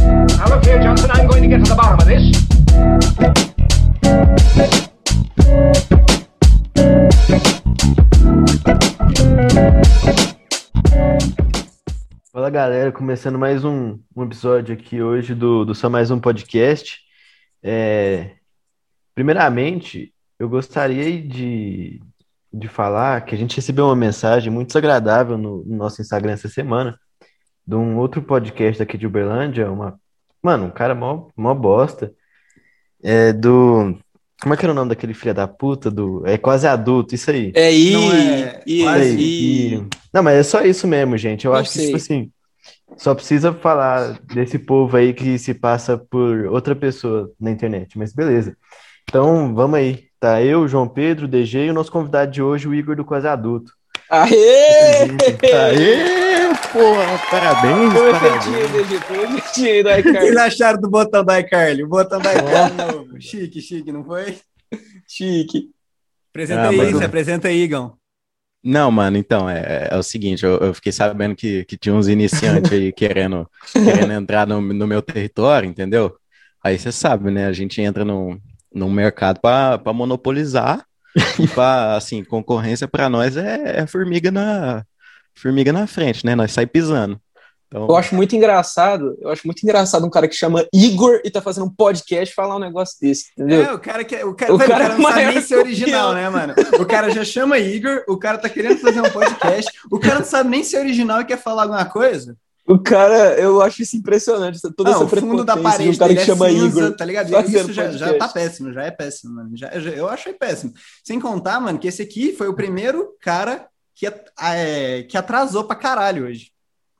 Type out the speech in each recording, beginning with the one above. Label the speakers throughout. Speaker 1: Now look here, Johnson, I'm going to get to the bottom of this.
Speaker 2: Fala galera, começando mais um, um episódio aqui hoje do, do Só Mais Um Podcast. É, primeiramente, eu gostaria de, de falar que a gente recebeu uma mensagem muito desagradável no, no nosso Instagram essa semana, de um outro podcast daqui de Uberlândia, uma, mano, um cara mó, mó bosta, é do, como é que era o nome daquele filho da puta, do, é quase adulto, isso aí.
Speaker 3: É I,
Speaker 4: Não é-
Speaker 3: I,
Speaker 2: Olha aí,
Speaker 3: I-
Speaker 2: e- Não, mas é só isso mesmo, gente. Eu,
Speaker 3: Eu
Speaker 2: acho que, tipo
Speaker 3: sei.
Speaker 2: assim, só precisa falar desse povo aí que se passa por outra pessoa na internet, mas beleza. Então, vamos aí. Tá eu, João Pedro, DG e o nosso convidado de hoje, o Igor do Quase Adulto.
Speaker 3: Aê!
Speaker 2: Aê, porra, parabéns,
Speaker 3: Foi
Speaker 2: parabéns.
Speaker 3: efetivo, Egito, foi né, efetivo, aí,
Speaker 4: O que vocês
Speaker 3: cara.
Speaker 4: acharam do botão da iCarly? O botão da iCarly novo. Chique, chique, não foi?
Speaker 3: Chique.
Speaker 4: Apresenta
Speaker 5: Ah,
Speaker 4: aí,
Speaker 5: mas
Speaker 4: se
Speaker 3: né?
Speaker 2: eu-
Speaker 4: apresenta aí, Igão.
Speaker 5: Não, mano, então, é, é o seguinte, eu, eu fiquei sabendo que, que tinha uns iniciantes aí querendo, querendo entrar no, no meu território, entendeu? Aí você sabe, né? A gente entra num, num mercado pra pra monopolizar e pra, assim, concorrência pra nós é, é formiga na, formiga na frente, né? Nós sai pisando. Então,
Speaker 3: Eu acho muito engraçado, eu acho muito engraçado um cara que chama Igor e tá fazendo um podcast falar um negócio desse, entendeu?
Speaker 4: É, o cara que o cara,
Speaker 3: O
Speaker 4: velho, o
Speaker 3: cara
Speaker 4: cara não sabe
Speaker 3: maior
Speaker 4: nem ser
Speaker 3: que
Speaker 4: original,
Speaker 3: eu.
Speaker 4: né, mano? O cara já chama Igor, o cara tá querendo fazer um podcast, o cara não sabe nem ser original e quer falar alguma coisa.
Speaker 3: O cara, eu acho isso impressionante, essa- toda
Speaker 4: não,
Speaker 3: essa
Speaker 4: o fundo da
Speaker 3: prepotência de um
Speaker 4: parede
Speaker 3: cara que
Speaker 4: dele é
Speaker 3: chama
Speaker 4: cinza,
Speaker 3: Igor.
Speaker 4: tá ligado?
Speaker 3: fazendo
Speaker 4: Isso já, já
Speaker 3: podcast.
Speaker 4: tá péssimo, já é péssimo, mano. Já, já- eu achei péssimo. Sem contar, mano, que esse aqui foi o primeiro cara que, at- é, que atrasou pra caralho hoje.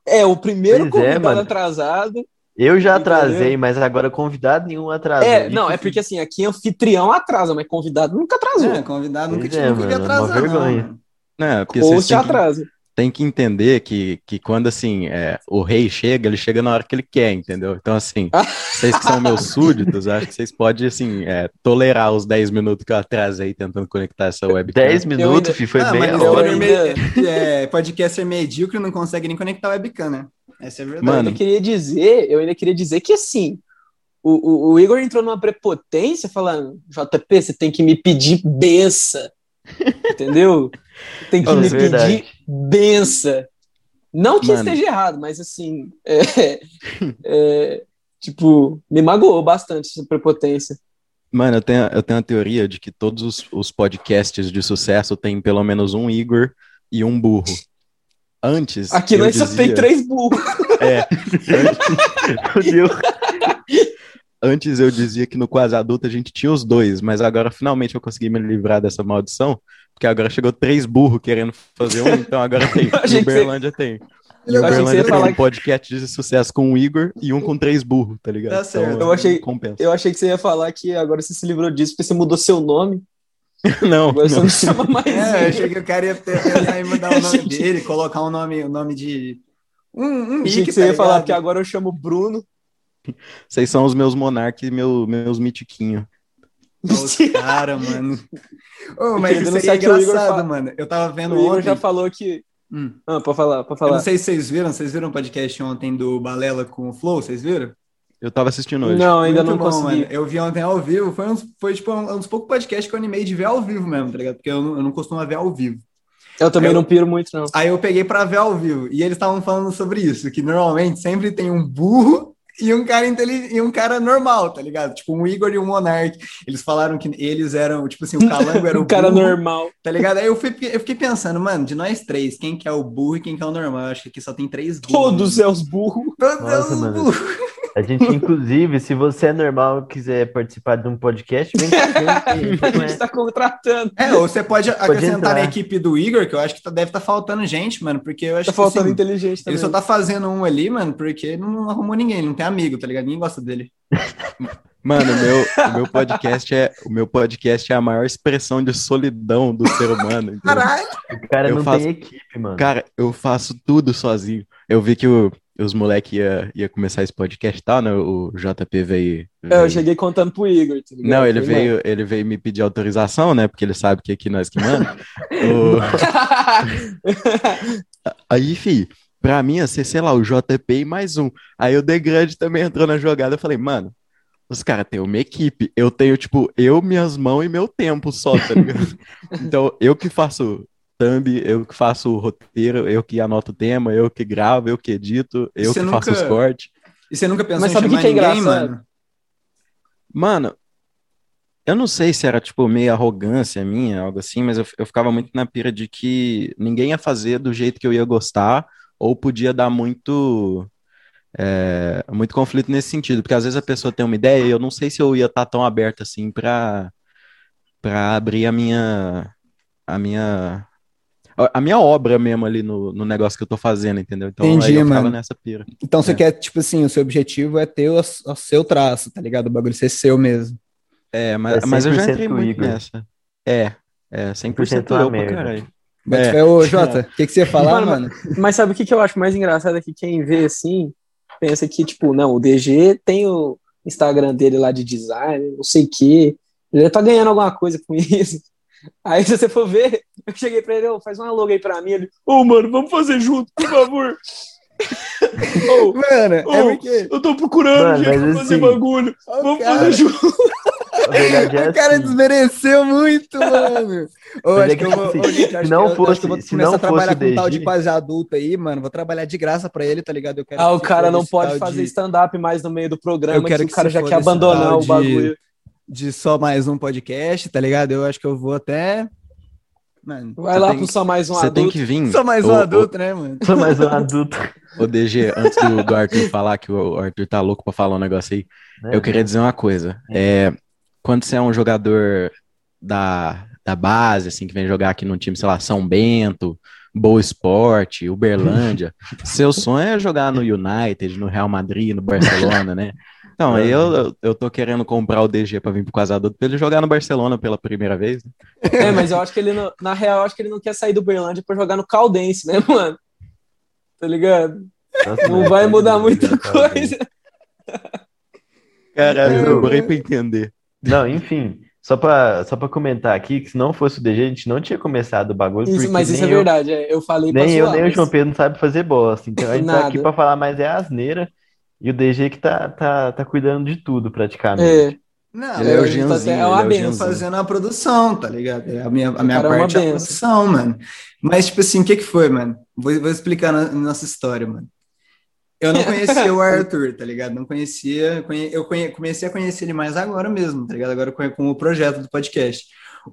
Speaker 3: É, o primeiro
Speaker 2: Pois é,
Speaker 3: convidado
Speaker 2: mano.
Speaker 3: atrasado.
Speaker 2: Eu já
Speaker 3: Entendeu?
Speaker 2: atrasei, mas agora convidado nenhum atrasou.
Speaker 3: É, não,
Speaker 2: E, tipo
Speaker 3: é
Speaker 2: assim,
Speaker 3: porque assim, aqui anfitrião atrasa, mas convidado nunca atrasou.
Speaker 4: É, convidado nunca
Speaker 2: Pois
Speaker 4: tinha
Speaker 2: é,
Speaker 4: nunca que
Speaker 2: mano, uma
Speaker 4: atrasar, não,
Speaker 2: vergonha.
Speaker 4: mano.
Speaker 5: né, porque
Speaker 3: Ou
Speaker 5: vocês
Speaker 3: se
Speaker 5: têm que,
Speaker 3: atrasa.
Speaker 5: têm que entender que, que quando, assim, é, o rei chega, ele chega na hora que ele quer, entendeu? Então, assim, vocês que são meus súditos, acho que vocês podem, assim, é, tolerar os 10 minutos que eu atrasei tentando conectar essa webcam.
Speaker 2: 10 minutos,
Speaker 3: ainda-
Speaker 2: fi, foi
Speaker 4: Ah,
Speaker 2: bem
Speaker 4: mas
Speaker 2: a
Speaker 4: eu
Speaker 2: hora.
Speaker 3: ainda-
Speaker 4: é, podcaster medíocre não consegue nem conectar o webcam, né? Essa é a verdade.
Speaker 3: Eu
Speaker 5: Mano,
Speaker 3: ainda queria dizer, eu ainda queria dizer que assim, o, o, o Igor entrou numa prepotência falando, JP, você tem que me pedir benção. Entendeu? Tem que
Speaker 2: É
Speaker 3: me
Speaker 2: verdade.
Speaker 3: pedir benção. Não que
Speaker 5: Mano.
Speaker 3: esteja errado, mas assim, é, é, tipo, me magoou bastante essa prepotência.
Speaker 5: mano eu, tenho, eu tenho a teoria de que todos os, os podcasts de sucesso têm pelo menos um Igor e um burro. Antes,
Speaker 3: Aqui
Speaker 5: eu
Speaker 3: nós só tem
Speaker 5: dizia-
Speaker 3: três burros.
Speaker 2: Meu Deus.
Speaker 5: Antes eu dizia que no quase adulto a gente tinha os dois, mas agora finalmente eu consegui me livrar dessa maldição, porque agora chegou três burros querendo fazer um, então agora tem.
Speaker 3: Eu achei
Speaker 5: Em
Speaker 3: que você-
Speaker 5: Uberlândia tem. Em
Speaker 3: Eu achei que você ia
Speaker 5: Uberlândia tem
Speaker 3: falar
Speaker 5: um
Speaker 3: que-
Speaker 5: podcast de sucesso com um Igor e um com três burros, tá ligado?
Speaker 4: Tá certo.
Speaker 5: Então,
Speaker 3: Eu achei-
Speaker 5: Compensa.
Speaker 3: Eu achei que você ia falar que agora você se livrou disso porque você mudou seu nome.
Speaker 5: Não,
Speaker 3: Agora você
Speaker 5: não.
Speaker 3: não chama mais.
Speaker 4: É, eu
Speaker 3: Igor.
Speaker 4: achei que o cara ia ter- pensar em mudar o nome
Speaker 3: Gente.
Speaker 4: dele, colocar um nome, um nome de. Um, um
Speaker 3: Achei que é
Speaker 4: nick,
Speaker 3: você
Speaker 4: tá
Speaker 3: ia falar,
Speaker 4: ligado?
Speaker 3: porque agora eu chamo Bruno.
Speaker 5: Vocês são os meus monarques e meu, meus mitiquinhos.
Speaker 4: Os cara, mano. Ô, mas
Speaker 3: Porque
Speaker 4: isso
Speaker 3: não
Speaker 4: seria
Speaker 3: sei que o Igor
Speaker 4: engraçado,
Speaker 3: fala-
Speaker 4: mano. Eu tava
Speaker 3: O
Speaker 4: tá vendo
Speaker 3: Igor
Speaker 4: ontem.
Speaker 3: já falou que.
Speaker 4: Hum.
Speaker 3: Ah, pra falar, pra
Speaker 4: Eu
Speaker 3: falar.
Speaker 4: não sei se vocês viram, vocês viram o podcast ontem do Balela com o Flow, vocês viram?
Speaker 5: Eu tava assistindo hoje.
Speaker 3: Não, ainda não
Speaker 4: Muito bom,
Speaker 3: consegui.
Speaker 4: mano. Eu vi ontem ao vivo, foi, um, foi tipo um, um dos poucos podcasts que eu animei de ver ao vivo mesmo, tá ligado? Porque eu não, eu não costumo ver ao vivo.
Speaker 3: Eu também
Speaker 4: Eu-
Speaker 3: não piro muito, não.
Speaker 4: Aí eu peguei pra ver ao vivo e eles estavam falando sobre isso, que normalmente sempre tem um burro e um cara inteli- e um cara normal, tá ligado? Tipo um Igor e um Monark. Eles falaram que eles eram, tipo assim, o Calango era o
Speaker 3: Um cara
Speaker 4: burro,
Speaker 3: normal.
Speaker 4: tá ligado? Aí eu, fui- eu fiquei pensando, mano, de nós três, quem que é o burro e quem que é o normal? Eu acho que aqui só tem três burros.
Speaker 3: Todos é os burros.
Speaker 4: Todos
Speaker 2: Nossa,
Speaker 4: os
Speaker 2: mano.
Speaker 4: burros.
Speaker 2: A gente, inclusive, se você é normal e quiser participar de um podcast, vem com a gente.
Speaker 3: A
Speaker 2: não é?
Speaker 3: gente tá contratando.
Speaker 4: É, ou você pode acrescentar na
Speaker 2: entrar.
Speaker 4: equipe do Igor, que eu acho que tá- deve estar faltando gente, mano, porque eu acho
Speaker 3: Tá
Speaker 4: que
Speaker 3: faltando
Speaker 4: assim,
Speaker 3: inteligente
Speaker 4: ele
Speaker 3: também.
Speaker 4: só tá fazendo um ali, mano, porque ele não arrumou ninguém, ele não tem amigo, tá ligado? Ninguém gosta dele.
Speaker 5: Mano, o meu, o meu podcast é o meu podcast é a maior expressão de solidão do ser humano. entendeu?
Speaker 2: O cara
Speaker 5: Eu
Speaker 2: não
Speaker 5: faço-
Speaker 2: tem equipe, mano.
Speaker 5: Cara, eu faço tudo sozinho. Eu vi que o- os moleques ia, ia começar esse podcast e tal, né? O JP veio.
Speaker 4: tá
Speaker 3: É, eu
Speaker 5: veio-
Speaker 3: cheguei contando pro Igor. tá ligado?
Speaker 5: Não, ele
Speaker 3: Falei,
Speaker 5: veio, ele veio me pedir autorização, né? Porque ele sabe que aqui nós que manda. O-
Speaker 3: mano.
Speaker 5: Aí, fi, Pra mim, ia ser, sei lá, o JP e mais um. Aí o The Grande também entrou na jogada. Eu falei, mano, os caras têm uma equipe. Eu tenho, tipo, eu, minhas mãos e meu tempo só, tá ligado? então, eu que faço thumb, eu que faço o roteiro, eu que anoto o tema, eu que gravo, eu que edito, eu
Speaker 4: Você
Speaker 5: que faço
Speaker 4: nunca-
Speaker 5: os cortes.
Speaker 4: E você nunca pensou
Speaker 3: Mas
Speaker 4: em
Speaker 3: sabe o que
Speaker 4: chamar
Speaker 3: que é
Speaker 4: ninguém,
Speaker 3: engraçado?
Speaker 4: mano?
Speaker 5: Mano, eu não sei se era, tipo, meio arrogância minha, algo assim, mas eu, eu ficava muito na pira de que ninguém ia fazer do jeito que eu ia gostar, ou podia dar muito, é, muito conflito nesse sentido, porque às vezes a pessoa tem uma ideia e eu não sei se eu ia estar tão aberto assim pra, pra abrir a minha, a minha, a minha obra mesmo ali no, no negócio que eu tô fazendo, entendeu? Então aí
Speaker 4: Entendi,
Speaker 5: eu ficava
Speaker 4: mano.
Speaker 5: nessa pira.
Speaker 4: Então você
Speaker 5: É.
Speaker 4: quer, tipo assim, o seu objetivo é ter o, o seu traço, tá ligado? O bagulho ser seu mesmo.
Speaker 5: É, mas,
Speaker 2: É
Speaker 5: mas eu já
Speaker 2: 100%
Speaker 5: entrei
Speaker 2: o
Speaker 5: muito
Speaker 2: Igor.
Speaker 5: nessa. É, é, 100%
Speaker 2: uma
Speaker 5: eu pra
Speaker 2: merda.
Speaker 5: caralho.
Speaker 4: Mas
Speaker 5: É.
Speaker 4: é. ô Jota, o que, que você ia falar,
Speaker 3: Mano,
Speaker 4: mano?
Speaker 3: Mas sabe o que, que eu acho mais engraçado é que quem vê assim pensa que, tipo, não, o DG tem o Instagram dele lá de design, não sei o quê. Ele tá ganhando alguma coisa com isso. Aí, se você for ver, eu cheguei pra ele, ô, faz uma logo aí pra mim. Ele, ô, mano, vamos fazer junto, por favor. Ô,
Speaker 4: Mano, é
Speaker 3: Ô,
Speaker 4: porque
Speaker 3: eu tô procurando
Speaker 2: Mano,
Speaker 3: gente pra
Speaker 2: mas
Speaker 3: fazer
Speaker 2: assim,
Speaker 3: bagulho.
Speaker 4: Ó,
Speaker 3: Vamos
Speaker 4: cara,
Speaker 3: fazer um junto.
Speaker 2: A verdade é
Speaker 4: o cara
Speaker 2: assim.
Speaker 4: desmereceu muito, mano. Ô,
Speaker 2: Mas
Speaker 4: acho
Speaker 2: é
Speaker 4: que
Speaker 2: que,
Speaker 4: eu
Speaker 2: tipo
Speaker 4: vou-
Speaker 2: assim,
Speaker 4: ô, gente, acho
Speaker 2: se
Speaker 4: que
Speaker 2: não
Speaker 4: eu- acho que eu
Speaker 2: fosse-
Speaker 4: vou
Speaker 2: se
Speaker 4: começar
Speaker 2: não
Speaker 4: a trabalhar
Speaker 2: fosse
Speaker 4: com um tal de
Speaker 2: DG.
Speaker 4: quase adulto aí, mano. Vou trabalhar de graça pra ele, tá ligado? Eu quero
Speaker 3: Ah,
Speaker 4: que
Speaker 3: o
Speaker 4: se
Speaker 3: cara
Speaker 4: foda
Speaker 3: não
Speaker 4: esse
Speaker 3: pode
Speaker 4: tal
Speaker 3: fazer
Speaker 4: de-
Speaker 3: stand-up mais no meio do programa,
Speaker 4: Eu quero
Speaker 3: que,
Speaker 4: que
Speaker 3: o cara
Speaker 4: se
Speaker 3: já
Speaker 4: foda
Speaker 3: quer
Speaker 4: esse
Speaker 3: abandonar
Speaker 4: tal
Speaker 3: o
Speaker 4: de-
Speaker 3: bagulho.
Speaker 4: de só mais um podcast, tá ligado? Eu acho que eu vou até. Mano.
Speaker 3: Vai
Speaker 5: Você
Speaker 3: lá
Speaker 5: tem-
Speaker 3: pro só mais um
Speaker 5: Você tem
Speaker 3: adulto.
Speaker 5: que vir.
Speaker 4: Só mais um
Speaker 5: Ô, ô,
Speaker 4: adulto, né, mano?
Speaker 3: é
Speaker 2: Sou mais um adulto.
Speaker 5: Ô, DG, antes do, do Arthur falar, que o Arthur tá louco pra falar um negócio aí,
Speaker 2: né?
Speaker 5: eu queria dizer uma coisa. É, quando você é um jogador da, da base, assim, que vem jogar aqui num time, sei lá, São Bento, Boa Esporte, Uberlândia, seu sonho é jogar no United, no Real Madrid, no Barcelona, né? Então,
Speaker 2: É.
Speaker 5: aí eu, eu tô querendo comprar o DG pra vir pro Quase Adulto pra ele jogar no Barcelona pela primeira vez. né?
Speaker 3: É, mas eu acho que ele, não, na real, eu acho que ele não quer sair do Berlândia pra jogar no Caldense, né, mano? Tá ligado?
Speaker 2: Nossa, né?
Speaker 3: Não
Speaker 2: mano,
Speaker 3: vai
Speaker 2: eu
Speaker 3: mudar
Speaker 2: quero
Speaker 3: muita
Speaker 2: dizer, tá,
Speaker 3: coisa.
Speaker 5: Caralho,
Speaker 2: Eu-
Speaker 5: eu demorei pra entender.
Speaker 2: Não, enfim, só pra, só pra comentar aqui, que se não fosse o DG, a gente não tinha começado o bagulho,
Speaker 3: Isso,
Speaker 2: porque
Speaker 3: mas isso é
Speaker 2: nem eu-
Speaker 3: verdade. é, Eu falei pra
Speaker 2: nem eu,
Speaker 3: zoar,
Speaker 2: nem o
Speaker 3: mas-
Speaker 2: João Pedro não sabe fazer bosta. Então a gente tá
Speaker 3: Nada.
Speaker 2: aqui pra falar, mas é asneira. E o DG que tá, tá, tá cuidando de tudo, praticamente.
Speaker 3: É,
Speaker 4: Não,
Speaker 5: Ele é
Speaker 3: eu-
Speaker 5: o
Speaker 3: tá
Speaker 5: Jeanzinho,
Speaker 3: certo, é
Speaker 5: ele é
Speaker 3: uma
Speaker 5: o
Speaker 3: benção.
Speaker 5: Jeanzinho.
Speaker 4: fazendo a produção, tá ligado? É A minha, a minha
Speaker 3: Cara, é uma
Speaker 4: parte é a
Speaker 3: benção.
Speaker 4: produção, mano. Mas, tipo assim, o que que foi, mano? Vou, vou explicar na, nossa história, mano. Eu não conhecia o Arthur, tá ligado? Não conhecia. conhe- eu conhe- comecei a conhecer ele mais agora mesmo, tá ligado? Agora com, com o projeto do podcast.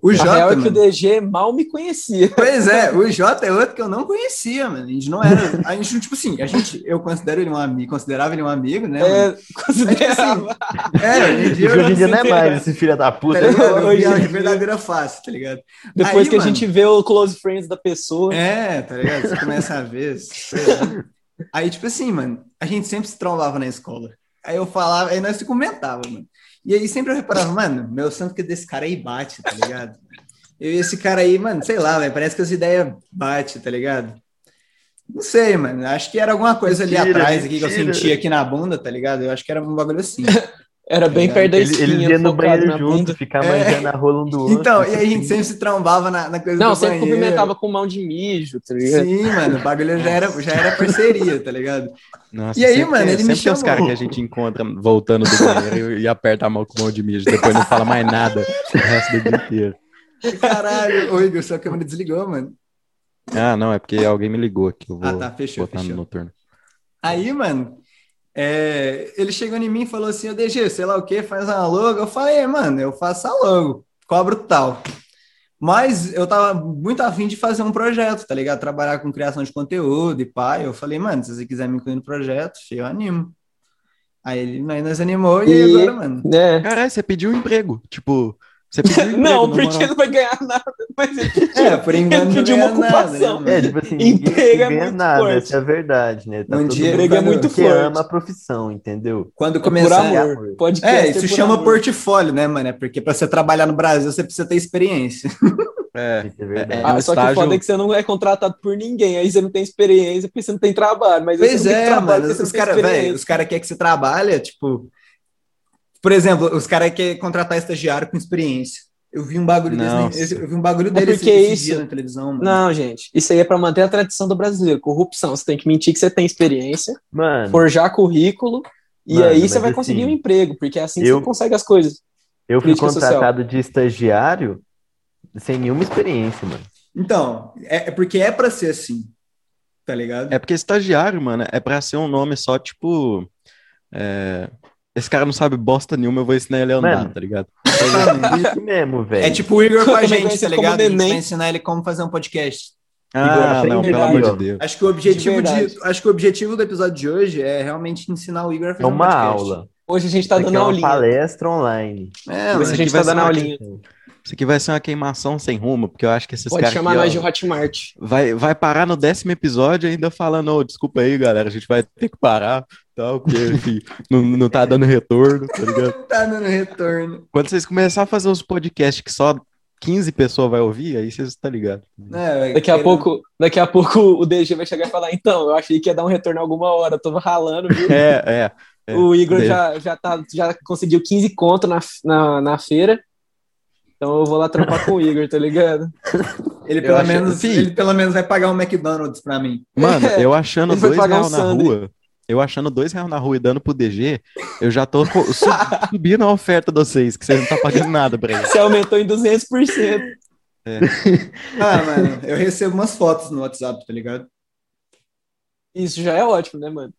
Speaker 4: O
Speaker 3: a
Speaker 4: Jota,
Speaker 3: real é que
Speaker 4: mano,
Speaker 3: o DG mal me conhecia.
Speaker 4: Pois é, o Jota é outro que eu não conhecia, mano. A gente não era. A gente, tipo assim, a gente, eu considero ele um amigo, considerava ele um amigo, né? mano?
Speaker 3: É, considerava.
Speaker 4: É, hoje em dia
Speaker 2: Porque
Speaker 4: eu
Speaker 2: hoje em dia não é
Speaker 3: considero.
Speaker 2: mais esse filho da puta.
Speaker 4: Tá ligado? Eu
Speaker 3: Hoje
Speaker 4: vi a
Speaker 3: em dia.
Speaker 4: verdadeira face, tá ligado?
Speaker 3: Depois
Speaker 4: Aí,
Speaker 3: que a
Speaker 4: mano.
Speaker 3: gente vê o close friends da pessoa.
Speaker 4: É, tá ligado? Você começa a ver. sei lá. Aí, tipo assim, mano, a gente sempre se trombava na escola. Aí eu falava, aí nós se comentava, mano. E aí sempre eu reparava, mano, meu santo que desse cara aí bate, tá ligado? Eu e esse cara aí, mano, sei lá, velho, parece que as ideias bate, tá ligado? Não sei, mano. Acho que era alguma coisa ali
Speaker 2: Mentira,
Speaker 4: atrás aqui que eu
Speaker 2: mentira.
Speaker 4: sentia aqui na bunda, tá ligado? Eu acho que era um bagulho assim.
Speaker 3: Era bem
Speaker 4: É,
Speaker 3: perto da
Speaker 2: Eles,
Speaker 3: esquina,
Speaker 2: eles iam no
Speaker 3: focado
Speaker 2: banheiro
Speaker 3: na
Speaker 2: junto,
Speaker 3: bunda.
Speaker 2: ficar
Speaker 4: É.
Speaker 2: manjando a rola um do outro.
Speaker 4: Então, e aí a gente sempre se trombava na, na coisa
Speaker 3: Não,
Speaker 4: do
Speaker 3: sempre
Speaker 4: banheiro.
Speaker 3: cumprimentava com mão de mijo, tá ligado?
Speaker 4: Sim, mano, o bagulho já era, já era parceria, tá ligado?
Speaker 5: Nossa,
Speaker 4: E aí,
Speaker 5: sempre
Speaker 4: mano,
Speaker 5: tem-
Speaker 4: ele
Speaker 5: sempre
Speaker 4: me
Speaker 5: tem uns
Speaker 4: chamou.
Speaker 5: caras que a gente encontra voltando do banheiro e, e aperta a mão com mão de mijo, depois não fala mais nada o resto do dia inteiro.
Speaker 4: Caralho, ô Igor, sua câmera desligou, mano.
Speaker 5: Ah, não, é porque alguém me ligou aqui, eu vou
Speaker 4: ah, tá, fechou,
Speaker 5: botar no
Speaker 4: fechou.
Speaker 5: noturno.
Speaker 4: Aí, mano, é, ele chegou em mim e falou assim, ô DG, sei lá o que, faz uma logo. Eu falei, "É, mano, eu faço a logo, cobro tal. Mas eu tava muito afim de fazer um projeto, tá ligado? Trabalhar com criação de conteúdo e pá. Eu falei, mano, se você quiser me incluir no projeto, fi, eu animo. Aí ele aí nós animou e, aí
Speaker 3: E-
Speaker 4: agora, mano.
Speaker 3: É.
Speaker 5: Caralho, você pediu um emprego, tipo, você pediu um emprego,
Speaker 3: Não,
Speaker 5: na
Speaker 3: porque
Speaker 5: moral.
Speaker 3: ele não vai ganhar nada. Mas ele
Speaker 4: É, por engano, não
Speaker 3: pediu uma
Speaker 4: ganha nada, né,
Speaker 3: ocupação.
Speaker 4: mano?
Speaker 2: É, tipo assim,
Speaker 3: Emprego
Speaker 2: ninguém
Speaker 3: é
Speaker 2: ganha
Speaker 3: muito
Speaker 2: nada,
Speaker 3: forte.
Speaker 2: essa é a verdade, né? Tá
Speaker 4: Um
Speaker 2: todo
Speaker 4: dia
Speaker 2: mundo
Speaker 3: Emprego é
Speaker 4: quando-
Speaker 3: muito
Speaker 2: que
Speaker 3: forte.
Speaker 2: ama a profissão, entendeu?
Speaker 4: Quando
Speaker 3: por
Speaker 4: começar,
Speaker 3: amor. Podcast
Speaker 4: É, isso
Speaker 3: por
Speaker 4: chama
Speaker 3: amor.
Speaker 4: portfólio, né, mano? É porque pra você trabalhar no Brasil, você precisa ter experiência.
Speaker 5: É,
Speaker 2: Isso é verdade.
Speaker 5: É
Speaker 3: Ah,
Speaker 5: um
Speaker 3: só que o
Speaker 5: estágio-
Speaker 3: foda é que você não é contratado por ninguém, aí você não tem experiência porque você não tem trabalho, mas aí
Speaker 4: Pois
Speaker 3: você não tem
Speaker 4: é,
Speaker 3: trabalho
Speaker 4: mano.
Speaker 3: porque você
Speaker 4: Os
Speaker 3: não tem
Speaker 4: caras, velho,
Speaker 3: experiência.
Speaker 4: os caras querem que você é, trabalha, tipo... Por exemplo, os caras querem contratar estagiário com experiência. Eu vi um bagulho desse,
Speaker 5: Não.
Speaker 4: na- esse- eu vi um bagulho dele
Speaker 3: É porque
Speaker 4: esse,
Speaker 3: isso-
Speaker 4: esse dia na televisão, mano.
Speaker 3: Não, gente. Isso aí é pra manter a tradição do brasileiro. Corrupção. Você tem que mentir que você tem experiência,
Speaker 2: Mano,
Speaker 3: forjar currículo, e
Speaker 2: Mano,
Speaker 3: aí
Speaker 2: mas
Speaker 3: você vai conseguir
Speaker 2: assim,
Speaker 3: um emprego, porque é assim que
Speaker 2: eu-
Speaker 3: você consegue as coisas.
Speaker 2: eu fui
Speaker 3: crítica social.
Speaker 2: contratado de estagiário sem nenhuma experiência, mano.
Speaker 4: Então, é, é porque é pra ser assim, tá ligado?
Speaker 5: É porque estagiário, mano, é pra ser um nome só, tipo. é, Esse cara não sabe bosta nenhuma, eu vou ensinar ele a andar,
Speaker 2: Mano.
Speaker 5: tá ligado?
Speaker 2: Isso mesmo, velho.
Speaker 4: É tipo o Igor com a
Speaker 3: Ele vai
Speaker 4: gente,
Speaker 3: ser
Speaker 4: tá
Speaker 3: como
Speaker 4: ligado? A gente
Speaker 3: neném.
Speaker 4: vai ensinar ele como fazer um podcast.
Speaker 5: Ah, não, pelo amor de Deus.
Speaker 4: Acho que o objetivo,
Speaker 3: De
Speaker 4: de
Speaker 3: verdade.
Speaker 4: acho que o objetivo do episódio de hoje é realmente ensinar o Igor a fazer
Speaker 2: É uma
Speaker 4: um podcast.
Speaker 2: aula.
Speaker 3: Hoje a gente tá
Speaker 2: Isso aqui
Speaker 3: dando
Speaker 2: é uma
Speaker 3: aulinha.
Speaker 2: palestra online.
Speaker 3: Vamos ver se a
Speaker 4: É, mano.
Speaker 3: gente
Speaker 5: aqui vai
Speaker 3: tá dando
Speaker 5: ser uma
Speaker 3: aulinha.
Speaker 5: Isso aqui vai ser uma queimação sem rumo, porque eu acho que esses
Speaker 3: Pode
Speaker 5: caras.
Speaker 3: chamar
Speaker 5: aqui, ó,
Speaker 3: nós de Hotmart.
Speaker 5: Vai, vai parar no décimo episódio ainda falando, ô, desculpa aí, galera, a gente vai ter que parar, tal, porque enfim, não, não tá dando retorno, tá ligado?
Speaker 4: tá dando retorno.
Speaker 5: Quando vocês começarem a fazer uns podcasts que só 15 pessoas vai ouvir, aí vocês tá ligado.
Speaker 4: É, velho,
Speaker 3: Daqui a,
Speaker 4: querendo-
Speaker 3: pouco, daqui a pouco o DG vai chegar e falar, então, eu achei que ia dar um retorno alguma hora, eu tô ralando, viu?
Speaker 5: É, é. É,
Speaker 3: o Igor
Speaker 5: deve.
Speaker 3: já, já, tá, já conseguiu 15 conto na, na, na feira. Então eu vou lá trampar com o Igor, tá ligado?
Speaker 4: Ele
Speaker 5: Eu
Speaker 4: pelo,
Speaker 5: acho-
Speaker 4: menos,
Speaker 5: Sim.
Speaker 4: ele pelo menos vai pagar um McDonald's pra mim.
Speaker 5: Mano, eu achando
Speaker 3: Ele foi
Speaker 5: dois
Speaker 3: pagar
Speaker 5: reais
Speaker 3: um
Speaker 5: na
Speaker 3: sanduíche.
Speaker 5: rua, eu achando dois reais na rua e dando pro DG, eu já tô co- su- subindo a oferta de vocês, que vocês não tá pagando nada pra ele.
Speaker 3: Você aumentou em 200%.
Speaker 4: Ah, mano, eu recebo umas fotos no WhatsApp, tá ligado?
Speaker 3: Isso já é ótimo, né, mano?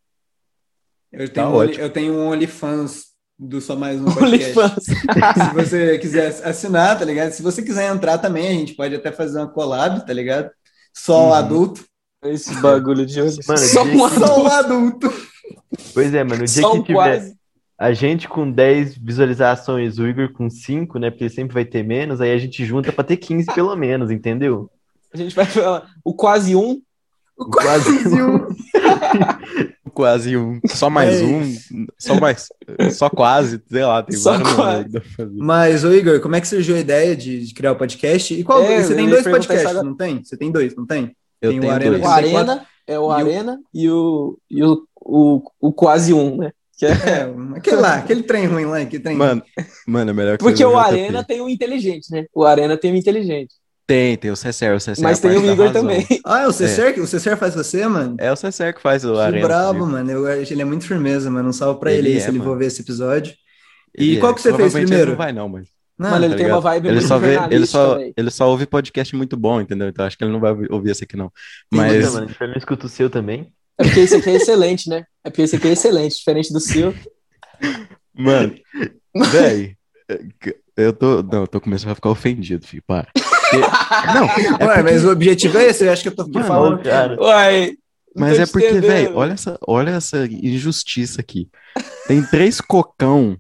Speaker 4: Eu
Speaker 5: Tá
Speaker 4: tenho, um, Only-
Speaker 5: ótimo.
Speaker 4: eu tenho um OnlyFans do Só Mais Um Podcast.
Speaker 3: OnlyFans.
Speaker 4: Se você quiser assinar, tá ligado? Se você quiser entrar também, a gente pode até fazer uma collab, tá ligado? Só o adulto.
Speaker 3: Esse bagulho de hoje.
Speaker 2: Mano,
Speaker 3: Só
Speaker 2: de-
Speaker 3: um
Speaker 4: Só o
Speaker 3: adulto,
Speaker 4: adulto.
Speaker 2: Pois é, mano. O dia
Speaker 3: só
Speaker 2: que
Speaker 3: um
Speaker 2: tiver
Speaker 3: quase.
Speaker 2: a gente com 10 visualizações, o Igor com 5, né? Porque ele sempre vai ter menos, aí a gente junta pra ter 15 pelo menos, entendeu?
Speaker 3: A gente vai falar o quase um.
Speaker 4: O quase um.
Speaker 5: Quase um, só mais
Speaker 4: É.
Speaker 5: um, só mais, só quase, sei lá, tem
Speaker 3: Só
Speaker 5: vários nomes
Speaker 3: quase.
Speaker 5: aí que dá pra fazer.
Speaker 4: Mas, ô Igor, como é que surgiu a ideia de, de criar o podcast? E qual?
Speaker 3: É,
Speaker 4: você
Speaker 3: eu
Speaker 4: tem
Speaker 3: ia
Speaker 4: dois
Speaker 3: perguntar
Speaker 4: podcasts,
Speaker 3: isso agora.
Speaker 4: não tem? Você tem dois, não tem?
Speaker 5: Eu
Speaker 4: Tem o
Speaker 5: tenho
Speaker 4: Arena
Speaker 5: dois.
Speaker 3: O
Speaker 4: 64.
Speaker 3: Arena é o
Speaker 4: E o-
Speaker 3: Arena e o, e o, o, o quase um, né? Que é-
Speaker 4: É, um- aquele lá, aquele trem ruim lá, aquele trem.
Speaker 5: Mano, mano, é melhor que
Speaker 3: Porque
Speaker 5: seja
Speaker 3: o
Speaker 5: JP.
Speaker 3: Arena tem o inteligente, né? O Arena tem o inteligente.
Speaker 5: Tem, tem o CCR, o CCR.
Speaker 3: mas
Speaker 5: é a
Speaker 3: tem
Speaker 5: parte
Speaker 3: o
Speaker 5: da
Speaker 3: Igor
Speaker 5: razão.
Speaker 3: também.
Speaker 4: Ah, é o Cesser? que O Cesser faz você, mano?
Speaker 5: É o CCR que faz o
Speaker 4: que
Speaker 5: Arena.
Speaker 4: brabo,
Speaker 5: viu?
Speaker 4: mano. Eu acho- ele é muito firmeza, mano. Um salve pra
Speaker 5: Ele
Speaker 4: ele, aí,
Speaker 5: é,
Speaker 4: se ele
Speaker 5: mano.
Speaker 4: for ver esse episódio. E
Speaker 5: Ele
Speaker 4: qual
Speaker 5: é.
Speaker 4: que você fez
Speaker 5: Provavelmente
Speaker 4: primeiro?
Speaker 5: Ele não vai não, mas...
Speaker 4: Não,
Speaker 3: Mano, ele
Speaker 5: tá
Speaker 3: tem uma
Speaker 5: ligado?
Speaker 3: vibe
Speaker 5: Ele
Speaker 3: muito
Speaker 5: só, vê, ele, só,
Speaker 3: velho.
Speaker 5: ele só ouve podcast muito bom, entendeu? Então acho que ele não vai ouvir esse aqui não.
Speaker 2: Mas,
Speaker 5: Mas
Speaker 2: mano, eu não escuto o seu também.
Speaker 3: É porque esse aqui é excelente, né? É porque esse aqui é excelente, diferente do seu.
Speaker 5: Mano, véi, é, eu tô. Não, eu tô começando a ficar ofendido, filho. Para. Porque- não, é
Speaker 4: Ué,
Speaker 5: porque-
Speaker 4: mas o objetivo é esse, eu acho que eu tô
Speaker 5: Mano,
Speaker 4: falando.
Speaker 2: Ô, cara,
Speaker 3: Uai. não
Speaker 5: mas
Speaker 3: tô
Speaker 5: é porque,
Speaker 3: entendendo.
Speaker 5: velho, olha essa, olha essa injustiça aqui. Tem três cocão.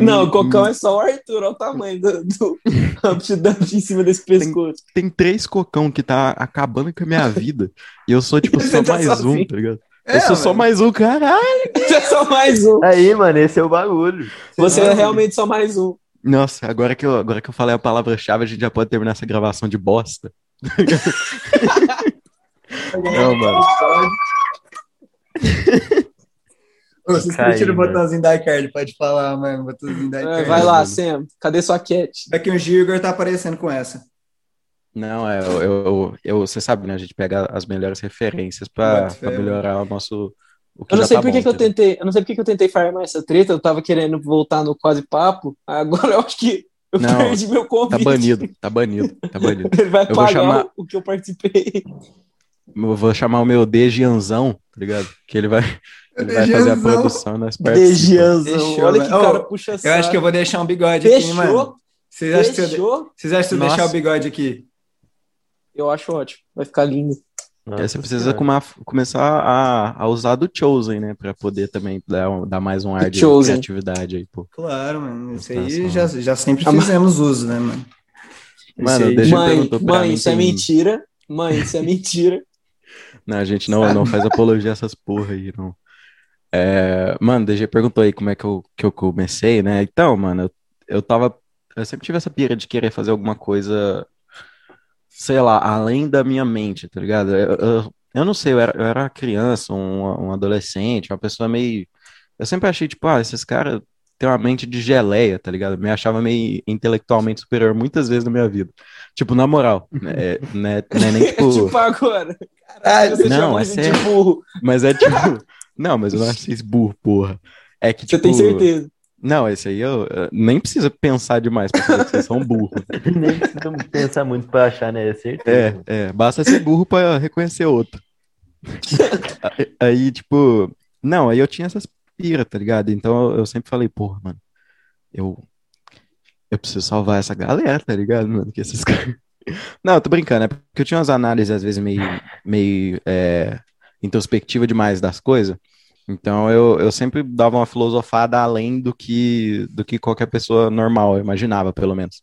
Speaker 3: Não, o cocão é só o Arthur, olha o tamanho do, do Humpty Dumpty em cima desse pescoço.
Speaker 5: Tem três cocão que tá acabando com a minha vida. E eu sou, tipo, só
Speaker 3: Você tá
Speaker 5: mais um,
Speaker 3: sozinho.
Speaker 5: tá ligado?
Speaker 4: É,
Speaker 5: eu sou só
Speaker 4: mano.
Speaker 5: mais um, caralho.
Speaker 3: Você é só mais um.
Speaker 2: Aí, mano, esse é o bagulho.
Speaker 3: Você
Speaker 4: Não,
Speaker 3: é
Speaker 5: né?
Speaker 4: mano.
Speaker 3: realmente só mais um.
Speaker 5: Nossa, agora que, eu, agora que eu falei a palavra-chave, a gente já pode terminar essa gravação de bosta. Não, mano.
Speaker 4: Ô, Vocês
Speaker 2: Caiu,
Speaker 4: curtiram o
Speaker 2: mano.
Speaker 4: botãozinho da iCard, pode falar, mano. Botãozinho da
Speaker 3: É,
Speaker 4: iCard.
Speaker 3: vai lá, Sam. Cadê sua cat?
Speaker 4: Daqui um dia o Igor tá aparecendo com essa.
Speaker 5: Não, é, eu, eu, eu- você sabe, né? A gente pega as melhores referências pra,
Speaker 4: Bota fé,
Speaker 5: pra
Speaker 4: mano.
Speaker 5: melhorar o nosso. O que
Speaker 3: Eu não
Speaker 5: já
Speaker 3: sei
Speaker 5: tá
Speaker 3: por
Speaker 5: bom,
Speaker 3: que que eu
Speaker 5: entendeu?
Speaker 3: tentei. Eu não sei por que que eu tentei farmar essa treta. Eu tava querendo voltar no quase papo. Agora eu acho que eu
Speaker 5: Não,
Speaker 3: perdi meu
Speaker 5: Tá
Speaker 3: convite.
Speaker 5: banido, tá banido, tá banido.
Speaker 3: Ele vai
Speaker 5: vou
Speaker 3: pagar
Speaker 5: chamar-
Speaker 3: o que eu participei.
Speaker 5: Eu vou chamar o meu Degianzão, tá ligado? Que ele vai, ele vai fazer a
Speaker 4: Degianzão.
Speaker 5: produção e nós participamos.
Speaker 3: Dejanzão.
Speaker 4: Deixou,
Speaker 3: Olha que
Speaker 4: velho.
Speaker 3: cara
Speaker 4: né? Ô,
Speaker 3: puxa
Speaker 4: Eu acho que eu vou deixar um bigode aqui, hein, mano.
Speaker 3: Fechou,
Speaker 4: Vocês acham que eu, de-
Speaker 3: fechou.
Speaker 4: vocês acham que eu
Speaker 5: Nossa.
Speaker 4: deixar o bigode aqui?
Speaker 3: Eu acho ótimo. Vai ficar lindo.
Speaker 5: Aí Você precisa
Speaker 2: Nossa,
Speaker 5: comar- começar a, a usar do Chosen, né? Pra poder também dar, um- dar mais um ar
Speaker 3: Do
Speaker 5: de
Speaker 3: Chosen.
Speaker 5: criatividade aí, pô.
Speaker 4: Claro, mano. Isso aí
Speaker 5: Nossa,
Speaker 4: já, já sempre
Speaker 3: Ah, mas-
Speaker 4: fizemos uso, né, mano?
Speaker 5: Mano,
Speaker 4: Esse aí-
Speaker 5: deixa- Ele
Speaker 3: Mãe,
Speaker 5: perguntou pra
Speaker 3: mãe,
Speaker 5: mim
Speaker 3: isso é
Speaker 5: tem-
Speaker 3: mentira. Mãe, isso é mentira.
Speaker 5: Não, Né, a gente não,
Speaker 4: Sabe?
Speaker 5: não faz apologia a essas porra aí, não. É, mano, o DG perguntou aí como é que eu, que eu comecei, né? Então, mano, eu, eu tava. Eu sempre tive essa pira de querer fazer alguma coisa, sei lá, além da minha mente, tá ligado? Eu, eu, eu não sei, eu era, eu era uma criança, um, um adolescente, uma pessoa meio. Eu sempre achei, tipo, ah, esses caras tem uma mente de geleia, tá ligado? Me achava meio intelectualmente superior muitas vezes na minha vida. Tipo, na moral, né? né, né nem tipo.
Speaker 3: Tipo agora.
Speaker 4: Caralho,
Speaker 3: Você
Speaker 5: Não,
Speaker 3: chamou
Speaker 5: é
Speaker 3: a gente
Speaker 5: sério.
Speaker 3: de burro.
Speaker 5: Mas é tipo. Não, mas eu não achei isso burro, porra. É que,
Speaker 3: Você
Speaker 5: tipo,
Speaker 3: tem certeza.
Speaker 5: Não, esse aí eu eh, nem precisa pensar demais pra saber que vocês são burros.
Speaker 2: Nem precisa pensar muito pra achar, né? É certeza.
Speaker 5: É, é, basta ser burro pra reconhecer outro. Aí- Aí, tipo, não, aí eu tinha essas pira, tá ligado? Então eu- eu sempre falei, porra, mano, eu, eu preciso salvar essa galera, tá ligado, mano? Que esses caras. Não, eu tô brincando, é porque eu tinha umas análises às vezes meio, meio é, introspectiva demais das coisas. Então eu, eu sempre dava uma filosofada além do que, do que qualquer pessoa normal eu imaginava, pelo menos.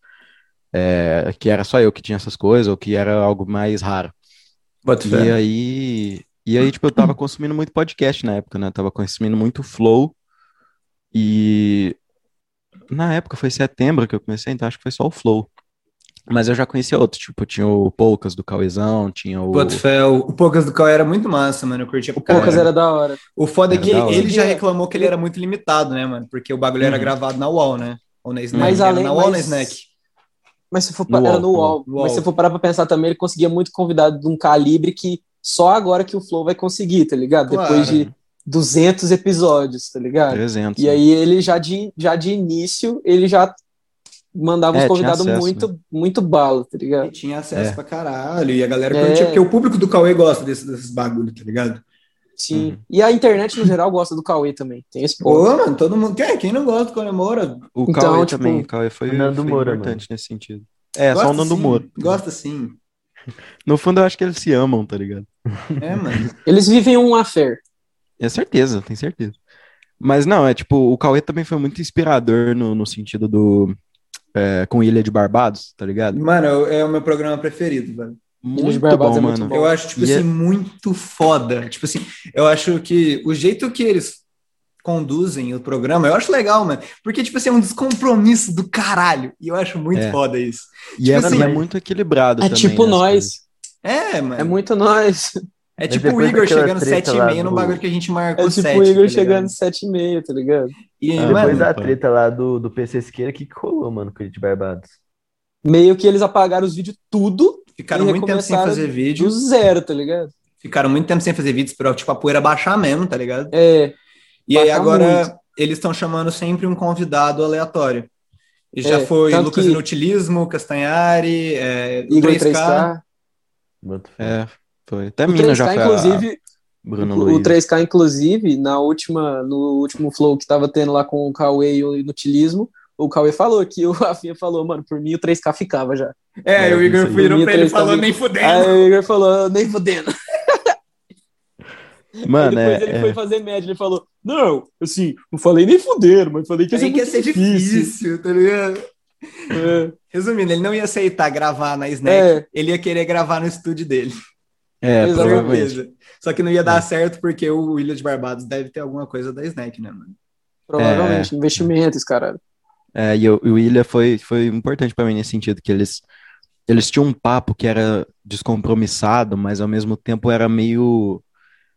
Speaker 5: É, que era só eu que tinha essas coisas, ou que era algo mais raro.
Speaker 4: Bota
Speaker 5: E
Speaker 3: É.
Speaker 5: aí, e aí, tipo, eu tava consumindo muito podcast na época, né? Eu tava consumindo muito Flow. E na época foi setembro que eu comecei, então acho que foi só o Flow. Mas eu já conhecia outros, tipo, tinha o Poucas do Cauezão, tinha o.
Speaker 4: Bota fé, o o Poucas do Cal era muito massa, mano. Eu curtia
Speaker 3: O
Speaker 4: pra caralho.
Speaker 3: Poucas era da hora. Uhum.
Speaker 4: O foda é
Speaker 5: Era
Speaker 4: que
Speaker 5: da hora.
Speaker 4: ele já reclamou que ele era muito limitado, né, mano? Porque o bagulho era gravado na UOL, né? Ou na Snack.
Speaker 3: Mas
Speaker 4: era
Speaker 3: além-
Speaker 4: na UOL ou na
Speaker 3: mas-
Speaker 4: Snack?
Speaker 3: Mas se for
Speaker 5: No
Speaker 3: pa- era no
Speaker 5: UOL, no
Speaker 3: UOL.
Speaker 4: UOL.
Speaker 3: Mas se for parar pra pensar também, ele conseguia muito convidado de um calibre que só agora que o Flow vai conseguir, tá ligado?
Speaker 4: Claro.
Speaker 3: Depois de 200 episódios, tá ligado?
Speaker 5: 300.
Speaker 3: E aí ele já de, já de início, ele já mandava
Speaker 5: É,
Speaker 3: uns
Speaker 5: tinha
Speaker 3: convidados
Speaker 5: acesso,
Speaker 3: muito, muito bala, tá
Speaker 4: E
Speaker 3: ligado?
Speaker 4: tinha acesso
Speaker 5: É.
Speaker 4: pra caralho. E a galera
Speaker 3: É.
Speaker 4: curtia, porque o público do Cauê gosta desse- desses bagulho, tá ligado?
Speaker 3: Sim.
Speaker 5: Uhum.
Speaker 3: E a internet, no geral, gosta do Cauê também. Tem esse
Speaker 4: Pô,
Speaker 3: ponto.
Speaker 4: mano, todo mundo. Quem, quem não gosta do Cauê Moura?
Speaker 5: né? O
Speaker 3: Então,
Speaker 5: Cauê
Speaker 3: tipo,
Speaker 5: também, o Cauê foi,
Speaker 2: o Nando
Speaker 5: foi
Speaker 2: Moura,
Speaker 5: importante
Speaker 2: mano.
Speaker 5: nesse sentido. É, só o Nando
Speaker 4: sim,
Speaker 5: Moura.
Speaker 4: Gosta sim.
Speaker 5: No fundo, eu acho que eles se amam, tá ligado?
Speaker 4: É, mano.
Speaker 3: Eles vivem um affair.
Speaker 5: É certeza, tem certeza. Mas não, é tipo, o Cauê também foi muito inspirador no, no sentido do. é, com Ilha de Barbados, tá ligado?
Speaker 4: Mano, eu- é o meu programa preferido, velho.
Speaker 3: Ilha de
Speaker 5: Muito
Speaker 3: Barbados
Speaker 5: bom,
Speaker 3: é muito
Speaker 5: mano.
Speaker 3: bom.
Speaker 4: Eu acho, tipo
Speaker 5: E é-
Speaker 4: assim, muito foda. Tipo assim, eu acho que o jeito que eles conduzem o programa, eu acho legal, mano. Porque, tipo assim, é um descompromisso do caralho. E eu acho muito
Speaker 5: É.
Speaker 4: foda isso.
Speaker 5: E é,
Speaker 4: Tipo assim,
Speaker 5: é muito equilibrado
Speaker 3: É
Speaker 5: também.
Speaker 3: tipo
Speaker 5: né, as coisas.
Speaker 3: nós.
Speaker 4: É,
Speaker 3: É
Speaker 4: mano.
Speaker 3: muito nós.
Speaker 4: É,
Speaker 2: Mas
Speaker 4: tipo o
Speaker 2: depois
Speaker 4: Igor
Speaker 2: daquela
Speaker 4: chegando
Speaker 2: treta
Speaker 4: 7 e
Speaker 2: lá
Speaker 4: meia no
Speaker 2: do-
Speaker 4: bagulho que a gente marcou
Speaker 3: É tipo
Speaker 4: sete,
Speaker 3: o Igor
Speaker 4: tá
Speaker 3: chegando
Speaker 4: ligado?
Speaker 3: às sete e meia, tá ligado?
Speaker 4: E,
Speaker 5: Ah,
Speaker 4: mano,
Speaker 2: Depois da
Speaker 5: pô.
Speaker 2: treta lá do, do PC Siqueira, o que que rolou, mano, com o de Barbados?
Speaker 3: Meio que eles apagaram os vídeos tudo
Speaker 4: ficaram
Speaker 3: e
Speaker 4: muito tempo sem
Speaker 3: recomeçaram
Speaker 4: fazer vídeo.
Speaker 3: do zero, tá ligado?
Speaker 4: Ficaram muito tempo sem fazer vídeos pra, tipo, a poeira baixar mesmo, tá ligado?
Speaker 3: É,
Speaker 4: E aí
Speaker 3: Baixar
Speaker 4: agora
Speaker 3: muito.
Speaker 4: eles estão chamando sempre um convidado aleatório. E já
Speaker 3: É,
Speaker 4: foi
Speaker 3: tanto
Speaker 4: Lucas
Speaker 3: que-
Speaker 4: Inutilismo, Castanhari, é, o
Speaker 3: Igor
Speaker 4: 3K.
Speaker 3: 3K.
Speaker 2: Boto fé.
Speaker 5: É, foi. Até
Speaker 3: O
Speaker 5: Minas já
Speaker 3: 3K,
Speaker 5: foi. a-
Speaker 3: inclusive,
Speaker 5: Bruno
Speaker 3: o
Speaker 5: Luiz.
Speaker 3: 3K, inclusive, na última, no último flow que tava tendo lá com o Cauê e o Inutilismo, o Cauê falou que o Rafinha falou, mano, por mim o 3K ficava já.
Speaker 4: É,
Speaker 5: É,
Speaker 4: o Igor
Speaker 5: isso aí.
Speaker 4: virou pra ele e
Speaker 3: 3K
Speaker 4: falou
Speaker 3: me-
Speaker 4: nem fudendo.
Speaker 3: Aí o Igor falou, nem fudendo.
Speaker 5: Mano,
Speaker 3: Aí depois
Speaker 5: é,
Speaker 3: ele
Speaker 5: é-
Speaker 3: foi fazer média, ele falou, não, assim, não falei nem fudendo, mas falei que ia ser,
Speaker 4: Aí que ia
Speaker 3: é muito
Speaker 4: ser difícil, tá ligado?
Speaker 3: É.
Speaker 4: Resumindo, ele não ia aceitar gravar na Snack,
Speaker 3: É,
Speaker 4: ele ia querer gravar no estúdio dele.
Speaker 5: é,
Speaker 3: Exatamente.
Speaker 5: provavelmente.
Speaker 4: Certeza. Só que não ia dar
Speaker 5: É.
Speaker 4: certo porque o William de Barbados deve ter alguma coisa da Snack, né, mano?
Speaker 3: provavelmente, investimentos, caralho.
Speaker 5: É, e o, e o Ilha foi, foi importante pra mim nesse sentido, que eles, eles tinham um papo que era descompromissado, mas ao mesmo tempo era meio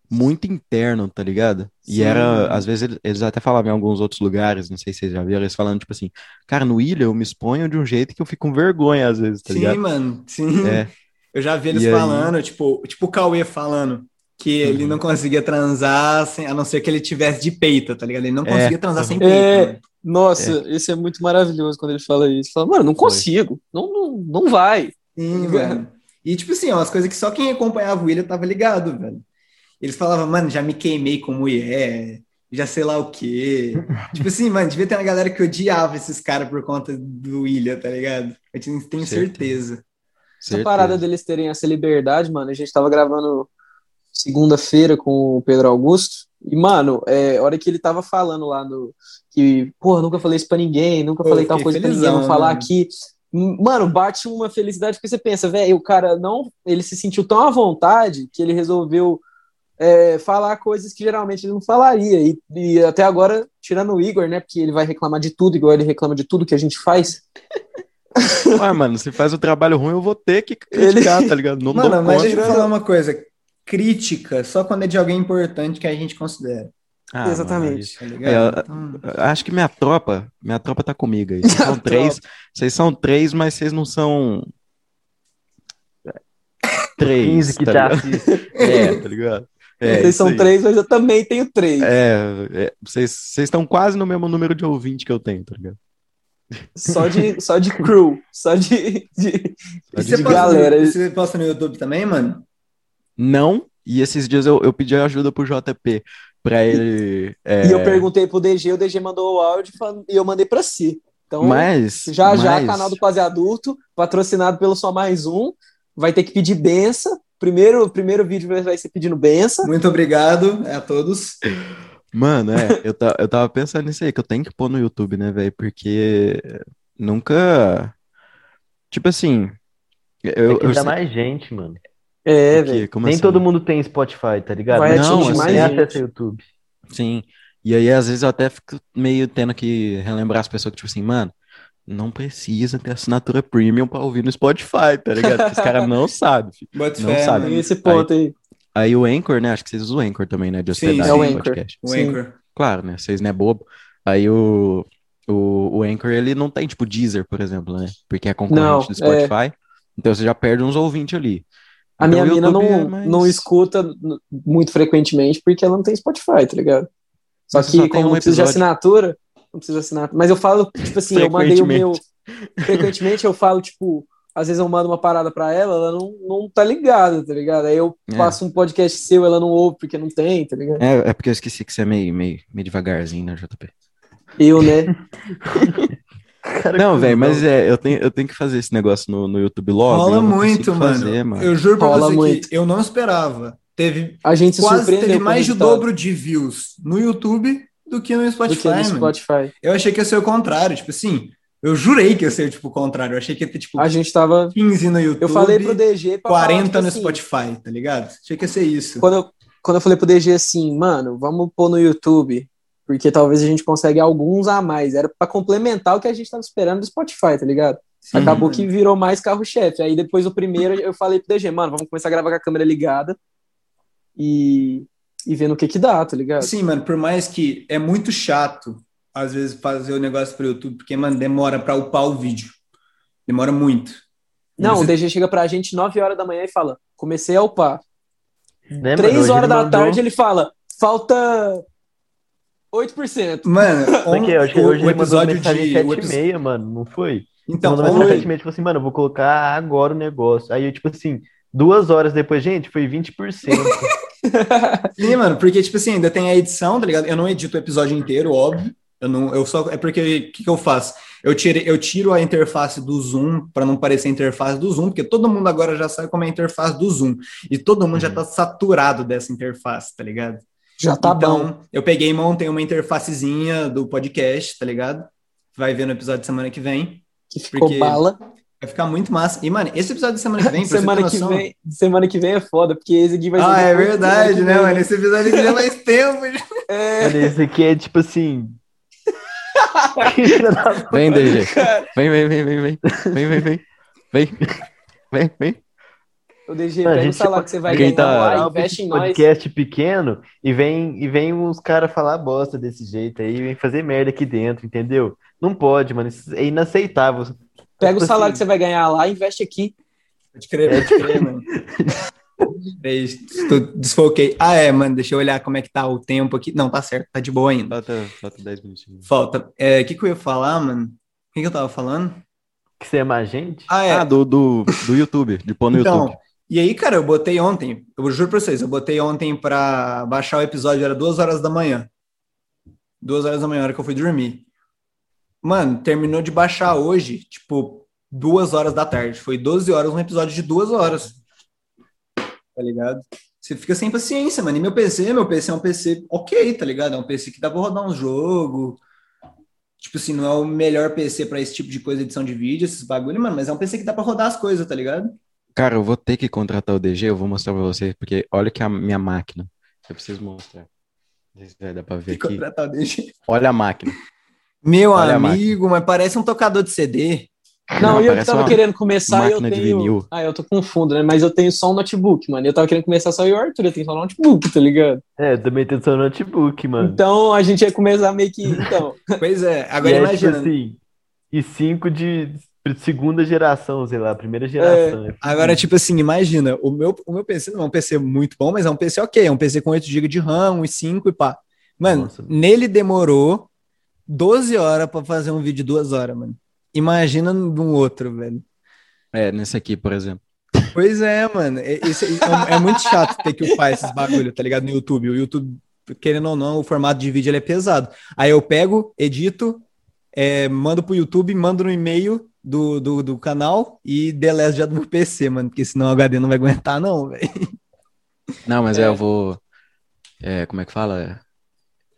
Speaker 5: muito interno, tá ligado? E
Speaker 4: Sim.
Speaker 5: era, às vezes, ele- eles até falavam em alguns outros lugares, não sei se vocês já viram, eles falando, tipo assim, cara, no Ilha eu me exponho de um jeito que eu fico com vergonha, às vezes, tá
Speaker 4: sim,
Speaker 5: ligado?
Speaker 4: mano, sim.
Speaker 5: É,
Speaker 4: Eu já vi eles
Speaker 5: E aí?
Speaker 4: falando, tipo, tipo o Cauê falando que ele
Speaker 5: Uhum.
Speaker 4: não conseguia transar sem, a não ser que ele tivesse de peito, tá ligado? Ele não
Speaker 5: É.
Speaker 4: conseguia transar sem
Speaker 3: É.
Speaker 4: peito. né? mano.
Speaker 3: Nossa, esse é muito maravilhoso quando ele fala isso. Fala, mano, não
Speaker 5: Foi.
Speaker 3: consigo, não, não, não vai.
Speaker 4: Sim, mano. E tipo assim, é umas coisas que só quem acompanhava o William tava ligado, velho. Eles falavam, mano, já me queimei com mulher, já sei lá o quê. tipo assim, mano, devia ter uma galera que odiava esses caras por conta do William, tá ligado? Eu tenho tenho certeza.
Speaker 3: Essa
Speaker 5: certeza.
Speaker 3: parada deles terem essa liberdade, mano, a gente tava gravando segunda-feira com o Pedro Augusto. E, mano, é, a hora que ele tava falando lá no. Que, porra, nunca falei isso pra ninguém, nunca
Speaker 4: Pô,
Speaker 3: falei tal
Speaker 4: fiquei
Speaker 3: coisa pra
Speaker 4: felizão,
Speaker 3: ninguém, vou falar
Speaker 5: né?"
Speaker 4: mano.
Speaker 3: aqui. Mano, bate uma felicidade porque você pensa, velho, o cara não. Ele se sentiu tão à vontade que ele resolveu é, falar coisas que geralmente ele não falaria. E, e até agora, tirando o Igor, né? Porque ele vai reclamar de tudo, igual ele reclama de tudo que a gente faz.
Speaker 5: Ué, mano, se faz o trabalho ruim, eu vou ter que
Speaker 3: Ele-
Speaker 5: criticar, tá ligado? Não dou
Speaker 4: Mano, mas deixa eu
Speaker 5: conta.
Speaker 4: é falar uma coisa. Crítica só quando é de alguém importante que a gente considera.
Speaker 5: Ah, mano,
Speaker 3: Exatamente.
Speaker 4: tá ligado?
Speaker 5: É,
Speaker 4: Então,
Speaker 5: isso- acho que minha tropa, minha tropa tá comigo aí. Vocês são três, vocês são três, mas vocês não são três,
Speaker 2: 15 que
Speaker 5: tá
Speaker 2: te
Speaker 5: ligado?
Speaker 2: assiste.
Speaker 5: É, tá ligado? É,
Speaker 3: Vocês
Speaker 5: isso
Speaker 3: são
Speaker 5: aí.
Speaker 3: três, mas eu também tenho três.
Speaker 5: É, é, vocês vocês estão quase no mesmo número de ouvinte que eu tenho, tá ligado?
Speaker 3: Só, de, só de crew. Só de. de-
Speaker 4: e
Speaker 5: de
Speaker 4: você posta,
Speaker 3: galera.
Speaker 4: no, você posta no YouTube também, mano?
Speaker 5: Não, e esses dias eu, eu pedi ajuda pro JP pra ele. é,
Speaker 3: E eu perguntei pro DG, o DG mandou o áudio falando- e eu mandei pra si. Então,
Speaker 5: mas.
Speaker 3: já já,
Speaker 5: mas-
Speaker 3: canal do Quase Adulto, patrocinado pelo Só Mais Um. Vai ter que pedir benção. Primeiro, primeiro vídeo vai ser pedindo benção.
Speaker 4: Muito obrigado a todos.
Speaker 5: Mano, é, eu, ta- eu tava pensando nisso aí, que eu tenho que pôr no YouTube, né, velho? Porque nunca. Tipo assim. Eu,
Speaker 2: É que
Speaker 5: eu
Speaker 2: dá
Speaker 5: sei
Speaker 2: mais gente, mano.
Speaker 3: É,
Speaker 5: que-
Speaker 3: velho.
Speaker 5: como
Speaker 2: Nem
Speaker 5: assim?
Speaker 2: todo mundo tem Spotify, tá ligado?
Speaker 3: Vai
Speaker 2: Não,
Speaker 5: atingir
Speaker 2: assim,
Speaker 5: mais
Speaker 2: tem
Speaker 3: gente.
Speaker 2: acesso ao YouTube.
Speaker 5: Sim. E aí, às vezes, eu até fico meio tendo que relembrar as pessoas que, tipo assim, mano, não precisa ter assinatura premium pra ouvir no Spotify, tá ligado? Porque os caras não sabem, filho.
Speaker 4: Bota
Speaker 5: Não
Speaker 4: fé,
Speaker 5: sabe.
Speaker 3: Tem
Speaker 4: mano.
Speaker 3: esse ponto aí.
Speaker 5: Aí o Anchor, né? Acho que vocês usam o Anchor também, né? De
Speaker 4: Sim,
Speaker 5: hospedagem
Speaker 4: é o
Speaker 5: do
Speaker 3: Anchor.
Speaker 5: podcast.
Speaker 4: O
Speaker 3: Sim.
Speaker 4: Anchor.
Speaker 5: Claro, né? Vocês não é bobo. Aí o, o, o Anchor, ele não tem, tipo, Deezer, por exemplo, né? Porque é concorrente
Speaker 3: Não,
Speaker 5: do Spotify. Então você já perde uns ouvintes ali.
Speaker 3: A minha
Speaker 5: Então, o
Speaker 3: mina
Speaker 5: YouTube é
Speaker 3: não,
Speaker 5: mais-
Speaker 3: não escuta n- muito frequentemente porque ela não tem Spotify, tá ligado? Só
Speaker 5: Mas
Speaker 3: que,
Speaker 5: só tem
Speaker 3: como
Speaker 5: um
Speaker 3: não precisa de
Speaker 5: episódio.
Speaker 3: assinatura, não precisa de assinatura. Mas eu falo, tipo assim, eu mandei o meu. Frequentemente eu falo, tipo, às vezes eu mando uma parada pra ela, ela não, não tá ligada, tá ligado? Aí eu
Speaker 5: É.
Speaker 3: passo um podcast seu, ela não ouve porque não tem, tá ligado?
Speaker 5: É, é porque eu esqueci que você é meio, meio, meio devagarzinho, né, JP?
Speaker 3: Eu, né?
Speaker 5: Não, velho, mas é, eu tenho, eu tenho que fazer esse negócio no, no YouTube logo.
Speaker 4: Rola
Speaker 5: eu não
Speaker 4: muito,
Speaker 5: consigo
Speaker 4: mano.
Speaker 5: fazer, mano.
Speaker 4: Eu juro pra
Speaker 3: Rola
Speaker 4: você
Speaker 3: muito.
Speaker 4: que eu não esperava. Teve
Speaker 3: A gente se
Speaker 4: quase
Speaker 3: surpreendeu.
Speaker 4: teve
Speaker 3: com o
Speaker 4: mais de o
Speaker 3: resultado
Speaker 4: dobro de views no YouTube do que no
Speaker 3: do
Speaker 4: Spotify,
Speaker 3: que no
Speaker 4: mano.
Speaker 3: Spotify.
Speaker 4: Eu achei que ia ser o contrário, tipo assim, eu jurei que ia ser tipo o contrário. Eu achei que ia ter tipo
Speaker 3: A gente tava.
Speaker 4: 15 no YouTube,
Speaker 3: Eu falei pro DG pra falar,
Speaker 4: 40
Speaker 3: tipo
Speaker 4: no
Speaker 3: assim,
Speaker 4: Spotify, tá ligado? Achei que ia ser isso.
Speaker 3: quando eu, quando eu falei pro DG assim, mano, vamos pôr no YouTube, porque talvez a gente consiga alguns a mais. Era pra complementar o que a gente tava esperando do Spotify, tá ligado?
Speaker 4: Sim,
Speaker 3: Acabou
Speaker 4: mano.
Speaker 3: que virou mais carro-chefe. Aí depois o primeiro eu falei pro DG, mano, vamos começar a gravar com a câmera ligada e, e vendo o que que dá, tá ligado?
Speaker 4: Sim, mano, por mais que é muito chato, às vezes, fazer o negócio pro YouTube, porque, mano, demora pra upar o vídeo. Demora muito.
Speaker 3: Não, o
Speaker 4: Você-
Speaker 3: DG chega pra gente 9 horas da manhã e fala, comecei a upar.
Speaker 2: Né, mano?
Speaker 3: 3
Speaker 2: Hoje
Speaker 3: horas
Speaker 2: ele
Speaker 3: da
Speaker 2: mandou-
Speaker 3: tarde é ele fala, falta 8%.
Speaker 4: Mano,
Speaker 2: Como é que é? Eu acho que
Speaker 4: o,
Speaker 2: hoje
Speaker 4: o
Speaker 2: ele mandou
Speaker 4: episódio
Speaker 2: mensagem
Speaker 4: de.
Speaker 2: sete
Speaker 4: o
Speaker 2: e
Speaker 4: epi-
Speaker 2: meia, mano, não foi?
Speaker 4: Então,
Speaker 2: mandou mensagem
Speaker 4: ontem-
Speaker 2: sete e meia, tipo assim, mano, eu vou colocar agora o negócio. Aí, eu, tipo assim, duas horas depois, gente, foi 20%.
Speaker 4: Sim, mano, porque, tipo assim, ainda tem a edição, tá ligado? Eu não edito o episódio inteiro, óbvio. Eu não, eu só, é porque, o que, que eu faço? Eu, tirei, eu tiro a interface do Zoom pra não parecer a interface do Zoom, porque todo mundo agora já sabe como é a interface do Zoom. E todo mundo já
Speaker 2: Uhum.
Speaker 4: tá saturado dessa interface, tá ligado?
Speaker 3: Já tá bom.
Speaker 4: então, eu peguei e montei uma interfacezinha do podcast, tá ligado? Vai ver no episódio de semana que vem.
Speaker 3: Que ficou
Speaker 4: porque-
Speaker 3: bala.
Speaker 4: Vai ficar muito massa. E, mano, esse episódio de semana que vem, pra você ter
Speaker 3: semana que
Speaker 4: noção-
Speaker 3: vem, semana que vem é foda, porque esse aqui vai ser
Speaker 4: Ah, é
Speaker 3: depois da semana
Speaker 4: verdade,
Speaker 3: que
Speaker 4: né,
Speaker 3: vem.
Speaker 4: mano? Esse episódio aqui já faz tempo, já.
Speaker 3: É,
Speaker 2: Mano, esse aqui é tipo assim. Que filha da-
Speaker 5: Vem, DG.
Speaker 3: cara.
Speaker 5: Vem, vem, vem, vem, vem. Vem, vem, vem. Vem, vem, vem.
Speaker 3: O DG,
Speaker 2: Mano, a
Speaker 3: pega o
Speaker 2: gente
Speaker 3: salário que você vai
Speaker 5: quem
Speaker 3: ganhar
Speaker 5: tá-
Speaker 3: lá,
Speaker 2: um
Speaker 3: investe em nós.
Speaker 2: podcast pequeno e vem e vem uns caras falar bosta desse jeito aí, vem fazer merda aqui dentro, entendeu? Não pode, mano, isso é inaceitável.
Speaker 3: Pega o
Speaker 2: Tipo
Speaker 3: salário que
Speaker 2: assim,
Speaker 3: você vai ganhar lá, investe aqui.
Speaker 4: Pode crer, pode crer, mano. Peraí, tu- desfoquei. Ah, é, mano, deixa eu olhar como é que tá o tempo aqui. Não, tá certo, tá de boa ainda.
Speaker 5: Falta, falta 10 minutinhos.
Speaker 4: Falta. É, O que, que eu ia falar, mano? O que, que eu tava falando?
Speaker 2: que você é mais gente?
Speaker 4: Ah, é.
Speaker 5: Ah, do, do, do YouTube, de pôr no
Speaker 4: então,
Speaker 5: YouTube.
Speaker 4: e aí, cara, eu botei ontem, eu juro pra vocês, eu botei ontem pra baixar o episódio, era duas horas da manhã. Duas horas da manhã, a hora que eu fui dormir. Mano, terminou de baixar hoje, tipo, duas horas da tarde. Foi 12 horas, um episódio de duas horas. Tá ligado? Você fica sem paciência, mano. E meu PC, meu PC é um PC ok, tá ligado? É um PC que dá pra rodar um jogo. Tipo assim, não é o melhor PC pra esse tipo de coisa, edição de vídeo, esses bagulho, mano, mas é um PC que dá pra rodar as coisas, tá ligado?
Speaker 5: Cara, eu vou ter que contratar o DG, eu vou mostrar pra vocês, porque olha que a minha máquina. Eu preciso mostrar. Não sei se Dá pra ver
Speaker 4: Tem que
Speaker 3: é?
Speaker 5: aqui.
Speaker 4: contratar o DG.
Speaker 5: Olha a máquina.
Speaker 4: Meu
Speaker 5: Olha a
Speaker 4: amigo, mas parece um tocador de CD.
Speaker 3: Não, eu
Speaker 5: parece
Speaker 3: tava
Speaker 5: uma
Speaker 3: querendo começar e eu
Speaker 5: máquina de
Speaker 3: tenho.
Speaker 5: vinil.
Speaker 3: Ah, eu tô confundo, né? Mas eu tenho só um notebook, mano. Eu tava querendo começar só eu e o Arthur, eu tenho só um notebook, tá ligado?
Speaker 2: É, eu também tenho seu notebook, mano.
Speaker 3: Então a gente ia começar meio que. Então,
Speaker 4: Pois é,
Speaker 2: E
Speaker 4: agora
Speaker 2: é,
Speaker 4: imagina.
Speaker 2: tipo assim, e cinco de segunda geração, sei lá, primeira geração. É.
Speaker 4: Agora, tipo assim, imagina, o meu, o meu PC não é um PC muito bom, mas é um PC ok, é um PC com 8 GB de RAM, 1,5 e pá. Mano,
Speaker 2: Nossa.
Speaker 4: nele demorou 12 horas pra fazer um vídeo de 2 horas, mano. Imagina num outro, velho.
Speaker 5: É, nesse aqui, por exemplo.
Speaker 4: Pois é, mano. É, isso- é- é muito chato ter que upar esses bagulho, tá ligado? No YouTube. O YouTube, querendo ou não, o formato de vídeo ele é pesado. Aí eu pego, edito, é, mando pro YouTube, mando no e-mail do, do, do canal e deleto já do meu PC, mano. Porque senão o HD não vai aguentar, não, velho.
Speaker 5: Não, mas é,
Speaker 3: É.
Speaker 5: eu vou. é, como é que fala?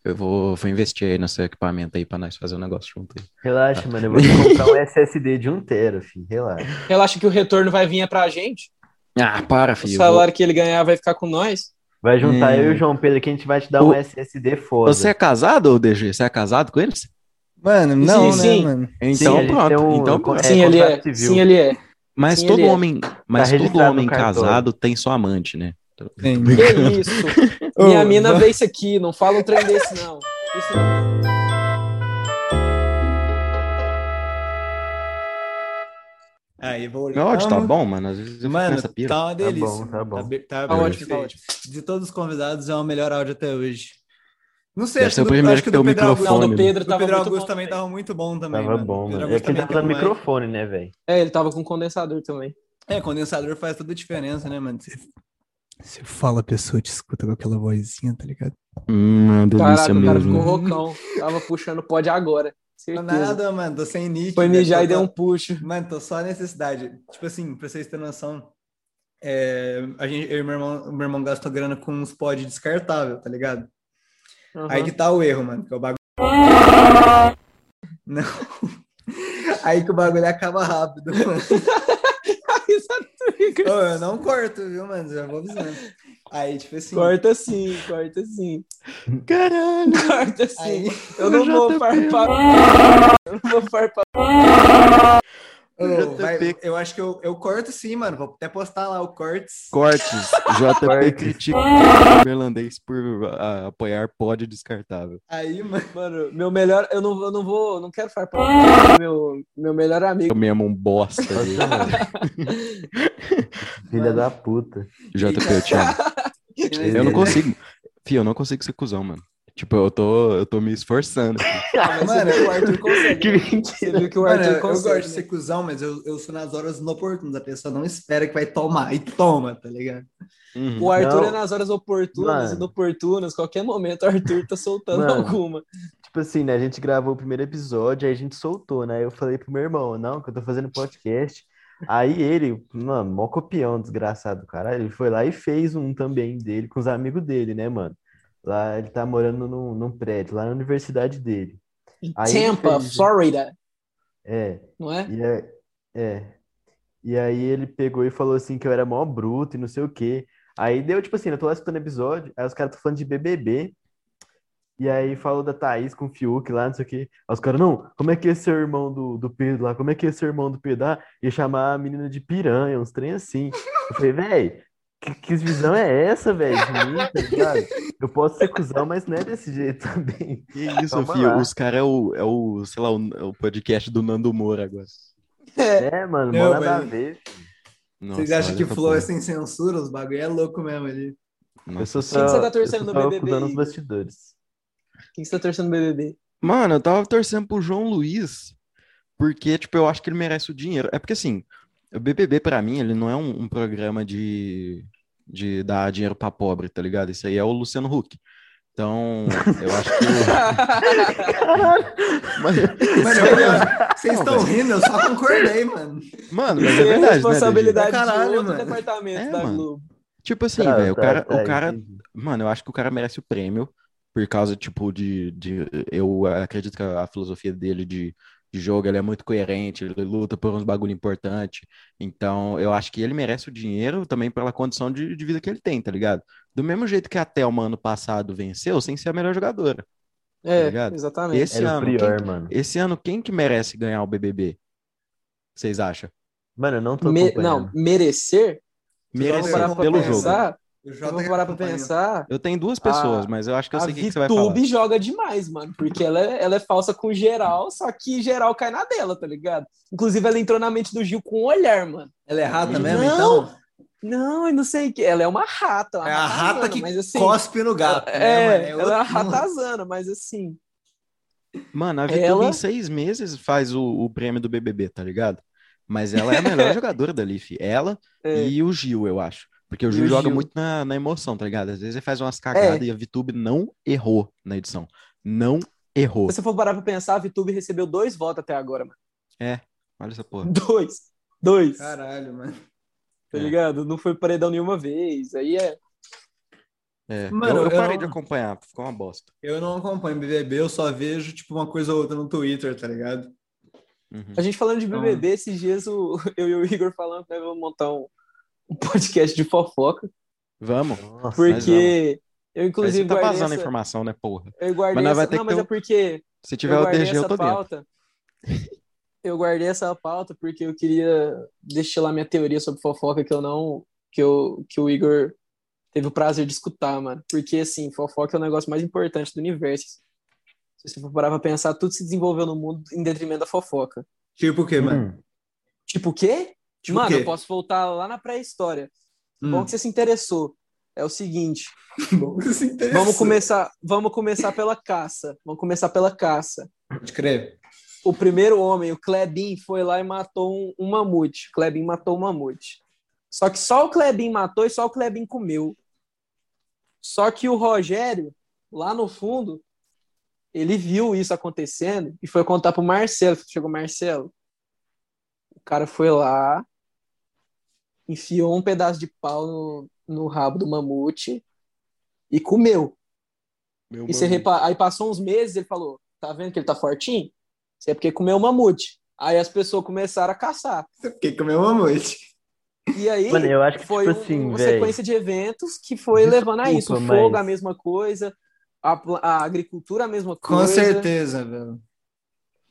Speaker 5: Eu vou, vou investir aí no seu equipamento aí pra nós fazer um negócio junto aí.
Speaker 2: Relaxa, mano. Eu vou te comprar um SSD de 1 tera, filho. Relaxa.
Speaker 3: relaxa que o retorno vai vir é pra gente.
Speaker 5: Ah, para,
Speaker 3: O
Speaker 5: filho. eu vou-
Speaker 3: salário que ele ganhar vai ficar com nós.
Speaker 2: Vai juntar
Speaker 5: É.
Speaker 2: eu e o João Pedro aqui, a gente vai te dar um
Speaker 5: O-
Speaker 2: SSD foda.
Speaker 5: Você é casado, ô, DG? Você é casado com eles?
Speaker 4: Mano, não,
Speaker 3: Sim,
Speaker 4: né,
Speaker 3: sim.
Speaker 4: mano?
Speaker 5: Então
Speaker 2: a gente
Speaker 5: pronto.
Speaker 2: tem um-
Speaker 5: Então pronto.
Speaker 2: É,
Speaker 3: sim, ele é.
Speaker 2: contrato civil.
Speaker 3: Sim, ele é.
Speaker 5: Mas
Speaker 3: sim,
Speaker 5: todo
Speaker 3: ele é.
Speaker 5: homem, mas todo
Speaker 2: registrado no
Speaker 5: homem
Speaker 2: cartório.
Speaker 5: casado tem sua amante, né?
Speaker 4: Sim.
Speaker 3: Que isso?
Speaker 4: Ô,
Speaker 3: Minha mina
Speaker 4: va-
Speaker 3: vê isso aqui, não fala um trem desse, não. Isso não.
Speaker 4: Aí, vou
Speaker 5: Meu áudio tá bom, mano. Às vezes eu fico
Speaker 4: Mano,
Speaker 5: nessa pira.
Speaker 4: tá uma delícia.
Speaker 2: bom, tá
Speaker 4: mano.
Speaker 2: bom.
Speaker 4: be-
Speaker 3: Tá ótimo,
Speaker 4: perfeito.
Speaker 3: tá ótimo.
Speaker 4: De todos os convidados, é o melhor áudio até hoje. Não sei,
Speaker 5: Deve
Speaker 4: acho
Speaker 5: ser
Speaker 4: que
Speaker 5: o
Speaker 4: do-
Speaker 5: primeiro
Speaker 4: acho que
Speaker 5: que
Speaker 4: do
Speaker 5: tem o
Speaker 4: Pedro Augusto-
Speaker 5: microfone,
Speaker 3: Não, do Pedro
Speaker 4: do
Speaker 3: tava
Speaker 4: Pedro
Speaker 3: muito
Speaker 4: Augusto
Speaker 3: bom
Speaker 4: também tava muito bom também.
Speaker 2: Tava bom,
Speaker 4: Pedro
Speaker 2: mano. É
Speaker 4: Augusto
Speaker 2: que ele
Speaker 4: também
Speaker 2: tá usando
Speaker 4: muito bom.
Speaker 2: microfone, né, velho?
Speaker 3: É, ele tava com condensador também.
Speaker 4: É, condensador faz toda a diferença, né, mano? Você- Você fala, a pessoa te escuta com aquela vozinha, tá ligado?
Speaker 5: Hum, uma delícia
Speaker 3: Caralho, o cara ficou
Speaker 5: mesmo.
Speaker 3: roucão. Tava puxando pod agora. Certeza.
Speaker 4: Nada, mano, tô sem nick.
Speaker 3: Foi
Speaker 4: velho,
Speaker 3: mijar
Speaker 4: tô-
Speaker 3: e deu um puxo.
Speaker 4: Mano, tô só a necessidade. Tipo assim, pra vocês terem noção, é, a gente, eu e meu irmão, meu irmão gastou grana com uns pod descartável, tá ligado?
Speaker 3: Aham.
Speaker 4: Aí que tá o erro, mano, que é o bagulho. Não. Aí que o bagulho acaba rápido, mano. Ô, eu não corto, viu, mano? Já vou avisando. Aí, tipo assim.
Speaker 3: Corta sim, corta sim.
Speaker 5: Caralho.
Speaker 3: Corta
Speaker 4: Aí,
Speaker 3: sim. Eu não vou farpar. Eu não vou farpar.
Speaker 4: Ô, vai-
Speaker 5: JP.
Speaker 4: eu acho que eu, eu corto sim, mano. Vou até postar lá o cortes.
Speaker 5: Cortes. JP
Speaker 2: Cortes.
Speaker 5: critica o irlandês por ah, apoiar pod descartável.
Speaker 4: Aí, mano.
Speaker 3: Mano, meu melhor. Eu não, eu não vou. Não quero farpar. Meu, meu melhor amigo.
Speaker 5: Eu mesmo um bosta. viu?
Speaker 2: Nossa, mano. Filha da puta.
Speaker 5: JP, eu te amo. Eu
Speaker 4: tipo,
Speaker 5: não
Speaker 2: Beleza.
Speaker 5: consigo. Fih, eu não consigo ser cuzão, mano. Tipo, eu tô, eu tô me esforçando.
Speaker 3: Ah, mas
Speaker 4: Mano,
Speaker 3: você viu que o Arthur consegue.
Speaker 2: Que
Speaker 3: né?
Speaker 2: mentira.
Speaker 3: Você viu que o
Speaker 4: Mano,
Speaker 3: Arthur
Speaker 4: eu
Speaker 3: consegue. né?
Speaker 4: gosto de ser cuzão, mas eu, eu sou nas horas inoportunas. A pessoa não espera que vai tomar. E toma, tá ligado?
Speaker 5: Uhum.
Speaker 3: O Arthur
Speaker 2: Não.
Speaker 3: é nas horas oportunas,
Speaker 2: Mano.
Speaker 3: inoportunas, qualquer momento o Arthur tá soltando
Speaker 2: Mano.
Speaker 3: alguma.
Speaker 2: Tipo assim, né? A gente gravou o primeiro episódio, aí a gente soltou, né? Eu falei pro meu irmão, não, que eu tô fazendo podcast. Aí ele, mano, mó copião, desgraçado, do caralho. Ele foi lá e fez um também dele com os amigos dele, né, mano? Lá ele tá morando num, num prédio, lá na universidade dele. Aí ele
Speaker 3: Tampa,
Speaker 2: fez,
Speaker 3: Florida,
Speaker 2: É,
Speaker 3: não é?
Speaker 2: e é, é. E aí ele pegou e falou assim que eu era mó bruto e não sei o quê. Aí deu, tipo assim, eu tô lá escutando episódio, aí os caras estão falando de BBB. E aí falou da Thaís com o Fiuk lá, não sei o quê. Aí os caras, não, como é que esse irmão do, do Pedro lá, como é que esse irmão do Pedro ah, ia chamar a menina de piranha, uns trem assim. Eu falei, véi, que, que visão é essa, velho, de mim, tá ligado? Eu posso ser cuzão, mas não é desse jeito também.
Speaker 5: Que isso,
Speaker 2: Calma
Speaker 5: Fio?
Speaker 2: lá.
Speaker 5: Os caras é o, é o, sei lá, o, é o podcast do Nando Moura agora.
Speaker 2: É, mano, mó
Speaker 4: Não,
Speaker 2: nada a
Speaker 4: mas-
Speaker 2: ver.
Speaker 4: Vocês
Speaker 5: Nossa,
Speaker 4: acham
Speaker 5: olha
Speaker 4: que
Speaker 5: essa
Speaker 4: Flow é
Speaker 5: porra.
Speaker 4: sem censura? Os bagulho é louco mesmo ali.
Speaker 5: Nossa.
Speaker 2: Eu sou
Speaker 3: Quem que você
Speaker 2: só-
Speaker 3: tá
Speaker 2: eu
Speaker 3: torcendo
Speaker 2: só
Speaker 3: no
Speaker 2: tava
Speaker 3: BBB,
Speaker 2: cuidando dos
Speaker 3: Igor?
Speaker 2: bastidores.
Speaker 3: Quem que você tá torcendo no BBB?
Speaker 5: Mano, eu tava torcendo pro João Luiz, porque, tipo, eu acho que ele merece o dinheiro. É porque, assim, o BBB, pra mim, ele não é um, um programa de, de dar dinheiro pra pobre, tá ligado? Isso aí é o Luciano Huck. Então, eu acho que. Mas- é
Speaker 4: Mano, eu- vocês
Speaker 5: Não,
Speaker 4: estão rindo, eu só concordei, mano.
Speaker 5: mano, mas é
Speaker 3: Tem a
Speaker 5: verdade, né, DG?
Speaker 3: responsabilidade
Speaker 4: Pra caralho,
Speaker 3: de outro
Speaker 4: mano.
Speaker 3: departamento
Speaker 5: É,
Speaker 3: da
Speaker 5: mano.
Speaker 3: Globo.
Speaker 5: Tipo assim,
Speaker 2: Tá,
Speaker 5: velho, o
Speaker 2: tá,
Speaker 5: cara,
Speaker 2: tá,
Speaker 5: o cara,
Speaker 2: entendi.
Speaker 5: Mano, eu acho que o cara merece o prêmio por causa, tipo, de, de eu acredito que a filosofia dele de, de jogo, ele é muito coerente, ele luta por uns bagulho importante. Então, eu acho que ele merece o dinheiro também pela condição de, de vida que ele tem, tá ligado? Do mesmo jeito que a Thelma ano passado venceu sem ser a melhor jogadora.
Speaker 3: É,
Speaker 5: Tá ligado?
Speaker 3: exatamente.
Speaker 5: Esse é
Speaker 2: Era o
Speaker 5: ano, quem,
Speaker 2: prior, mano.
Speaker 5: esse ano, quem que merece ganhar o BBB? Vocês acham?
Speaker 2: Mano, eu não tô
Speaker 3: Me-
Speaker 2: acompanhando.
Speaker 3: não, merecer,
Speaker 5: Merecer
Speaker 3: vamos parar pra
Speaker 5: é pelo jogo.
Speaker 3: pensar,
Speaker 4: O Jota
Speaker 3: Então vamos
Speaker 4: que
Speaker 3: parar pra
Speaker 4: acompanha.
Speaker 3: pensar,
Speaker 5: Eu tenho duas pessoas,
Speaker 3: Ah,
Speaker 5: mas eu acho que eu
Speaker 3: a
Speaker 5: sei o que, que você vai falar.
Speaker 3: VTube joga demais, mano, porque ela é, ela é falsa com geral, só que geral cai na dela, tá ligado? Inclusive, ela entrou na mente do Gil com um olhar, mano.
Speaker 4: Ela é rata mesmo,
Speaker 3: Não!
Speaker 4: então?
Speaker 3: Não, eu não sei o que. Ela é uma rata. uma
Speaker 4: É a rata
Speaker 3: ratazana,
Speaker 4: que
Speaker 3: mas, assim,
Speaker 4: Cospe no gato.
Speaker 3: É,
Speaker 4: né, mano?
Speaker 3: ela
Speaker 4: outro
Speaker 3: é uma
Speaker 4: mundo.
Speaker 3: ratazana, mas assim.
Speaker 5: Mano, a VTube
Speaker 3: Ela-
Speaker 5: em seis meses faz o, o prêmio do BBB, tá ligado? Mas ela é a melhor jogadora dali, fi. Ela
Speaker 3: É.
Speaker 5: e o Gil, eu acho. Porque o Gil
Speaker 3: E o
Speaker 5: joga
Speaker 3: Gil. É.
Speaker 5: muito na, na emoção, tá ligado? Às vezes ele faz umas cagadas e a VTube não errou na edição. Não errou.
Speaker 3: Se você for parar pra pensar, a VTube recebeu dois votos até agora, mano.
Speaker 5: Olha essa porra.
Speaker 3: Dois. Dois.
Speaker 4: Caralho, mano.
Speaker 3: tá
Speaker 5: é.
Speaker 3: ligado? Não foi paredão nenhuma vez. Aí é.
Speaker 5: É,
Speaker 4: Mano,
Speaker 5: eu, eu
Speaker 4: eu
Speaker 5: parei de
Speaker 4: não-
Speaker 5: acompanhar, ficou uma bosta.
Speaker 4: Eu não acompanho BBB, eu só vejo, tipo, uma coisa ou outra no Twitter, tá ligado?
Speaker 5: Uhum.
Speaker 3: A gente falando de BBB, esses dias o, eu e o Igor falando que nós vamos montar um, um podcast de fofoca.
Speaker 5: Vamos.
Speaker 2: Nossa,
Speaker 5: Mas
Speaker 3: Porque eu,
Speaker 5: Mas
Speaker 3: inclusive,
Speaker 5: você tá
Speaker 3: guardei
Speaker 5: vazando a
Speaker 3: essa-
Speaker 5: informação, né, porra?
Speaker 3: Eu guardei
Speaker 5: Mas nós vai
Speaker 3: essa...
Speaker 5: ter
Speaker 3: Não,
Speaker 5: que
Speaker 3: mas
Speaker 5: ter um
Speaker 3: é porque
Speaker 5: Se tiver
Speaker 3: eu
Speaker 5: o
Speaker 3: guardei
Speaker 5: DG, eu
Speaker 3: essa
Speaker 5: tô dentro.
Speaker 3: pauta. Eu guardei essa pauta porque eu queria destilar minha teoria sobre fofoca que eu não. que, eu, que o Igor teve o prazer de escutar, mano. Porque, assim, fofoca é o negócio mais importante do universo. Se você for parar pra pensar, tudo se desenvolveu no mundo em detrimento da fofoca.
Speaker 4: Tipo o quê, mano?
Speaker 2: Hum.
Speaker 3: Tipo o quê?
Speaker 4: Tipo
Speaker 3: mano,
Speaker 4: o quê?
Speaker 3: eu posso voltar lá na pré-história.
Speaker 4: Hum.
Speaker 3: Bom que você se interessou. É o seguinte.
Speaker 4: Bom, isso é interessante.
Speaker 3: Vamos começar, vamos começar pela caça. Vamos começar pela caça.
Speaker 4: Pode crer.
Speaker 3: o primeiro homem, o Klebin, foi lá e matou um, um mamute. O Klebin matou um mamute. Só que só o Klebin matou e só o Klebin comeu. Só que o Rogério, lá no fundo, ele viu isso acontecendo e foi contar pro Marcelo. Chegou, Marcelo. O cara foi lá, enfiou um pedaço de pau no, no rabo do mamute e comeu. E você repa- aí passou uns meses, ele falou, tá vendo que ele tá fortinho? Isso é porque comeu mamute. Aí as pessoas começaram a caçar.
Speaker 4: Porque comeu mamute.
Speaker 3: E aí
Speaker 2: Mano, eu acho que,
Speaker 3: foi
Speaker 2: tipo
Speaker 3: um-
Speaker 2: assim,
Speaker 3: uma
Speaker 2: velho.
Speaker 3: sequência de eventos que foi
Speaker 2: Desculpa,
Speaker 3: levando a isso. O
Speaker 2: mas-
Speaker 3: fogo, a mesma coisa. A, pla- a agricultura, a mesma
Speaker 4: Com
Speaker 3: coisa.
Speaker 4: certeza, velho.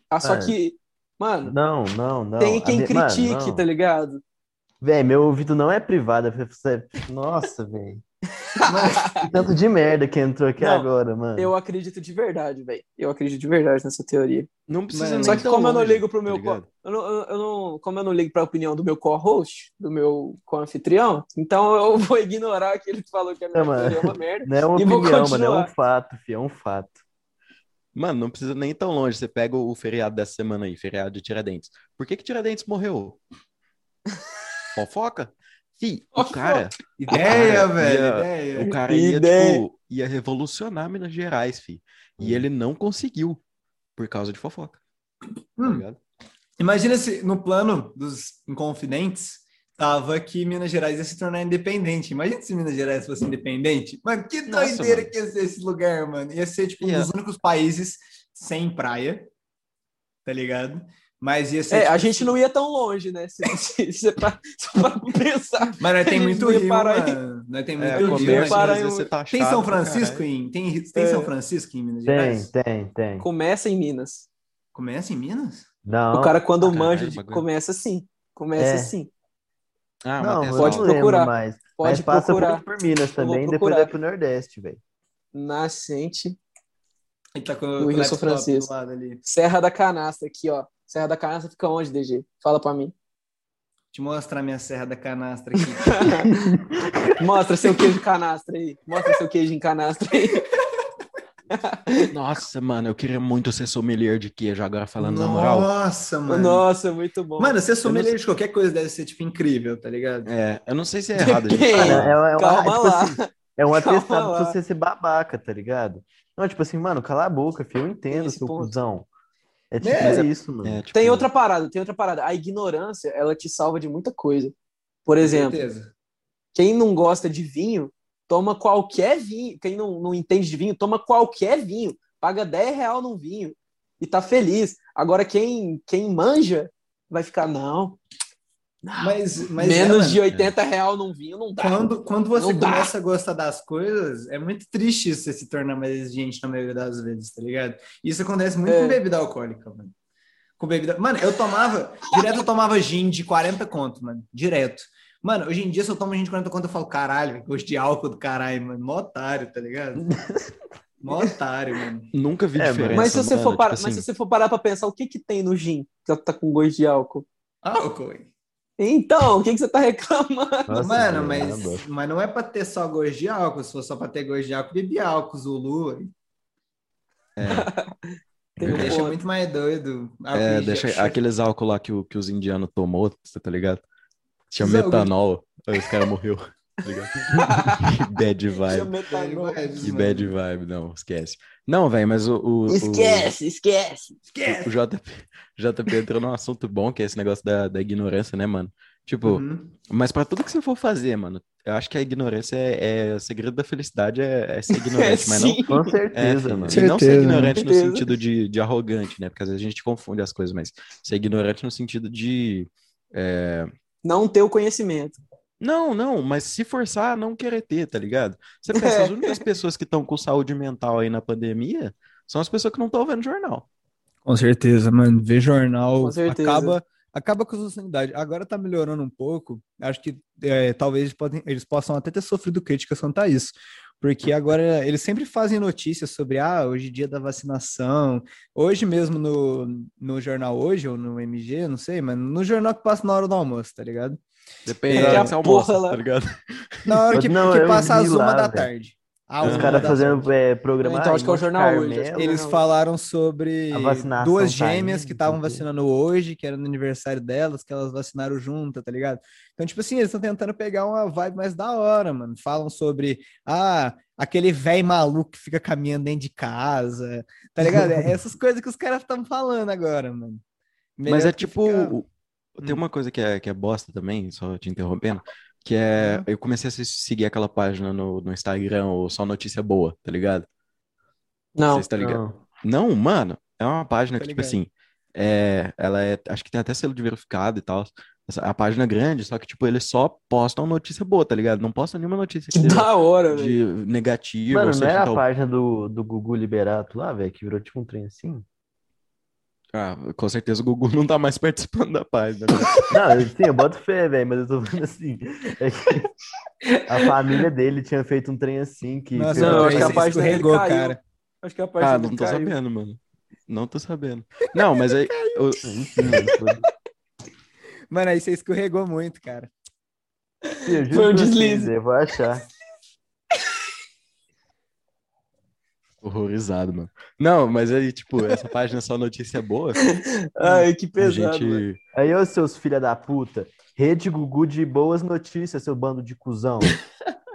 Speaker 3: Ah, só
Speaker 2: Mano.
Speaker 3: que, mano,
Speaker 2: Não, não, É. não.
Speaker 3: tem quem
Speaker 2: A ve- mano,
Speaker 3: critique,
Speaker 2: não.
Speaker 3: tá ligado?
Speaker 2: Véi, meu ouvido não é privado. é pra você- Nossa, velho. Que tanto de merda que entrou aqui
Speaker 3: Não,
Speaker 2: agora, mano.
Speaker 3: Eu acredito de verdade, velho. Eu acredito de verdade nessa teoria.
Speaker 5: Não precisa
Speaker 4: Mano,
Speaker 5: nem
Speaker 3: Só que
Speaker 5: tão
Speaker 3: como eu não
Speaker 5: longe,
Speaker 3: ligo pro
Speaker 5: tá
Speaker 3: meu
Speaker 5: ligado?
Speaker 3: Eu não, eu- eu não- como eu não ligo para a opinião do meu co-host, do meu co-anfitrião, então eu vou ignorar que ele falou que a minha
Speaker 2: Não, mas-
Speaker 3: teoria é uma merda.
Speaker 2: Não é uma
Speaker 3: E vou
Speaker 2: opinião, mano. É um
Speaker 3: continuar.
Speaker 2: fato, filho. É um fato.
Speaker 5: Mano, não precisa nem tão longe. Você pega o o feriado dessa semana aí, feriado de Tiradentes. Por que que Tiradentes morreu? Fofoca? Fi, o
Speaker 3: Fofoca.
Speaker 5: cara,
Speaker 4: Ideia,
Speaker 5: Cara,
Speaker 4: velho.
Speaker 5: ia-
Speaker 4: Ideia.
Speaker 5: o cara
Speaker 3: Que
Speaker 5: ia,
Speaker 3: ideia.
Speaker 5: tipo, ia revolucionar Minas Gerais, fi. E ele não conseguiu por causa de fofoca. Tá
Speaker 4: Hum.
Speaker 5: ligado?
Speaker 4: Imagina se no plano dos Inconfidentes tava que Minas Gerais ia se tornar independente. Imagina se Minas Gerais fosse independente. Mano, que
Speaker 5: Nossa,
Speaker 4: doideira
Speaker 5: mano.
Speaker 4: que ia ser esse lugar, mano. Ia ser, tipo, um
Speaker 5: Ia.
Speaker 4: dos únicos países sem praia, tá ligado? Mas ia ser.
Speaker 3: É, a
Speaker 4: tipo,
Speaker 2: assim.
Speaker 3: gente não ia tão longe, né? Se, se, se, é pra- se é pra pensar.
Speaker 4: assim, Mas
Speaker 3: a
Speaker 4: nós tem
Speaker 3: gente
Speaker 4: muito
Speaker 3: não ia
Speaker 4: rio,
Speaker 3: parar em-
Speaker 4: mano. Nós tem muito
Speaker 5: É,
Speaker 4: rio.
Speaker 5: comer
Speaker 4: né?
Speaker 3: para
Speaker 5: às
Speaker 3: em
Speaker 5: vezes
Speaker 3: um-
Speaker 5: você tá
Speaker 4: Tem
Speaker 5: chato
Speaker 4: São
Speaker 5: pra
Speaker 4: Francisco
Speaker 5: caralho.
Speaker 4: em. Tem, tem São
Speaker 3: É.
Speaker 4: Francisco em Minas
Speaker 2: Tem,
Speaker 4: Gerais?
Speaker 2: tem, tem.
Speaker 3: Começa em Minas.
Speaker 4: Começa em Minas?
Speaker 2: Não.
Speaker 3: o cara, quando
Speaker 5: Caralho,
Speaker 3: manja, de-
Speaker 5: bagulho.
Speaker 3: começa assim. Começa
Speaker 2: É.
Speaker 3: assim.
Speaker 5: Ah,
Speaker 2: Não,
Speaker 5: Matheus,
Speaker 2: eu
Speaker 3: pode
Speaker 2: não
Speaker 5: não.
Speaker 2: lembro
Speaker 3: procurar.
Speaker 2: mais.
Speaker 3: Pode
Speaker 2: Mas passa
Speaker 3: procurar.
Speaker 2: muito por Minas
Speaker 3: vou
Speaker 2: também, depois
Speaker 3: procurar.
Speaker 2: vai pro Nordeste, velho.
Speaker 3: Nascente.
Speaker 4: Ele tá com
Speaker 3: No Rio São
Speaker 4: laptop do
Speaker 3: Francisco.
Speaker 4: lado ali.
Speaker 3: Serra da Canastra, aqui, ó. Serra da Canastra fica onde, DG? Fala pra mim.
Speaker 4: Te mostrar minha Serra da Canastra aqui.
Speaker 3: Mostra seu queijo canastra aí. Mostra seu queijo em canastra aí.
Speaker 5: Nossa, mano, eu queria muito ser sommelier de queijo agora falando na moral.
Speaker 4: Nossa, mano.
Speaker 3: Nossa, muito bom.
Speaker 4: Mano, ser sommelier
Speaker 5: Eu
Speaker 4: de qualquer coisa deve ser, tipo, incrível, tá ligado?
Speaker 5: É, eu não sei se é errado.
Speaker 3: Depende.
Speaker 5: gente.
Speaker 2: Mano, é, é, é,
Speaker 3: Calma
Speaker 2: tipo
Speaker 3: lá.
Speaker 2: assim, É um atestado
Speaker 3: lá.
Speaker 2: pra você ser babaca, tá ligado? Não, tipo assim, mano, cala a boca, filho, eu entendo,
Speaker 3: Esse
Speaker 2: seu
Speaker 3: ponto.
Speaker 2: cuzão. É tipo
Speaker 4: É.
Speaker 2: isso, mano.
Speaker 5: É, tipo,
Speaker 3: Tem outra parada, tem outra parada. A ignorância, ela te salva de muita coisa.
Speaker 2: Uhum.
Speaker 3: Por exemplo,
Speaker 4: Certeza.
Speaker 3: quem não gosta de vinho, toma qualquer vinho. Quem não, não entende de vinho, toma qualquer vinho. Paga 10 real num vinho e tá feliz. Agora, quem, quem manja vai ficar, não,
Speaker 4: Mas, mas é,
Speaker 3: menos
Speaker 4: mano,
Speaker 3: de 80 real num vinho não dá.
Speaker 4: quando, quando você
Speaker 3: Não dá.
Speaker 4: começa a gostar das coisas, é muito triste você se tornar mais exigente na maioria das vezes, tá ligado? Isso acontece muito
Speaker 3: É.
Speaker 4: com bebida alcoólica, mano. Com com bebida. Mano, eu tomava, direto eu tomava gin de 40 conto, mano, direto. Mano, hoje em dia, se eu tomo gin de 40 conto, eu falo, caralho, gosto de álcool do caralho, mano, mó otário, tá ligado? Mó otário, mano.
Speaker 5: Nunca vi
Speaker 2: É,
Speaker 5: diferença.
Speaker 3: Mas se, você
Speaker 5: mano,
Speaker 3: for
Speaker 5: tipo
Speaker 3: parar,
Speaker 5: assim,
Speaker 3: mas se você for parar pra pensar, o que que tem no gin que já tá com gosto de álcool?
Speaker 4: Álcool, hein?
Speaker 3: Então, o que que você tá reclamando?
Speaker 2: Nossa, cara,
Speaker 4: mano,
Speaker 5: tá
Speaker 2: caramba.
Speaker 4: mas, mas não é pra ter só gosto de álcool. Se for só pra ter gosto de álcool, bebi álcool, Zulu. hein?
Speaker 3: Tem um
Speaker 4: Deixa
Speaker 3: ponto.
Speaker 4: muito mais doido. Álcool
Speaker 5: É,
Speaker 4: em
Speaker 5: deixa
Speaker 4: gel.
Speaker 5: aqueles álcool lá que, o- que os indianos tomou, você tá ligado? Tinha
Speaker 4: Sabe?
Speaker 5: metanol. Aí os caras morreu. tá ligado? que bad
Speaker 3: Tinha
Speaker 5: vibe.
Speaker 3: metanol.
Speaker 5: Que bad vibe. Não, esquece. Não, velho, mas o, o, o-
Speaker 3: Esquece, esquece.
Speaker 5: o,
Speaker 4: Esquece.
Speaker 5: JP, JP entrou num assunto bom, que é esse negócio da, da ignorância, né, mano? Tipo,
Speaker 4: Uhum.
Speaker 5: mas pra tudo que você for fazer, mano, eu acho que a ignorância é, é- o segredo da felicidade é, é ser ignorante, mas não
Speaker 3: Sim.
Speaker 2: Com
Speaker 5: é,
Speaker 2: certeza, mano.
Speaker 5: E não ser
Speaker 6: Certeza.
Speaker 5: ignorante no
Speaker 3: Certeza.
Speaker 5: sentido de, de arrogante, né? Porque às vezes a gente confunde as coisas, mas ser ignorante no sentido de. é,
Speaker 3: Não ter o conhecimento.
Speaker 5: Não, não, mas se forçar a não querer ter, tá ligado? Você pensa, as
Speaker 3: É.
Speaker 5: únicas pessoas que estão com saúde mental aí na pandemia são as pessoas que não estão vendo jornal.
Speaker 6: Com certeza, mano. Ver jornal
Speaker 3: Com certeza.
Speaker 6: acaba acaba com a sua sanidade. Agora tá melhorando um pouco. Acho que é, talvez eles, podem- eles possam até ter sofrido críticas quanto a isso. Porque agora eles sempre fazem notícias sobre ah, hoje é dia da vacinação. Hoje mesmo no, no jornal hoje, ou no MG, não sei, mas no jornal que passa na hora do almoço, tá ligado?
Speaker 5: Depende
Speaker 6: É,
Speaker 5: da
Speaker 6: que
Speaker 5: hora
Speaker 6: a
Speaker 5: que você almoça,
Speaker 3: porra lá-
Speaker 5: tá ligado?
Speaker 6: Na hora que,
Speaker 2: Não,
Speaker 6: que
Speaker 2: eu
Speaker 6: passa às
Speaker 2: vi
Speaker 6: uma
Speaker 2: lá,
Speaker 6: da
Speaker 2: velho.
Speaker 6: tarde. À
Speaker 5: Os
Speaker 6: uma
Speaker 2: Os caras
Speaker 4: tá
Speaker 6: da
Speaker 2: fazendo é, programa.
Speaker 3: Então, acho que é o
Speaker 2: Monte
Speaker 3: jornal hoje,
Speaker 2: Carmelo,
Speaker 3: acho que
Speaker 6: Eles
Speaker 3: Não.
Speaker 6: falaram sobre
Speaker 2: A vacinação
Speaker 6: duas
Speaker 2: tá aí,
Speaker 6: gêmeas que
Speaker 2: não
Speaker 6: estavam
Speaker 2: sei o quê.
Speaker 6: vacinando hoje, que era no aniversário delas, que elas vacinaram juntas, tá ligado? Então, tipo assim, eles estão tentando pegar uma vibe mais da hora, mano. Falam sobre, ah, aquele velho maluco que fica caminhando dentro de casa, tá ligado? É essas coisas que os caras estão falando agora, mano. Melhor
Speaker 5: Mas
Speaker 6: do
Speaker 5: é
Speaker 6: que
Speaker 5: tipo.
Speaker 6: ficar-
Speaker 5: o- Tem uma coisa que é, que é bosta também, só te interrompendo, que é. Eu comecei a se- seguir aquela página no, no Instagram, ou só notícia boa, tá ligado?
Speaker 3: Não.
Speaker 5: Vocês tá ligado?
Speaker 2: Não.
Speaker 5: Não, mano, é uma página
Speaker 6: Tô
Speaker 5: que, tipo
Speaker 6: ligado.
Speaker 5: assim, é, ela é, acho que tem até selo de verificado e tal. Essa- A página é grande, só que, tipo, eles só postam notícia boa, tá ligado? Não postam nenhuma notícia que
Speaker 3: Que
Speaker 5: seja
Speaker 3: da hora, velho.
Speaker 5: de negativa, ou
Speaker 2: Mano, não
Speaker 5: seja,
Speaker 2: é a
Speaker 5: tal.
Speaker 2: página do, do Gugu Liberato lá, velho, que virou tipo um trem assim?
Speaker 5: Ah, com certeza o Gugu não tá mais participando da página. né?
Speaker 2: Não, eu- sim, eu boto fé, velho, mas eu tô falando assim. É que a família dele tinha feito um trem assim que.
Speaker 6: Nossa,
Speaker 3: Não,
Speaker 6: não,
Speaker 3: eu acho que a
Speaker 6: esse
Speaker 2: assim,
Speaker 3: página dele
Speaker 6: escorregou,
Speaker 3: caiu.
Speaker 6: cara.
Speaker 3: Acho que é a parte
Speaker 5: Ah,
Speaker 3: dele
Speaker 5: não tô
Speaker 3: caiu.
Speaker 5: sabendo, mano. Não tô sabendo. Não, mas aí. o-
Speaker 2: Enfim, mano, foi-
Speaker 6: Mano, aí você escorregou muito, cara.
Speaker 2: eu juro
Speaker 3: Foi um
Speaker 2: pra vocês,
Speaker 3: deslize.
Speaker 2: Eu vou achar.
Speaker 5: Horrorizado, mano. Não, mas aí, tipo, essa página é só notícia boa.
Speaker 3: Ai, que
Speaker 5: A
Speaker 3: pesado. velho.
Speaker 5: gente.
Speaker 2: Aí, ô seus filha da puta, Rede Gugu de boas notícias, seu bando de cuzão.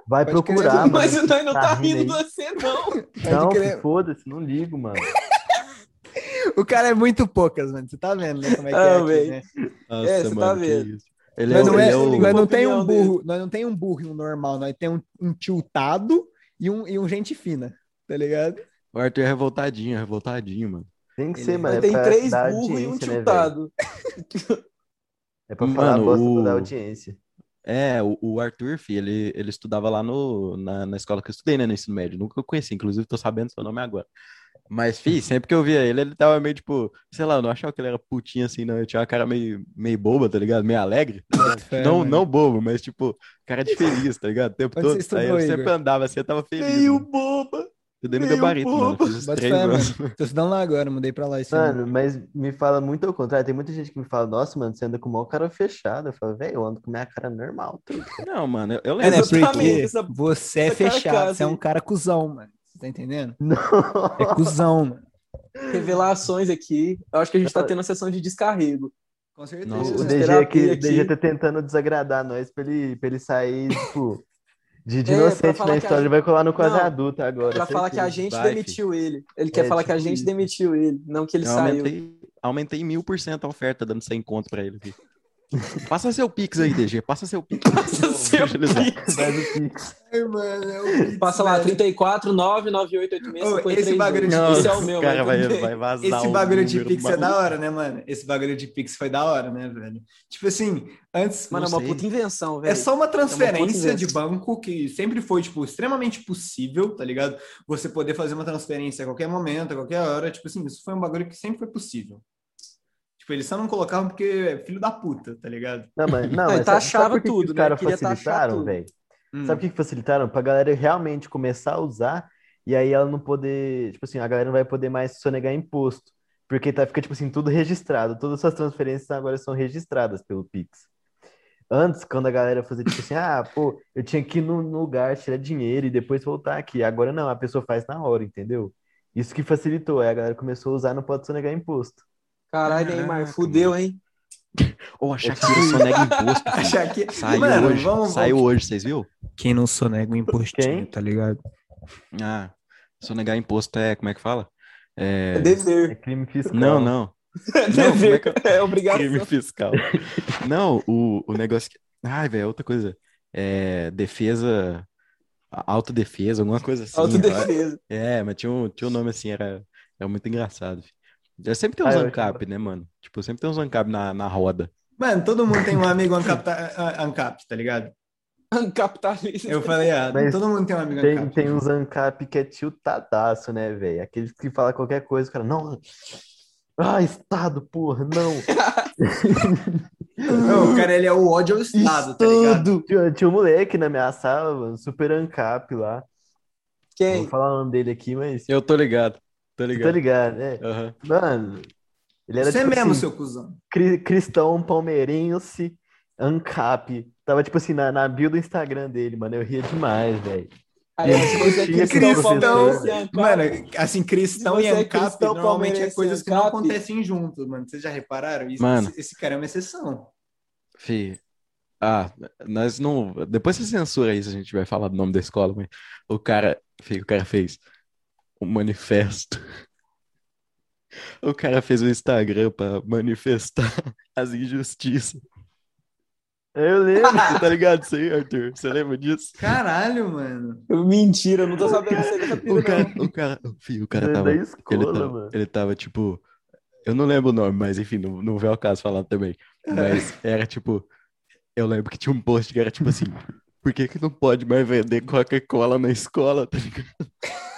Speaker 2: Vai
Speaker 6: Pode crer.
Speaker 2: procurar, mano.
Speaker 3: Mas o Nai não tá
Speaker 2: tá
Speaker 3: rindo de
Speaker 2: rindo aí.
Speaker 3: você, não.
Speaker 2: Não,
Speaker 6: Pode crer.
Speaker 2: foda-se, não ligo, mano.
Speaker 6: é, O cara é muito poucas, mano. Você tá vendo, né? Como é que
Speaker 3: Ah,
Speaker 6: é aqui,
Speaker 3: velho.
Speaker 6: né?
Speaker 5: Nossa,
Speaker 3: É, você tá
Speaker 5: mano, que
Speaker 3: vendo.
Speaker 5: isso. Ele é,
Speaker 6: Nós
Speaker 5: o-
Speaker 6: não, é,
Speaker 5: ele é o-
Speaker 6: nós não tem
Speaker 3: opinião
Speaker 6: um burro, nós não tem um burro e um normal, nós tem um, um tiltado e um, e um gente fina, tá ligado?
Speaker 5: O Arthur é revoltadinho, é revoltadinho, mano.
Speaker 2: Tem que
Speaker 6: Ele-
Speaker 2: ser, mano. é
Speaker 3: Tem
Speaker 2: pra
Speaker 3: três
Speaker 2: dar
Speaker 3: burros e um
Speaker 2: audiência, né, velho?
Speaker 3: tiltado.
Speaker 2: é pra falar
Speaker 5: Mano,
Speaker 2: bosta
Speaker 5: o-
Speaker 2: da audiência.
Speaker 5: É, o, o Arthur, filho, ele, ele estudava lá no, na, na escola que eu estudei, né, no ensino médio. Nunca eu conheci, inclusive tô sabendo seu nome agora. Mas, filho, sempre que eu via ele, ele tava meio tipo, sei lá, eu não achava que ele era putinho assim, não. Ele tinha uma cara meio, meio boba, tá ligado? Meio alegre. É,
Speaker 6: É,
Speaker 5: Não, não bobo, mas tipo, cara de feliz, tá ligado? O tempo
Speaker 6: Onde né? você
Speaker 5: todo. Aí
Speaker 6: estudou,
Speaker 5: eu
Speaker 6: Igor?
Speaker 5: sempre andava assim, eu tava feliz. mano.
Speaker 2: boba.
Speaker 5: Estudei no
Speaker 2: meio
Speaker 5: gabarito, mano.
Speaker 2: bobo.
Speaker 5: Fiz os
Speaker 6: Bota
Speaker 5: três
Speaker 6: fé,
Speaker 5: anos.
Speaker 6: Tô estudando lá agora, mudei pra lá esse ano.
Speaker 2: Mano, mas me fala muito ao contrário. Tem muita gente que me fala, nossa, mano, você anda com o maior cara fechado. Eu falo, velho, eu ando com minha cara normal. tá ligado?"
Speaker 5: Não, mano, eu, eu
Speaker 6: É,
Speaker 5: lembro.
Speaker 6: né,
Speaker 3: exatamente,
Speaker 6: porque
Speaker 3: essa-
Speaker 6: você é
Speaker 3: essa cara
Speaker 6: fechado,
Speaker 3: casa,
Speaker 6: você é um
Speaker 3: hein?
Speaker 6: cara cuzão, mano. Você tá entendendo?
Speaker 2: Não.
Speaker 6: É cuzão, mano.
Speaker 3: Revelações aqui. Eu acho que a gente tá tendo uma sessão de descarrego.
Speaker 6: Com certeza.
Speaker 5: Nossa,
Speaker 2: O
Speaker 3: Nossa,
Speaker 2: DG,
Speaker 3: terapia
Speaker 2: aqui, o
Speaker 3: aqui.
Speaker 2: DG tá tentando desagradar nós pra ele, pra ele sair, tipo, de, de
Speaker 3: É, pra falar
Speaker 2: inocente na
Speaker 3: que a
Speaker 2: história.
Speaker 3: gente-
Speaker 2: Ele vai colar no quase
Speaker 3: Não,
Speaker 2: adulto agora.
Speaker 3: Pra falar que a
Speaker 2: certeza.
Speaker 3: gente
Speaker 5: Vai,
Speaker 3: demitiu ele. Ele quer
Speaker 2: É,
Speaker 3: falar que a
Speaker 2: tipo
Speaker 3: gente
Speaker 2: isso.
Speaker 3: demitiu ele, não que ele
Speaker 5: Eu
Speaker 3: saiu.
Speaker 5: aumentei, aumentei mil por cento a oferta, dando 100 conto pra ele. Aqui. Passa seu Pix aí, DG. Passa seu Pix.
Speaker 3: Passa seu Pix.
Speaker 2: Vai no Pix.
Speaker 4: Ai, mano, é o Pix,
Speaker 3: Passa lá,
Speaker 4: velho.
Speaker 3: 34 99886
Speaker 4: Ô, esse bagulho de-
Speaker 5: Não,
Speaker 3: Esse é o
Speaker 5: esse
Speaker 3: meu.
Speaker 5: cara
Speaker 3: vai
Speaker 5: vai,
Speaker 3: também.
Speaker 5: vai vazar
Speaker 4: Esse
Speaker 5: o
Speaker 4: bagulho de
Speaker 5: um número
Speaker 4: Pix
Speaker 5: do
Speaker 4: é da
Speaker 5: bagulho.
Speaker 4: hora, né, mano? Esse bagulho de Pix foi da hora, né, velho? Tipo assim, antes.
Speaker 3: Mano, é
Speaker 5: Não
Speaker 3: uma
Speaker 5: sei.
Speaker 3: puta invenção, velho.
Speaker 4: É só uma transferência
Speaker 3: invenção.
Speaker 4: de banco que sempre foi, tipo, extremamente possível, tá ligado? Você poder fazer uma transferência a qualquer momento, a qualquer hora. Tipo assim, isso foi um bagulho que sempre foi possível. Tipo Tipo, eles só não colocavam porque é filho da puta, tá ligado?
Speaker 2: Não, mas,
Speaker 3: Não,
Speaker 2: não,
Speaker 3: e
Speaker 2: mas sabe-
Speaker 3: taxava
Speaker 2: sabe por que que
Speaker 3: tudo,
Speaker 2: os
Speaker 3: né?
Speaker 2: caras
Speaker 3: Queria taxar
Speaker 2: facilitaram,
Speaker 3: tudo.
Speaker 2: velho?
Speaker 4: Hum.
Speaker 2: Sabe o que que facilitaram? Pra galera realmente começar a usar e aí ela não poder, tipo assim, a galera não vai poder mais sonegar imposto. Porque tá, fica, tipo assim, tudo registrado. Todas as transferências agora são registradas pelo Pix. Antes, quando a galera fazia, tipo assim, ah, pô, eu tinha que ir num num lugar, tirar dinheiro e depois voltar aqui. Agora não, a pessoa faz na hora, entendeu? Isso que facilitou. Aí a galera começou a usar, não pode sonegar imposto.
Speaker 3: Caralho,
Speaker 5: Caraca,
Speaker 3: Neymar,
Speaker 5: mano.
Speaker 3: fudeu, hein?
Speaker 5: Ou a Shakira sonega imposto. filho.
Speaker 4: Achar que...
Speaker 5: Saiu
Speaker 4: Mano,
Speaker 5: hoje.
Speaker 4: vamos-
Speaker 5: Saiu hoje, vocês viram?
Speaker 6: Quem não sonega o impostinho,
Speaker 2: Quem?
Speaker 6: tá ligado?
Speaker 5: Ah, sonegar imposto é. Como é que fala?
Speaker 3: É
Speaker 5: É...
Speaker 2: É
Speaker 3: dever.
Speaker 2: crime fiscal.
Speaker 5: Não, não.
Speaker 3: É
Speaker 5: Não, como é
Speaker 3: dever.
Speaker 5: que eu-
Speaker 3: É obrigação.
Speaker 5: Crime fiscal. Não, o, o negócio. Que... Ai, velho, outra coisa. É, defesa. Autodefesa, alguma coisa assim.
Speaker 3: Autodefesa.
Speaker 5: É, mas tinha um, tinha um nome assim, era, era muito engraçado. filho. Já sempre tem uns
Speaker 2: Ah, eu
Speaker 5: ANCAP, né, mano? Tipo, sempre tem uns ANCAP na, na roda.
Speaker 4: Mano, todo mundo tem um amigo ancap, ancap tá ligado?
Speaker 3: Capitalista.
Speaker 4: Eu falei, ah,
Speaker 2: Mas
Speaker 4: todo mundo tem um amigo
Speaker 2: Tem,
Speaker 4: ancap.
Speaker 2: tem uns ANCAP que é tiltadaço, né, velho? Aqueles que falam qualquer coisa, o cara, não. Ah, Estado, porra, não.
Speaker 4: Não, o cara, ele é o ódio ao Estado, tá ligado?
Speaker 2: Estado. Tinha, tinha um moleque na minha sala, mano, super ANCAP lá. Não
Speaker 3: Quem?
Speaker 2: vou falar o nome dele aqui, mas.
Speaker 5: Eu tô ligado, tô
Speaker 2: Você tá
Speaker 5: ligado.
Speaker 2: ligado, né?
Speaker 5: Aham.
Speaker 2: Mano, ele era
Speaker 4: Você
Speaker 2: tipo
Speaker 4: mesmo,
Speaker 2: assim,
Speaker 4: seu cuzão.
Speaker 2: cri- cristão, palmeirense, ANCAP. Tava tipo assim, na, na bio do Instagram dele, mano. Eu ria demais, velho.
Speaker 3: Aí, se você é
Speaker 2: Tinha que
Speaker 5: um
Speaker 3: cristão, palmeirense,
Speaker 2: ser professor.
Speaker 3: ancap,
Speaker 4: Mano, assim, cristão
Speaker 3: Se
Speaker 4: e
Speaker 3: você é
Speaker 4: ancap
Speaker 3: cristão,
Speaker 4: normalmente é
Speaker 3: palmeirense,
Speaker 4: coisas que não
Speaker 3: ancap.
Speaker 4: acontecem juntos, mano. Vocês já repararam? Isso-
Speaker 5: Mano.
Speaker 4: Esse, esse cara é uma exceção.
Speaker 5: Fi. Ah, nós não. Depois você censura aí se a gente vai falar do nome da escola, mas o cara, fi, o cara fez um manifesto. O cara fez um Instagram pra manifestar as injustiças.
Speaker 2: Eu lembro.
Speaker 5: Você tá ligado isso aí, Arthur? Você lembra disso?
Speaker 4: Caralho, mano.
Speaker 3: Mentira, eu não tô sabendo se ele tá
Speaker 5: O cara, o cara, fi, o cara
Speaker 2: da
Speaker 5: tava Ele
Speaker 2: escola,
Speaker 5: tava,
Speaker 2: mano.
Speaker 5: ele tava, tipo. Eu não lembro o nome, mas enfim, não, não veio ao caso falar também. Mas era tipo. Eu lembro que tinha um post que era tipo assim: Por que, que não pode mais vender Coca-Cola na escola? Tá ligado?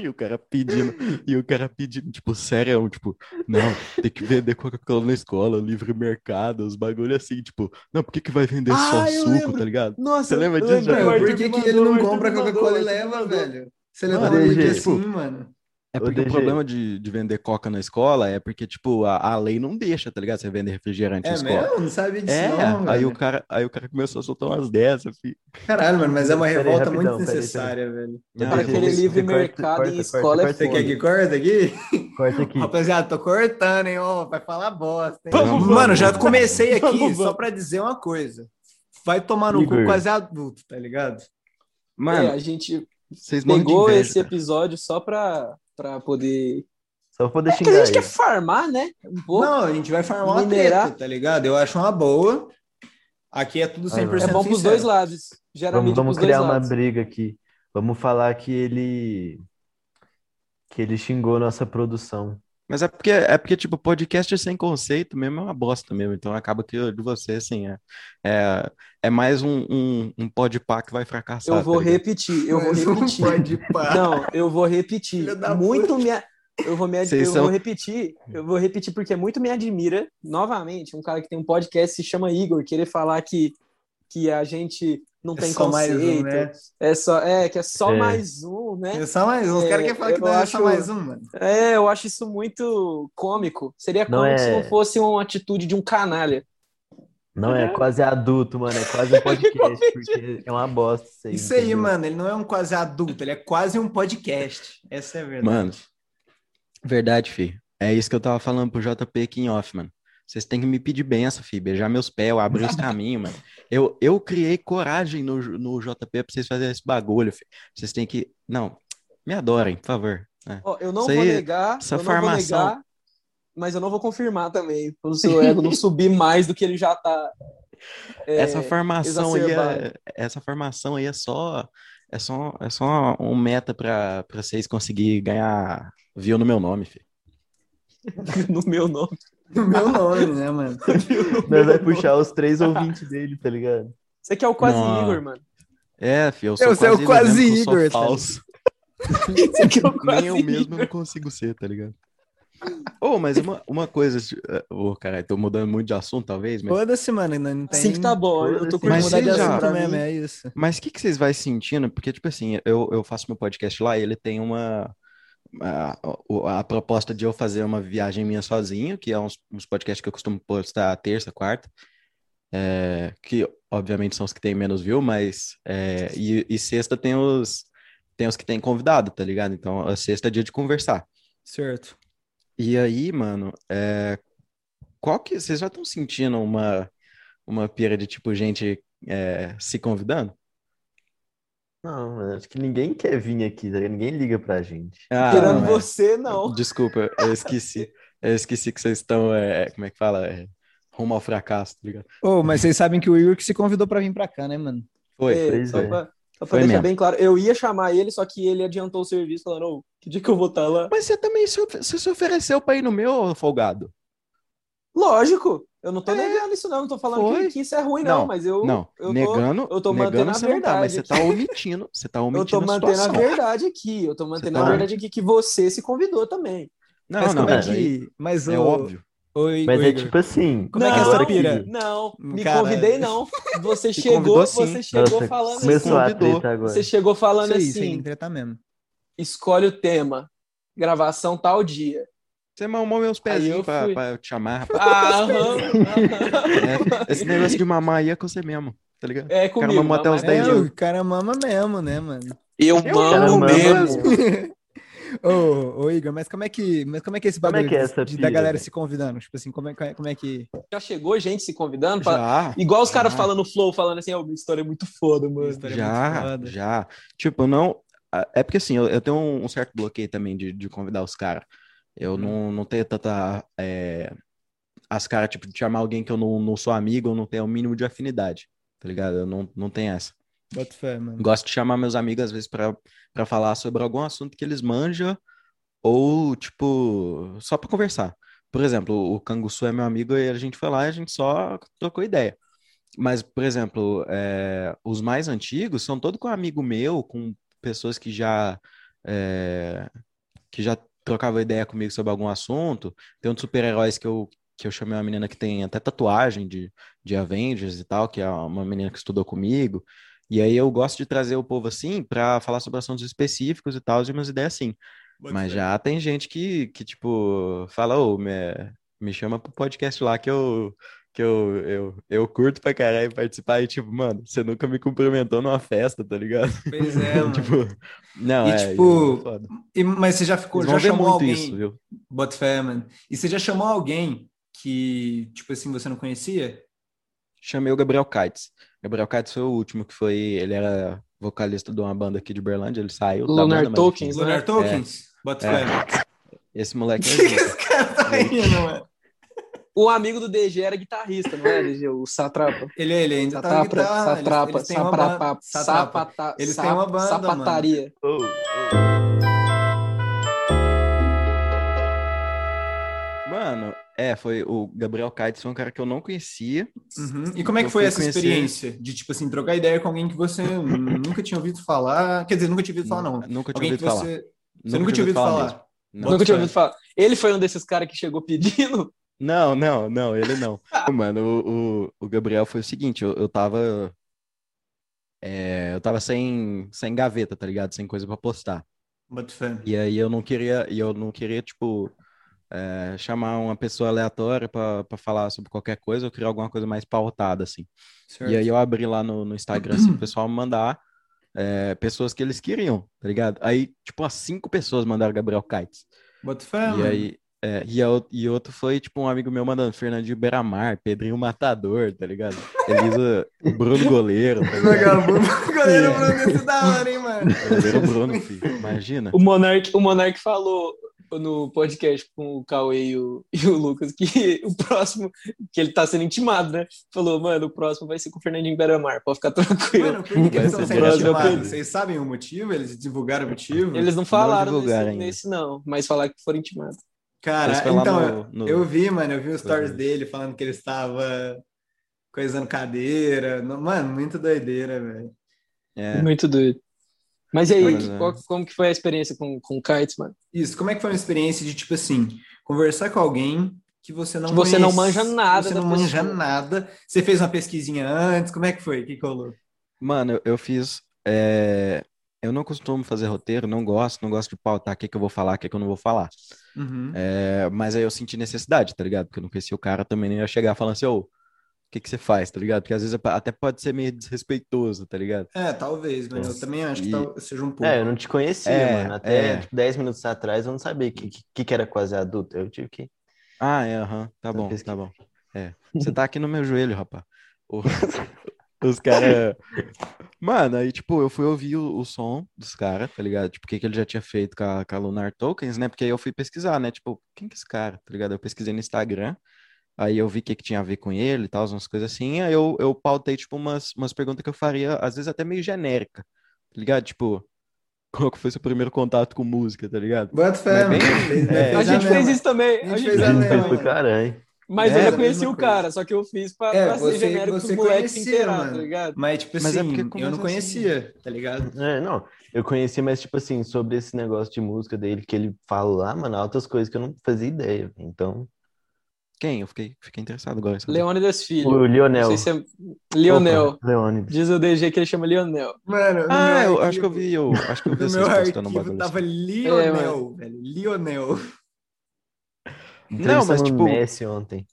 Speaker 5: E o cara pedindo, e o cara pedindo, tipo, sério, tipo, não, tem que vender Coca-Cola na escola, livre mercado, os bagulho assim, tipo, não, por que, que vai vender só
Speaker 3: Ah, eu
Speaker 5: suco,
Speaker 3: lembro.
Speaker 5: tá ligado?
Speaker 3: Nossa,
Speaker 5: Você lembra
Speaker 3: eu
Speaker 5: disso,
Speaker 3: lembrei,
Speaker 5: Não,
Speaker 4: Mano,
Speaker 5: o
Speaker 3: Arthur
Speaker 4: por que,
Speaker 3: me
Speaker 4: que
Speaker 3: mandou,
Speaker 4: ele não
Speaker 3: Arthur
Speaker 4: compra
Speaker 3: me mandou,
Speaker 4: Coca-Cola e
Speaker 3: Arthur me
Speaker 4: leva,
Speaker 3: mandou.
Speaker 4: velho? Você
Speaker 5: Não,
Speaker 4: leva porque
Speaker 2: DG.
Speaker 4: assim,
Speaker 3: tipo,
Speaker 4: mano.
Speaker 5: É
Speaker 2: Ô,
Speaker 5: porque o
Speaker 2: DG.
Speaker 5: problema de, de vender coca na escola é porque, tipo, a, a lei não deixa, tá ligado? Você vender refrigerante na
Speaker 4: É
Speaker 5: escola.
Speaker 4: mesmo? Não sabe disso,
Speaker 5: É,
Speaker 4: não,
Speaker 5: aí
Speaker 4: velho.
Speaker 5: o, cara, aí o cara começou a soltar umas dessas, assim. fi.
Speaker 4: Caralho, mano, mas é uma
Speaker 2: Peraí,
Speaker 4: revolta
Speaker 2: rapidão,
Speaker 4: muito
Speaker 2: peraí, peraí.
Speaker 4: necessária, velho.
Speaker 5: Não,
Speaker 3: Pra
Speaker 5: eu
Speaker 3: aquele
Speaker 5: vou-
Speaker 3: livre
Speaker 2: Corta,
Speaker 3: mercado em
Speaker 2: corta, corta,
Speaker 3: escola é
Speaker 2: corta.
Speaker 4: Você
Speaker 3: foda.
Speaker 4: quer que corta aqui?
Speaker 2: Corta aqui.
Speaker 4: Rapaziada, tô cortando, hein? Ó, vai falar bosta, hein?
Speaker 5: Vamos, vamos.
Speaker 4: Mano, já comecei aqui
Speaker 3: Vamos, vamos.
Speaker 4: só pra dizer uma coisa. Vai tomar no
Speaker 2: Igor.
Speaker 4: cu quase adulto, tá ligado?
Speaker 3: É,
Speaker 5: Mano,
Speaker 3: a gente
Speaker 5: vocês morrem de
Speaker 3: pegou
Speaker 5: inveja,
Speaker 3: esse
Speaker 5: cara.
Speaker 3: episódio só pra, pra poder.
Speaker 2: Só pra poder
Speaker 3: Porque a
Speaker 2: xingar
Speaker 3: gente quer
Speaker 2: ele.
Speaker 3: farmar, né? Um pouco.
Speaker 4: Não, a gente vai farmar uma
Speaker 3: Minerar.
Speaker 4: treta, tá ligado? Eu acho uma boa. Aqui é tudo 100%
Speaker 2: Vai, vai.
Speaker 3: é bom pros
Speaker 4: sincero.
Speaker 3: dois lados. Gera
Speaker 2: Vamos,
Speaker 3: mídia
Speaker 2: vamos
Speaker 3: pros dois
Speaker 2: criar uma
Speaker 3: lados.
Speaker 2: briga aqui. Vamos falar que ele. Que ele xingou nossa produção.
Speaker 5: Mas é porque, é porque, tipo, podcast sem conceito mesmo é uma bosta mesmo. Então acaba que o de você, assim, é, é, é mais um, um, um podpá que vai fracassar.
Speaker 3: Eu vou
Speaker 5: tá ligado?
Speaker 3: repetir, eu vou
Speaker 4: Mas não
Speaker 6: um
Speaker 3: repetir.
Speaker 4: pode parar.
Speaker 3: Não, eu vou
Speaker 4: Filha
Speaker 3: repetir.
Speaker 4: da
Speaker 3: Muito me. Eu vou, me ad-
Speaker 5: Vocês
Speaker 3: eu
Speaker 5: são-
Speaker 3: vou repetir, eu vou repetir porque é muito me admira, novamente, um cara que tem um podcast que se chama Igor, querer falar que, que a gente não
Speaker 4: É
Speaker 3: tem
Speaker 4: só mais
Speaker 3: conceito,
Speaker 4: um, né?
Speaker 3: é só é que é só
Speaker 2: É.
Speaker 3: mais um, né?
Speaker 4: É só mais um. Os
Speaker 3: É,
Speaker 4: caras querem falar que
Speaker 3: eu
Speaker 4: não é só
Speaker 3: acho-
Speaker 4: mais um, mano.
Speaker 3: É, eu acho isso muito cômico. Seria
Speaker 2: Não
Speaker 3: cômico se
Speaker 2: é-
Speaker 3: não fosse uma atitude de um canalha.
Speaker 2: Não
Speaker 3: Uhum.
Speaker 2: é quase adulto, mano. É quase um podcast, porque é uma bosta isso aí.
Speaker 4: Isso aí,
Speaker 2: entendeu?
Speaker 4: mano. Ele não é um quase adulto, ele é quase um podcast. Essa é a verdade.
Speaker 5: Mano, verdade, fi. É isso que eu tava falando pro JP aqui em off, mano. Vocês têm que me pedir benção, fi. Beijar meus pés, eu abrir os caminhos, mano. Eu, eu criei coragem no, J- no JP pra vocês fazerem esse bagulho, fi. Vocês têm que. Não, me adorem, por favor. É.
Speaker 3: Ó, eu não
Speaker 5: Isso
Speaker 3: vou
Speaker 5: aí-
Speaker 3: negar,
Speaker 5: essa
Speaker 3: eu não
Speaker 5: farmação-
Speaker 3: vou negar, mas eu não vou confirmar também, para o seu ego não subir mais do que ele já tá. é,
Speaker 5: Essa formação aí é,
Speaker 3: exacerbado.
Speaker 5: essa formação aí é só é só é só um meta pra pra vocês conseguirem ganhar view no meu nome, fi.
Speaker 3: no meu nome.
Speaker 4: No meu nome, né, mano?
Speaker 2: Nós vai puxar os três ouvintes dele, tá ligado?
Speaker 3: Você que é o quase
Speaker 5: Não.
Speaker 3: Igor, mano.
Speaker 5: É, fi, eu sou
Speaker 4: Eu sou
Speaker 5: quase, eu lembro que
Speaker 4: quase
Speaker 5: eu sou
Speaker 4: Igor, tá
Speaker 5: falso.
Speaker 3: Você que é o
Speaker 5: Nem
Speaker 3: quase
Speaker 5: eu mesmo eu não consigo ser, tá ligado? Oh, mas uma, uma coisa. eh, Ô, caralho, tô mudando muito de assunto, talvez, mas.
Speaker 6: Foda-se, mano, ainda não tem.
Speaker 3: Assim que tá bom, eu tô curtindo
Speaker 5: Mas
Speaker 3: mudar de
Speaker 5: seja-
Speaker 3: assunto né?
Speaker 5: pra
Speaker 6: mesmo,
Speaker 3: mesmo.
Speaker 6: é isso.
Speaker 5: Mas o que, que vocês vai sentindo? Porque, tipo assim, eu, eu faço meu podcast lá e ele tem uma. A, o- a proposta de eu fazer uma viagem minha sozinho, que é uns, uns podcasts que eu costumo postar terça, quarta, é, que obviamente são os que têm menos view, mas. é, e, e sexta tem os, tem os que tem convidado, tá ligado? Então, a sexta é dia de conversar.
Speaker 6: Certo.
Speaker 5: E aí, mano, é, qual que vocês já estão sentindo uma uma pira de tipo gente é, se convidando?
Speaker 2: Não, mano, acho que ninguém quer vir aqui, tá ligado? Ninguém liga pra gente.
Speaker 5: Ah,
Speaker 3: Tirando
Speaker 5: não, é.
Speaker 3: você, não.
Speaker 5: Desculpa, eu esqueci, eu esqueci que vocês estão, é, como é que fala? É, rumo ao fracasso, tá ligado?
Speaker 6: Ô, mas vocês sabem que o Igor que se convidou pra vir pra cá, né, mano?
Speaker 5: Foi,
Speaker 3: É,
Speaker 2: pois
Speaker 3: só
Speaker 2: é.
Speaker 3: pra, só pra
Speaker 5: Foi
Speaker 3: deixar
Speaker 5: mesmo.
Speaker 3: bem claro, eu ia chamar ele, só que ele adiantou o serviço, falando, ô, que dia que eu vou estar lá?
Speaker 5: Mas você também se, ofe- você se ofereceu pra ir no meu, ô, folgado?
Speaker 3: Lógico, eu não tô
Speaker 5: É.
Speaker 3: negando isso não, não tô falando
Speaker 5: Foi.
Speaker 3: que, que isso é ruim não,
Speaker 5: Não,
Speaker 3: mas eu,
Speaker 5: Não,
Speaker 3: eu tô-
Speaker 5: negando,
Speaker 3: eu tô
Speaker 5: negando
Speaker 3: mantendo a
Speaker 5: você não tá,
Speaker 3: verdade
Speaker 5: mas você tá omitindo, você tá
Speaker 3: eu tô
Speaker 5: omitindo a
Speaker 3: mantendo a
Speaker 5: situação.
Speaker 3: verdade aqui, eu tô mantendo a
Speaker 2: tá-
Speaker 3: verdade aqui que você se convidou também.
Speaker 5: Não,
Speaker 6: mas
Speaker 5: não,
Speaker 6: como é
Speaker 2: mas
Speaker 6: que.
Speaker 2: aí-
Speaker 6: Mas
Speaker 5: é
Speaker 6: ô-
Speaker 5: óbvio.
Speaker 6: ô, Igor,
Speaker 2: Mas é tipo assim.
Speaker 6: Como é que é
Speaker 2: agora
Speaker 6: essa pira?
Speaker 3: Não, me
Speaker 6: Caralho.
Speaker 3: convidei não, você
Speaker 5: Te
Speaker 3: chegou,
Speaker 5: convidou, sim.
Speaker 3: você chegou
Speaker 2: Nossa,
Speaker 3: falando
Speaker 2: começou
Speaker 3: assim,
Speaker 2: a
Speaker 5: convidou.
Speaker 2: treta agora.
Speaker 3: você chegou falando
Speaker 6: isso aí,
Speaker 3: assim,
Speaker 6: sem tretar mesmo.
Speaker 3: escolhe o tema, gravação tal dia.
Speaker 5: Você mamou meus
Speaker 3: eu
Speaker 5: pezinhos pra,
Speaker 3: fui.
Speaker 5: pra eu te chamar,
Speaker 3: Ah, aham,
Speaker 5: É, esse negócio de mamar aí é com você mesmo, tá ligado?
Speaker 3: é comigo.
Speaker 5: mamou até
Speaker 3: mas-
Speaker 5: os dez
Speaker 6: É,
Speaker 5: Entendi.
Speaker 6: o cara mama mesmo, né, mano?
Speaker 3: Eu
Speaker 2: Cara,
Speaker 3: mamo
Speaker 2: mama
Speaker 3: mesmo.
Speaker 6: Ô, ô, Igor, mas como é que, mas como é que é esse
Speaker 2: Como é
Speaker 6: bagulho
Speaker 2: que é essa
Speaker 6: de- da
Speaker 2: pira,
Speaker 6: galera
Speaker 2: velho?
Speaker 6: se convidando? Tipo assim, como é, como é que.
Speaker 3: Já chegou gente se convidando pra...
Speaker 5: Já,
Speaker 3: Igual os caras
Speaker 5: Já.
Speaker 3: falam no Flow, falando assim, ó, minha história é muito foda, mano.
Speaker 6: História muito
Speaker 5: já,
Speaker 6: foda.
Speaker 5: já. Tipo, não. ah, É porque assim, eu, eu tenho um, um certo bloqueio também de, de convidar os caras.
Speaker 6: Uhum.
Speaker 5: Eu não, não tenho tanta. é, as caras, tipo, de chamar alguém que eu não, não sou amigo, eu não tenho o mínimo de afinidade, tá ligado? Eu não, não tenho essa.
Speaker 6: Bota fé, mano.
Speaker 5: Gosto de chamar meus amigos, às vezes, pra, pra falar sobre algum assunto que eles manjam, ou, tipo, só pra conversar. Por exemplo, o Canguçu é meu amigo e a gente foi lá e a gente só trocou ideia. Mas, por exemplo, é, os mais antigos são todos com amigo meu, com pessoas que já, é, que já trocavam ideia comigo sobre algum assunto. Tem um dos super-heróis que eu, que eu chamei uma menina que tem até tatuagem de, de Avengers e tal, que é uma menina que estudou comigo. E aí eu gosto de trazer o povo assim pra falar sobre assuntos específicos e tal, de umas ideias assim. Mas já tem gente que, que tipo, fala, ô, me, me chama pro podcast lá que eu, que eu, eu, eu curto pra caralho participar. E tipo, mano, você nunca me cumprimentou numa festa, tá ligado?
Speaker 6: Pois é, mano.
Speaker 5: Tipo, não,
Speaker 6: E,
Speaker 5: é,
Speaker 6: tipo,
Speaker 5: é foda. Eles
Speaker 4: E- mas você já ficou,
Speaker 5: vão
Speaker 4: já
Speaker 5: ver
Speaker 4: chamou
Speaker 5: muito
Speaker 4: alguém?
Speaker 5: isso, viu?
Speaker 4: Bota fé, mano. E você já chamou alguém que, tipo assim, você não conhecia?
Speaker 5: Chamei o Gabriel Kites. Gabriel Kites foi o último que foi, ele era vocalista de uma banda aqui de Berlândia, ele saiu da
Speaker 3: Lunar
Speaker 5: banda, mas enfim,
Speaker 3: Tokens.
Speaker 4: Lunar
Speaker 3: É.
Speaker 4: Tokens? Bota
Speaker 5: É.
Speaker 4: fé.
Speaker 5: esse moleque é zica.
Speaker 4: Esse cara tá rindo, mano.
Speaker 3: O amigo do DG era guitarrista, não é, DG? O Satrapa.
Speaker 4: Ele, ele ainda tá na
Speaker 3: Satrapa,
Speaker 4: guitarra.
Speaker 3: Satrapa,
Speaker 4: eles- eles têm uma ban-
Speaker 3: Satrapa,
Speaker 4: Satrapa.
Speaker 3: Sapata,
Speaker 4: Eles
Speaker 3: sap-
Speaker 4: têm uma banda, mano.
Speaker 3: Sapataria.
Speaker 2: Oh,
Speaker 5: Mano, é, foi o Gabriel Kites, foi um cara que eu não conhecia.
Speaker 4: Uhum. E como é que
Speaker 5: Eu
Speaker 4: foi
Speaker 5: fui
Speaker 4: essa
Speaker 5: conhecer-
Speaker 4: experiência de, tipo assim, trocar ideia com alguém que você nunca tinha ouvido falar? Quer dizer, nunca tinha ouvido falar, não.
Speaker 5: Nunca tinha
Speaker 4: Alguém
Speaker 5: ouvido
Speaker 4: que
Speaker 5: falar.
Speaker 4: você. Você nunca tinha ouvido
Speaker 5: mesmo.
Speaker 4: falar.
Speaker 5: Não.
Speaker 3: Nunca tinha
Speaker 4: fé.
Speaker 3: ouvido falar. Ele foi um desses caras que chegou pedindo.
Speaker 5: Não, não, não, ele não. Mano, o, o, o Gabriel foi o seguinte, eu, eu tava. é, eu tava sem, sem gaveta, tá ligado? Sem coisa pra postar.
Speaker 4: Bota fé.
Speaker 5: E aí eu não queria, e eu não queria, tipo, é, chamar uma pessoa aleatória pra, pra falar sobre qualquer coisa, eu queria alguma coisa mais pautada, assim. E aí eu abri lá no, no Instagram assim, pro pessoal mandar é, pessoas que eles queriam, tá ligado? Aí, tipo, umas cinco pessoas mandaram Gabriel Kites.
Speaker 4: Bota fé,
Speaker 5: e
Speaker 4: mano.
Speaker 5: aí, é, e, a ou- e outro foi, tipo, um amigo meu mandando Fernandinho Beiramar, Pedrinho Matador, tá ligado? Elisa, o Bruno Goleiro, tá ligado?
Speaker 4: Vagabundo, goleiro Bruno, esse da hora, hein, mano?
Speaker 5: Goleiro Bruno, filho, imagina.
Speaker 3: O Monark, o Monark falou no podcast com o Cauê e o, e o Lucas que o próximo, que ele tá sendo intimado, né? Falou, mano, o próximo vai ser com o Fernandinho Beramar, pode ficar tranquilo.
Speaker 4: Mano, por que que
Speaker 5: Vai
Speaker 4: eles
Speaker 5: ser
Speaker 4: estão sendo
Speaker 5: brother,
Speaker 4: intimados?
Speaker 5: Pedro.
Speaker 4: Vocês sabem o motivo? Eles divulgaram o motivo?
Speaker 3: Eles não falaram
Speaker 5: divulgaram
Speaker 3: nesse,
Speaker 5: ainda.
Speaker 3: nesse não, mas falaram que foram intimados.
Speaker 4: Cara,
Speaker 5: Eles foram lá
Speaker 4: então,
Speaker 5: no- no-
Speaker 4: eu vi, mano, eu vi os stories
Speaker 5: Uhum.
Speaker 4: dele falando que ele estava coisando cadeira. No- Mano, muito doideira, velho.
Speaker 5: É,
Speaker 3: Muito doido. Mas e aí,
Speaker 5: Pois
Speaker 3: que-
Speaker 5: é.
Speaker 3: qual- como que foi a experiência com, com o Kites, mano?
Speaker 4: Isso, como é que foi a experiência de, tipo assim, conversar com alguém que você não
Speaker 3: Que você não
Speaker 4: conhece,
Speaker 3: manja nada
Speaker 4: Você
Speaker 3: da
Speaker 4: não manja
Speaker 3: pessoa.
Speaker 4: nada. Você fez uma pesquisinha antes, como é que foi? O que que rolou?
Speaker 5: Mano, eu, eu fiz. é, Eu não costumo fazer roteiro, não gosto, não gosto de pautar o que, que eu vou falar, o que, que eu não vou falar.
Speaker 4: Uhum.
Speaker 5: É, mas aí eu senti necessidade, tá ligado? Porque eu não conhecia o cara, também nem ia chegar falando assim, ô, o que, que você faz, tá ligado? Porque às vezes é pa- até pode ser meio desrespeitoso, tá ligado?
Speaker 4: É, talvez, mas eu também acho que
Speaker 5: E-
Speaker 4: tal- seja um pouco.
Speaker 2: É, eu não te conhecia,
Speaker 5: tipo, É,
Speaker 2: mano. Até
Speaker 5: é.
Speaker 2: tipo, 10 minutos atrás eu não sabia que, que, que era quase adulto. Eu tive que.
Speaker 5: Ah, é, aham, tá bom,
Speaker 2: pesquisa.
Speaker 5: tá bom. É, você tá aqui no meu joelho, rapá. O- Os caras. Mano, aí, tipo, eu fui ouvir o, o som dos caras, tá ligado? Tipo, o que, que ele já tinha feito com a, com a Lunar Tokens, né? Porque aí eu fui pesquisar, né? Tipo, quem que é esse cara, tá ligado? Eu pesquisei no Instagram, aí eu vi o que, que tinha a ver com ele e tal, umas coisas assim. Aí eu, eu pautei, tipo, umas, umas perguntas que eu faria, às vezes até meio genérica, tá ligado? Tipo, qual que foi seu primeiro contato com música, tá ligado?
Speaker 4: Bota fé,
Speaker 5: Mas bem-
Speaker 4: mano. Fez-
Speaker 5: é.
Speaker 4: fez
Speaker 3: a gente fez
Speaker 4: mesma.
Speaker 3: isso também.
Speaker 4: A gente
Speaker 3: a gente
Speaker 4: fez a
Speaker 3: fez
Speaker 4: mesma.
Speaker 2: Fez
Speaker 3: também.
Speaker 2: pro caralho.
Speaker 3: Mas
Speaker 5: É,
Speaker 3: eu
Speaker 5: a
Speaker 3: já
Speaker 5: mesma
Speaker 3: conheci o
Speaker 4: coisa.
Speaker 3: cara, só que eu fiz pra,
Speaker 4: É,
Speaker 3: pra
Speaker 4: você-
Speaker 3: ser genérico
Speaker 4: você
Speaker 3: pro moleque
Speaker 4: conhecia,
Speaker 3: inteirar,
Speaker 4: mano.
Speaker 3: tá ligado?
Speaker 4: Mas, tipo
Speaker 5: Mas é
Speaker 4: assim,
Speaker 5: porque
Speaker 4: eu não
Speaker 5: começa assim.
Speaker 4: conhecia, tá ligado?
Speaker 2: É, não. Eu conheci, mas, tipo assim, sobre esse negócio de música dele que ele fala lá, mano, altas coisas que eu não fazia ideia. Então.
Speaker 5: Quem? Eu fiquei, fiquei interessado agora. em saber.
Speaker 3: Leônidas Filho.
Speaker 2: O
Speaker 3: Não
Speaker 2: Lionel.
Speaker 3: sei se é... Lionel.
Speaker 2: Opa, Leônidas.
Speaker 3: Diz o DG que ele chama Lionel.
Speaker 4: Mano, no
Speaker 5: Ah,
Speaker 4: meu
Speaker 5: eu acho que eu
Speaker 4: arquivo-
Speaker 5: vi, eu acho que eu vi
Speaker 4: No
Speaker 5: vocês
Speaker 4: meu
Speaker 5: postando um
Speaker 4: arquivo
Speaker 5: bagulho
Speaker 4: tava
Speaker 5: assim.
Speaker 3: É,
Speaker 4: Lionel, velho. Lionel.
Speaker 5: Não, mas
Speaker 2: Entrevistando
Speaker 5: tipo,
Speaker 2: o Messi ontem.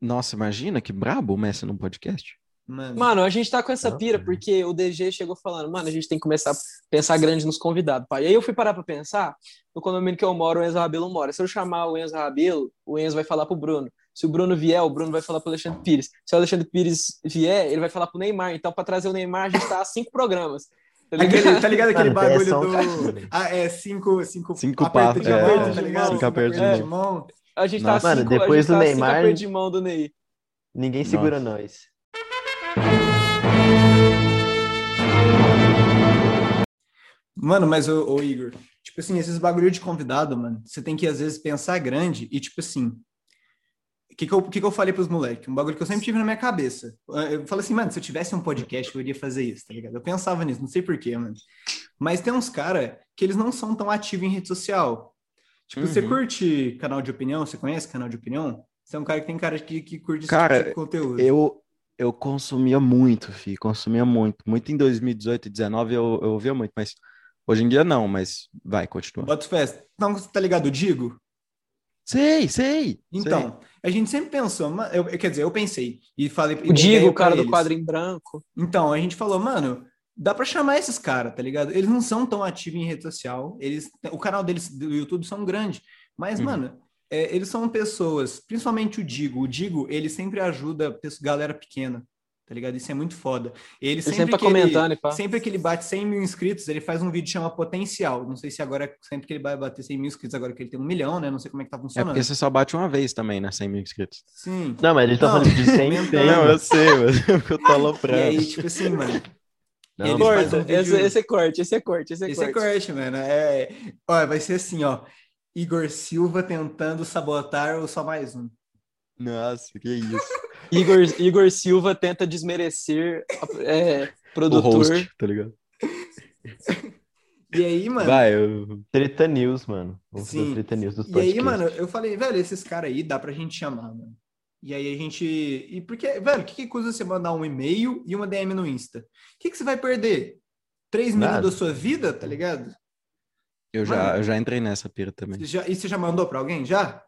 Speaker 5: nossa, imagina que brabo o Messi num podcast.
Speaker 4: Mano,
Speaker 3: Mano, a gente tá com essa
Speaker 2: Não,
Speaker 3: pira
Speaker 2: cara.
Speaker 3: porque o DG chegou falando, mano, a gente tem que começar a pensar grande nos convidados, pai. E aí eu fui parar pra pensar, no condomínio que eu moro, o Enzo Rabelo mora. Se eu chamar o Enzo Rabelo, o Enzo vai falar pro Bruno. Se o Bruno vier, o Bruno vai falar pro Alexandre Pires. Se o Alexandre Pires vier, ele vai falar pro Neymar. Então, pra trazer o Neymar, a gente tá a cinco programas. Tá ligado?
Speaker 4: aquele, tá ligado aquele
Speaker 2: Mano,
Speaker 4: bagulho
Speaker 2: pressão
Speaker 4: do.
Speaker 2: tá aqui, né?
Speaker 4: Ah, é cinco. Cinco,
Speaker 5: é um Cinco
Speaker 4: aperto
Speaker 5: passos,
Speaker 4: de
Speaker 5: é,
Speaker 4: mão,
Speaker 3: é.
Speaker 4: tá ligado?
Speaker 3: Cinco
Speaker 5: apertos de
Speaker 4: de mão.
Speaker 3: A gente
Speaker 5: Nossa.
Speaker 3: tá a
Speaker 2: Mano,
Speaker 3: cinco, a
Speaker 2: depois
Speaker 3: gente
Speaker 2: do
Speaker 3: tá a
Speaker 2: Neymar-
Speaker 3: cinco apertos de mão do Ney.
Speaker 2: Ninguém
Speaker 5: Nossa.
Speaker 2: segura nós.
Speaker 4: Mano, mas ô, ô, Igor, tipo assim, esses bagulho de convidado, mano, você tem que às vezes pensar grande e tipo assim. O que, que, eu, que, que eu falei pros moleques? Um bagulho que eu sempre tive na minha cabeça. Eu falei assim, mano, se eu tivesse um podcast, eu iria fazer isso, tá ligado? Eu pensava nisso, não sei porquê, mano. Mas tem uns caras que eles não são tão ativos em rede social. Tipo, você
Speaker 5: Uhum.
Speaker 4: curte canal de opinião? Você conhece canal de opinião? Você é um cara que tem cara que, que curte esse
Speaker 5: Cara,
Speaker 4: tipo de conteúdo.
Speaker 5: Eu eu consumia muito, fi, consumia muito. Muito em 2018 e 2019 eu, eu ouvia muito, mas hoje em dia não, mas vai, continua.
Speaker 4: Boto festa. Não, você tá ligado? O Digo?
Speaker 5: Sei, sei, sei.
Speaker 4: Então, a gente sempre pensou, ma- eu, eu- quer dizer, eu pensei e falei. e
Speaker 3: O
Speaker 4: dei
Speaker 3: Digo,
Speaker 4: ideia
Speaker 3: o
Speaker 2: é
Speaker 3: cara
Speaker 4: pra
Speaker 3: do
Speaker 4: eles.
Speaker 3: quadro em branco.
Speaker 4: Então, a gente falou, mano, dá pra chamar esses caras, tá ligado? Eles não são tão ativos em rede social, eles, o canal deles do YouTube são grandes, mas,
Speaker 5: Uhum.
Speaker 4: mano, é, eles são pessoas, principalmente o Digo. O Digo, ele sempre ajuda pes- galera pequena, tá ligado? Isso é muito foda. Ele,
Speaker 3: Ele sempre tá
Speaker 4: que ele-
Speaker 3: comentando e pá.
Speaker 4: Sempre que ele bate 100 mil inscritos, ele faz um vídeo que chama Potencial. Não sei se agora, sempre que ele vai bater 100 mil inscritos, agora que ele tem um milhão, né? Não sei como é que tá
Speaker 5: É
Speaker 4: funcionando.
Speaker 5: porque você só bate uma vez também, né? 100 mil inscritos.
Speaker 4: Sim.
Speaker 2: Não, mas ele tá
Speaker 4: Não,
Speaker 2: falando de 100
Speaker 4: não,
Speaker 2: em 100.
Speaker 5: Não, eu sei, mas é porque eu tô
Speaker 4: E aí,
Speaker 5: aloprando.
Speaker 4: tipo assim, mano,
Speaker 2: Não,
Speaker 4: ele
Speaker 2: mas-
Speaker 4: faz um
Speaker 3: Corta,
Speaker 4: vídeo-
Speaker 3: esse, esse é corte, esse é corte, esse é
Speaker 4: esse é
Speaker 3: corte.
Speaker 4: corte, mano. É... Olha, vai ser assim, ó. Igor Silva tentando sabotar ou só mais um.
Speaker 5: Nossa, que isso.
Speaker 3: Igor, Igor Silva tenta desmerecer é,
Speaker 5: O
Speaker 3: produtor.
Speaker 5: host, tá ligado?
Speaker 4: E aí, mano.
Speaker 5: Vai, eu...
Speaker 2: Treta News, mano. Vamos fazer
Speaker 4: Sim.
Speaker 2: o Treta News dos
Speaker 4: E aí,
Speaker 2: podcasts.
Speaker 4: mano, eu falei, velho, esses caras aí dá pra gente chamar, mano. E aí a gente. E porque, velho, o que, que custa você mandar um e-mail e uma DM no Insta? O que, que você vai perder? Três
Speaker 2: Nada.
Speaker 4: minutos da sua vida, tá ligado?
Speaker 5: eu
Speaker 4: Mano.
Speaker 5: já, eu já entrei nessa pira também.
Speaker 4: Você já- E você já mandou pra alguém? Já?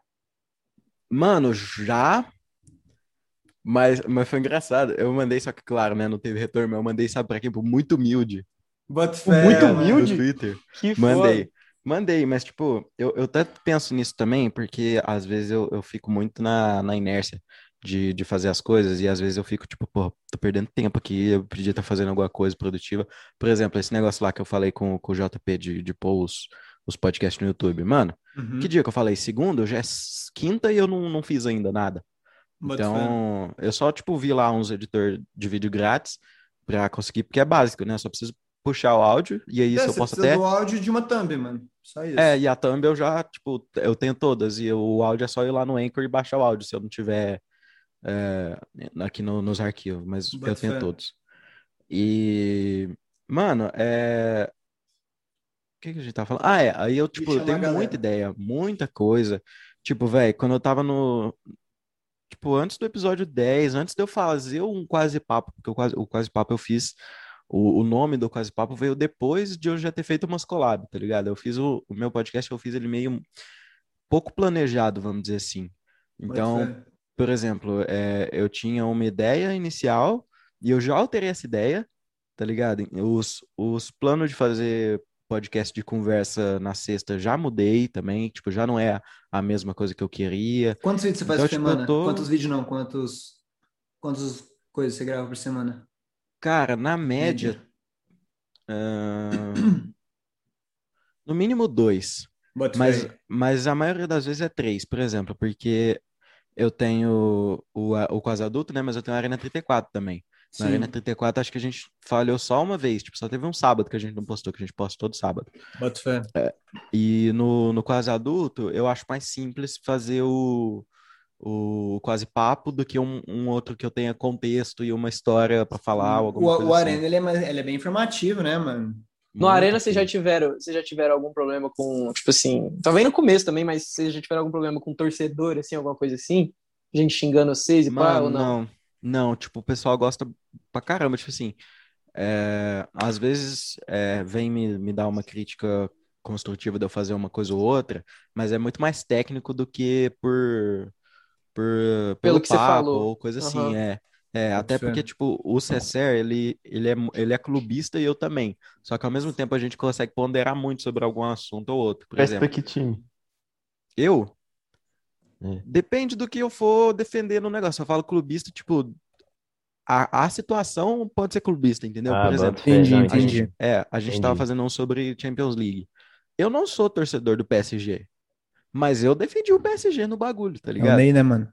Speaker 5: Mano, já. Mas, mas foi engraçado. Eu mandei, só que, claro, né? Não teve retorno, mas eu mandei, sabe pra quem? Pro muito humilde.
Speaker 4: Bota
Speaker 5: Pro Tipo,
Speaker 4: fé, né?
Speaker 5: muito
Speaker 4: mano.
Speaker 5: humilde? No Twitter.
Speaker 3: Que foda.
Speaker 5: Mandei. Mandei, mas, tipo, eu, eu até penso nisso também, porque às vezes eu, eu fico muito na, na inércia de, de fazer as coisas, e às vezes eu fico, tipo, pô, tô perdendo tempo aqui, eu podia estar fazendo alguma coisa produtiva. Por exemplo, esse negócio lá que eu falei com, com o JP de, de pôr os, os podcasts no YouTube. Mano,
Speaker 4: Uhum.
Speaker 5: que dia que eu falei? Segunda? Já é s- quinta e eu não, não fiz ainda nada.
Speaker 4: Bota fé.
Speaker 5: Então, eu só, tipo, vi lá uns editor de vídeo grátis pra conseguir, porque é básico, né? Eu só preciso puxar o áudio e aí
Speaker 4: É,
Speaker 5: isso eu
Speaker 4: você
Speaker 5: posso
Speaker 4: precisa
Speaker 5: até...
Speaker 4: do áudio de uma thumb, mano. Só isso.
Speaker 5: É, e a Thumb eu já, tipo, eu tenho todas e o áudio é só ir lá no Anchor e baixar o áudio se eu não tiver é, aqui no- nos arquivos, mas eu
Speaker 4: Boto
Speaker 5: tenho
Speaker 4: fé.
Speaker 5: todos. E, mano, é... O que que a gente tá falando? Ah, é, aí eu, tipo, eu
Speaker 4: chamar a
Speaker 5: tenho
Speaker 4: galera.
Speaker 5: muita ideia, muita coisa. Tipo, velho, quando eu tava no. Tipo, antes do episódio 10, antes de eu fazer um quase papo, porque o quase, o quase papo eu fiz. O, o nome do Quase Papo veio depois de eu já ter feito umas collab, tá ligado? Eu fiz o, o meu podcast, eu fiz ele meio pouco planejado, vamos dizer assim. Então, por exemplo, é, eu tinha uma ideia inicial e eu já alterei essa ideia, tá ligado? Os, os planos de fazer podcast de conversa na sexta já mudei também, tipo, já não é a mesma coisa que eu queria.
Speaker 4: Quantos vídeos você faz
Speaker 5: Então,
Speaker 4: por
Speaker 5: tipo, eu
Speaker 4: semana?
Speaker 5: tô-
Speaker 4: Quantos vídeos não? Quantos, quantos coisas você grava por semana?
Speaker 5: Cara, na média, ahn, no mínimo dois.
Speaker 4: Bota
Speaker 5: Mas,
Speaker 4: fé.
Speaker 5: mas a maioria das vezes é três, por exemplo, porque eu tenho o, a- o quase adulto, né? Mas eu tenho a Arena 34 também. Na Arena
Speaker 4: Sim,
Speaker 5: 34, acho que a gente falhou só uma vez, tipo, só teve um sábado que a gente não postou, que a gente posta todo sábado.
Speaker 4: bota fé.
Speaker 5: E no, no quase adulto, eu acho mais simples fazer o, o quase papo do que um, um outro que eu tenha contexto e uma história pra falar, ou
Speaker 4: O,
Speaker 5: alguma coisa
Speaker 4: o
Speaker 5: assim.
Speaker 4: Arena, ele é, mais- ele é bem informativo, né, mano?
Speaker 3: No
Speaker 5: Muito
Speaker 3: Arena vocês já
Speaker 5: simples.
Speaker 3: tiveram, vocês já tiveram algum problema com, tipo assim, talvez no começo também, mas vocês já tiveram algum problema com torcedor, assim, alguma coisa assim? Gente xingando vocês e pá,
Speaker 5: Mano,
Speaker 3: ou não?
Speaker 5: não. Não, tipo, o pessoal gosta pra caramba. Tipo assim, é, às vezes é, vem me, me dar uma crítica construtiva de eu fazer uma coisa ou outra, mas é muito mais técnico do que por, por pelo
Speaker 3: que você
Speaker 5: papo
Speaker 3: falou.
Speaker 5: ou coisa assim.
Speaker 3: Aham.
Speaker 5: É, é, até
Speaker 4: fé.
Speaker 5: porque, tipo, o Cesser, ele, ele, é, mu- ele é clubista e eu também. Só que ao mesmo tempo a gente consegue ponderar muito sobre algum assunto ou outro. Por
Speaker 2: Presta
Speaker 5: exemplo,
Speaker 2: pra que time?
Speaker 5: eu?
Speaker 2: É.
Speaker 5: Depende do que eu for defender no negócio. Eu falo clubista, tipo, a, a situação pode ser clubista, entendeu?
Speaker 2: Ah,
Speaker 5: Por
Speaker 2: bota
Speaker 5: exemplo,
Speaker 2: fé,
Speaker 6: entendi,
Speaker 2: não,
Speaker 5: a gente,
Speaker 6: entendi.
Speaker 5: é, a gente
Speaker 2: Entendi.
Speaker 5: tava fazendo um sobre Champions League. Eu não sou torcedor do PSG, mas eu defendi o PSG no bagulho,
Speaker 6: É
Speaker 5: tá
Speaker 6: o
Speaker 5: ligado?
Speaker 6: Ney, né, mano?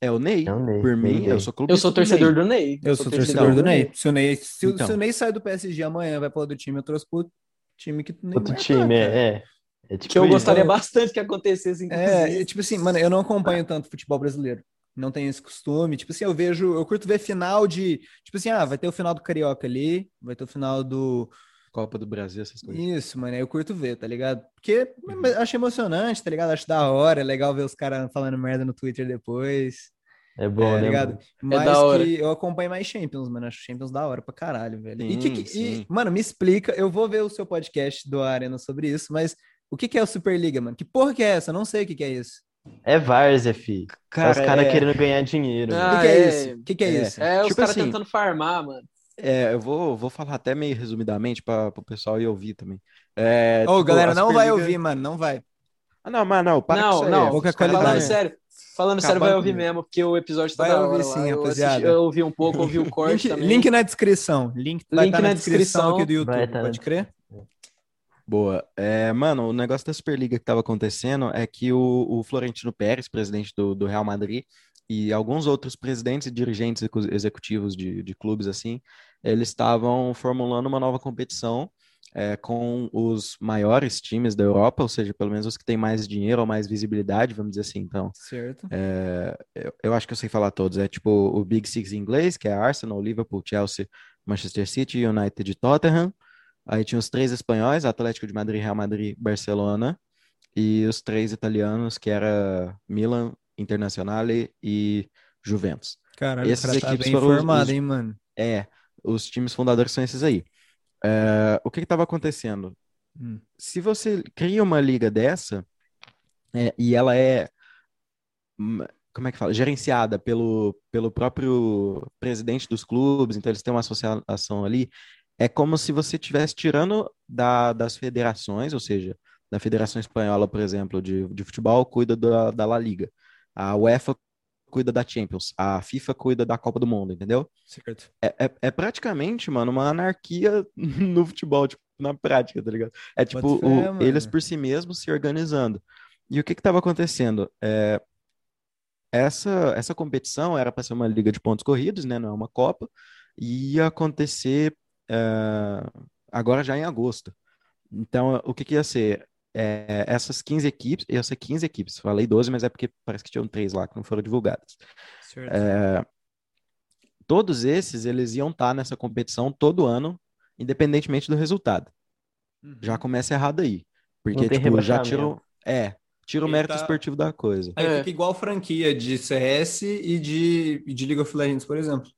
Speaker 5: É o Ney.
Speaker 2: É o Ney,
Speaker 5: Por mim,
Speaker 2: Ney.
Speaker 5: eu sou
Speaker 3: Eu
Speaker 5: clubista
Speaker 3: sou
Speaker 5: do
Speaker 3: torcedor
Speaker 5: Ney.
Speaker 3: do Ney.
Speaker 6: Eu sou torcedor do Ney. Se o Ney, se, o-
Speaker 5: Então.
Speaker 6: se o Ney sai do PSG amanhã, vai pra outro time, eu trouxe pro time que nem
Speaker 2: Outro
Speaker 6: vai
Speaker 2: time,
Speaker 6: tanto,
Speaker 2: é. é. É tipo
Speaker 3: Que eu
Speaker 2: isso.
Speaker 3: gostaria bastante que acontecesse, inclusive.
Speaker 6: É, e, tipo assim, mano, eu não acompanho tanto futebol brasileiro. Não tenho esse costume. Tipo assim, eu vejo, eu curto ver final de. Tipo assim, ah, vai ter o final do Carioca ali, vai ter o final do.
Speaker 5: Copa do Brasil, essas coisas.
Speaker 6: Isso, mano, eu curto ver, tá ligado? Porque eu acho emocionante, tá ligado? Acho da hora, é legal ver os caras falando merda no Twitter depois,
Speaker 2: É bom,
Speaker 6: tá
Speaker 2: né?
Speaker 6: ligado?
Speaker 2: mano?
Speaker 6: Mas
Speaker 3: da hora.
Speaker 6: que eu acompanho mais Champions, mano. Acho Champions da hora pra caralho, velho. e, que,
Speaker 5: Sim,
Speaker 6: que- e,
Speaker 5: sim.
Speaker 6: mano, me explica. Eu vou ver o seu podcast do Arena sobre isso, mas o que, que é o Superliga, mano? Que porra que é essa? Eu não sei o que, que é isso.
Speaker 2: É várzea, fi.
Speaker 5: Cara,
Speaker 2: Os caras
Speaker 5: é-
Speaker 2: querendo ganhar dinheiro.
Speaker 3: Ah,
Speaker 2: mano.
Speaker 6: O que, que é,
Speaker 3: é.
Speaker 6: isso? O que, que é,
Speaker 5: É.
Speaker 6: isso?
Speaker 3: É, os
Speaker 5: Tipo
Speaker 3: caras
Speaker 5: assim.
Speaker 3: tentando farmar, mano.
Speaker 5: É, eu vou, vou falar até meio resumidamente para o pessoal ir ouvir também. É,
Speaker 6: Ô,
Speaker 5: tipo,
Speaker 6: galera,
Speaker 5: a
Speaker 6: não vai
Speaker 5: Superliga-
Speaker 6: ouvir, mano. Não vai.
Speaker 5: Ah, não, mas não, para
Speaker 3: Não,
Speaker 5: com isso aí.
Speaker 3: não,
Speaker 5: Vou com a
Speaker 6: qualidade.
Speaker 3: Falando
Speaker 5: qualidade.
Speaker 3: sério, falando sério,
Speaker 5: Acabando
Speaker 3: vai ouvir
Speaker 5: comigo.
Speaker 3: mesmo, porque o episódio tá
Speaker 6: Vai
Speaker 3: da
Speaker 6: ouvir
Speaker 3: hora
Speaker 6: sim,
Speaker 3: lá. Eu, assisti-
Speaker 6: rapaziada.
Speaker 3: eu ouvi um pouco, ouvi o corte
Speaker 6: Link,
Speaker 3: também.
Speaker 6: link na descrição. Link, vai
Speaker 3: Link
Speaker 6: tá na,
Speaker 3: na
Speaker 6: descrição,
Speaker 3: descrição.
Speaker 6: aqui do
Speaker 2: Vai
Speaker 6: YouTube,
Speaker 2: tá na
Speaker 6: pode crer?
Speaker 5: Boa. É, mano, o negócio da Superliga que tava acontecendo é que o, o Florentino Pérez, presidente do, do Real Madrid, e alguns outros presidentes e dirigentes execu- executivos de, de clubes, assim, eles estavam formulando uma nova competição é, com os maiores times da Europa, ou seja, pelo menos os que têm mais dinheiro ou mais visibilidade, vamos dizer assim, então.
Speaker 6: Certo.
Speaker 5: Eu, eu acho que eu sei falar todos. É tipo o Big Six em inglês, que é Arsenal, Liverpool, Chelsea, Manchester City, United e Tottenham. Aí tinha os três espanhóis, Atlético de Madrid, Real Madrid, Barcelona. E os três italianos, que era Milan, Internazionale e Juventus.
Speaker 6: Caralho,
Speaker 5: Esses
Speaker 6: o cara tá
Speaker 5: equipes
Speaker 6: bem
Speaker 5: foram os-
Speaker 6: informado,
Speaker 5: os-
Speaker 6: hein, mano.
Speaker 5: É, os times fundadores são esses aí. É, o que estava acontecendo?
Speaker 6: Hum.
Speaker 5: Se você cria uma liga dessa, é, e ela é, hum, como é que fala? Gerenciada pelo, pelo próprio presidente dos clubes, então eles têm uma associação ali, é como se você estivesse tirando da, das federações, ou seja, da Federação Espanhola, por exemplo, de, de futebol, cuida da, da La Liga. A UEFA cuida da Champions, a FIFA cuida da Copa do Mundo, entendeu?
Speaker 6: Certo.
Speaker 5: É, é- é praticamente, mano, uma anarquia no futebol, tipo, na prática, tá ligado? É tipo
Speaker 6: fé,
Speaker 5: o-
Speaker 6: mano.
Speaker 5: eles por si mesmos se organizando. E o que que tava acontecendo? É, essa, essa competição era para ser uma liga de pontos corridos, né? Não é uma Copa. E ia acontecer é, agora já em agosto. Então, o que que ia ser? É, essas 15 equipes, ia ser 15 equipes, falei 12, mas é porque parece que tinham três lá que não foram divulgadas
Speaker 6: certo.
Speaker 5: É, todos esses eles iam estar nessa competição todo ano,
Speaker 6: Uhum.
Speaker 5: Uhum. independentemente do resultado. Já começa errado aí, porque
Speaker 2: Não tem
Speaker 5: tipo, já
Speaker 2: rebaixamento.
Speaker 5: tirou, é, Tira o
Speaker 4: Ele
Speaker 5: mérito
Speaker 4: tá-
Speaker 5: esportivo da coisa.
Speaker 4: Aí
Speaker 3: É.
Speaker 4: fica igual franquia de CS e de, e de League of Legends, por exemplo. O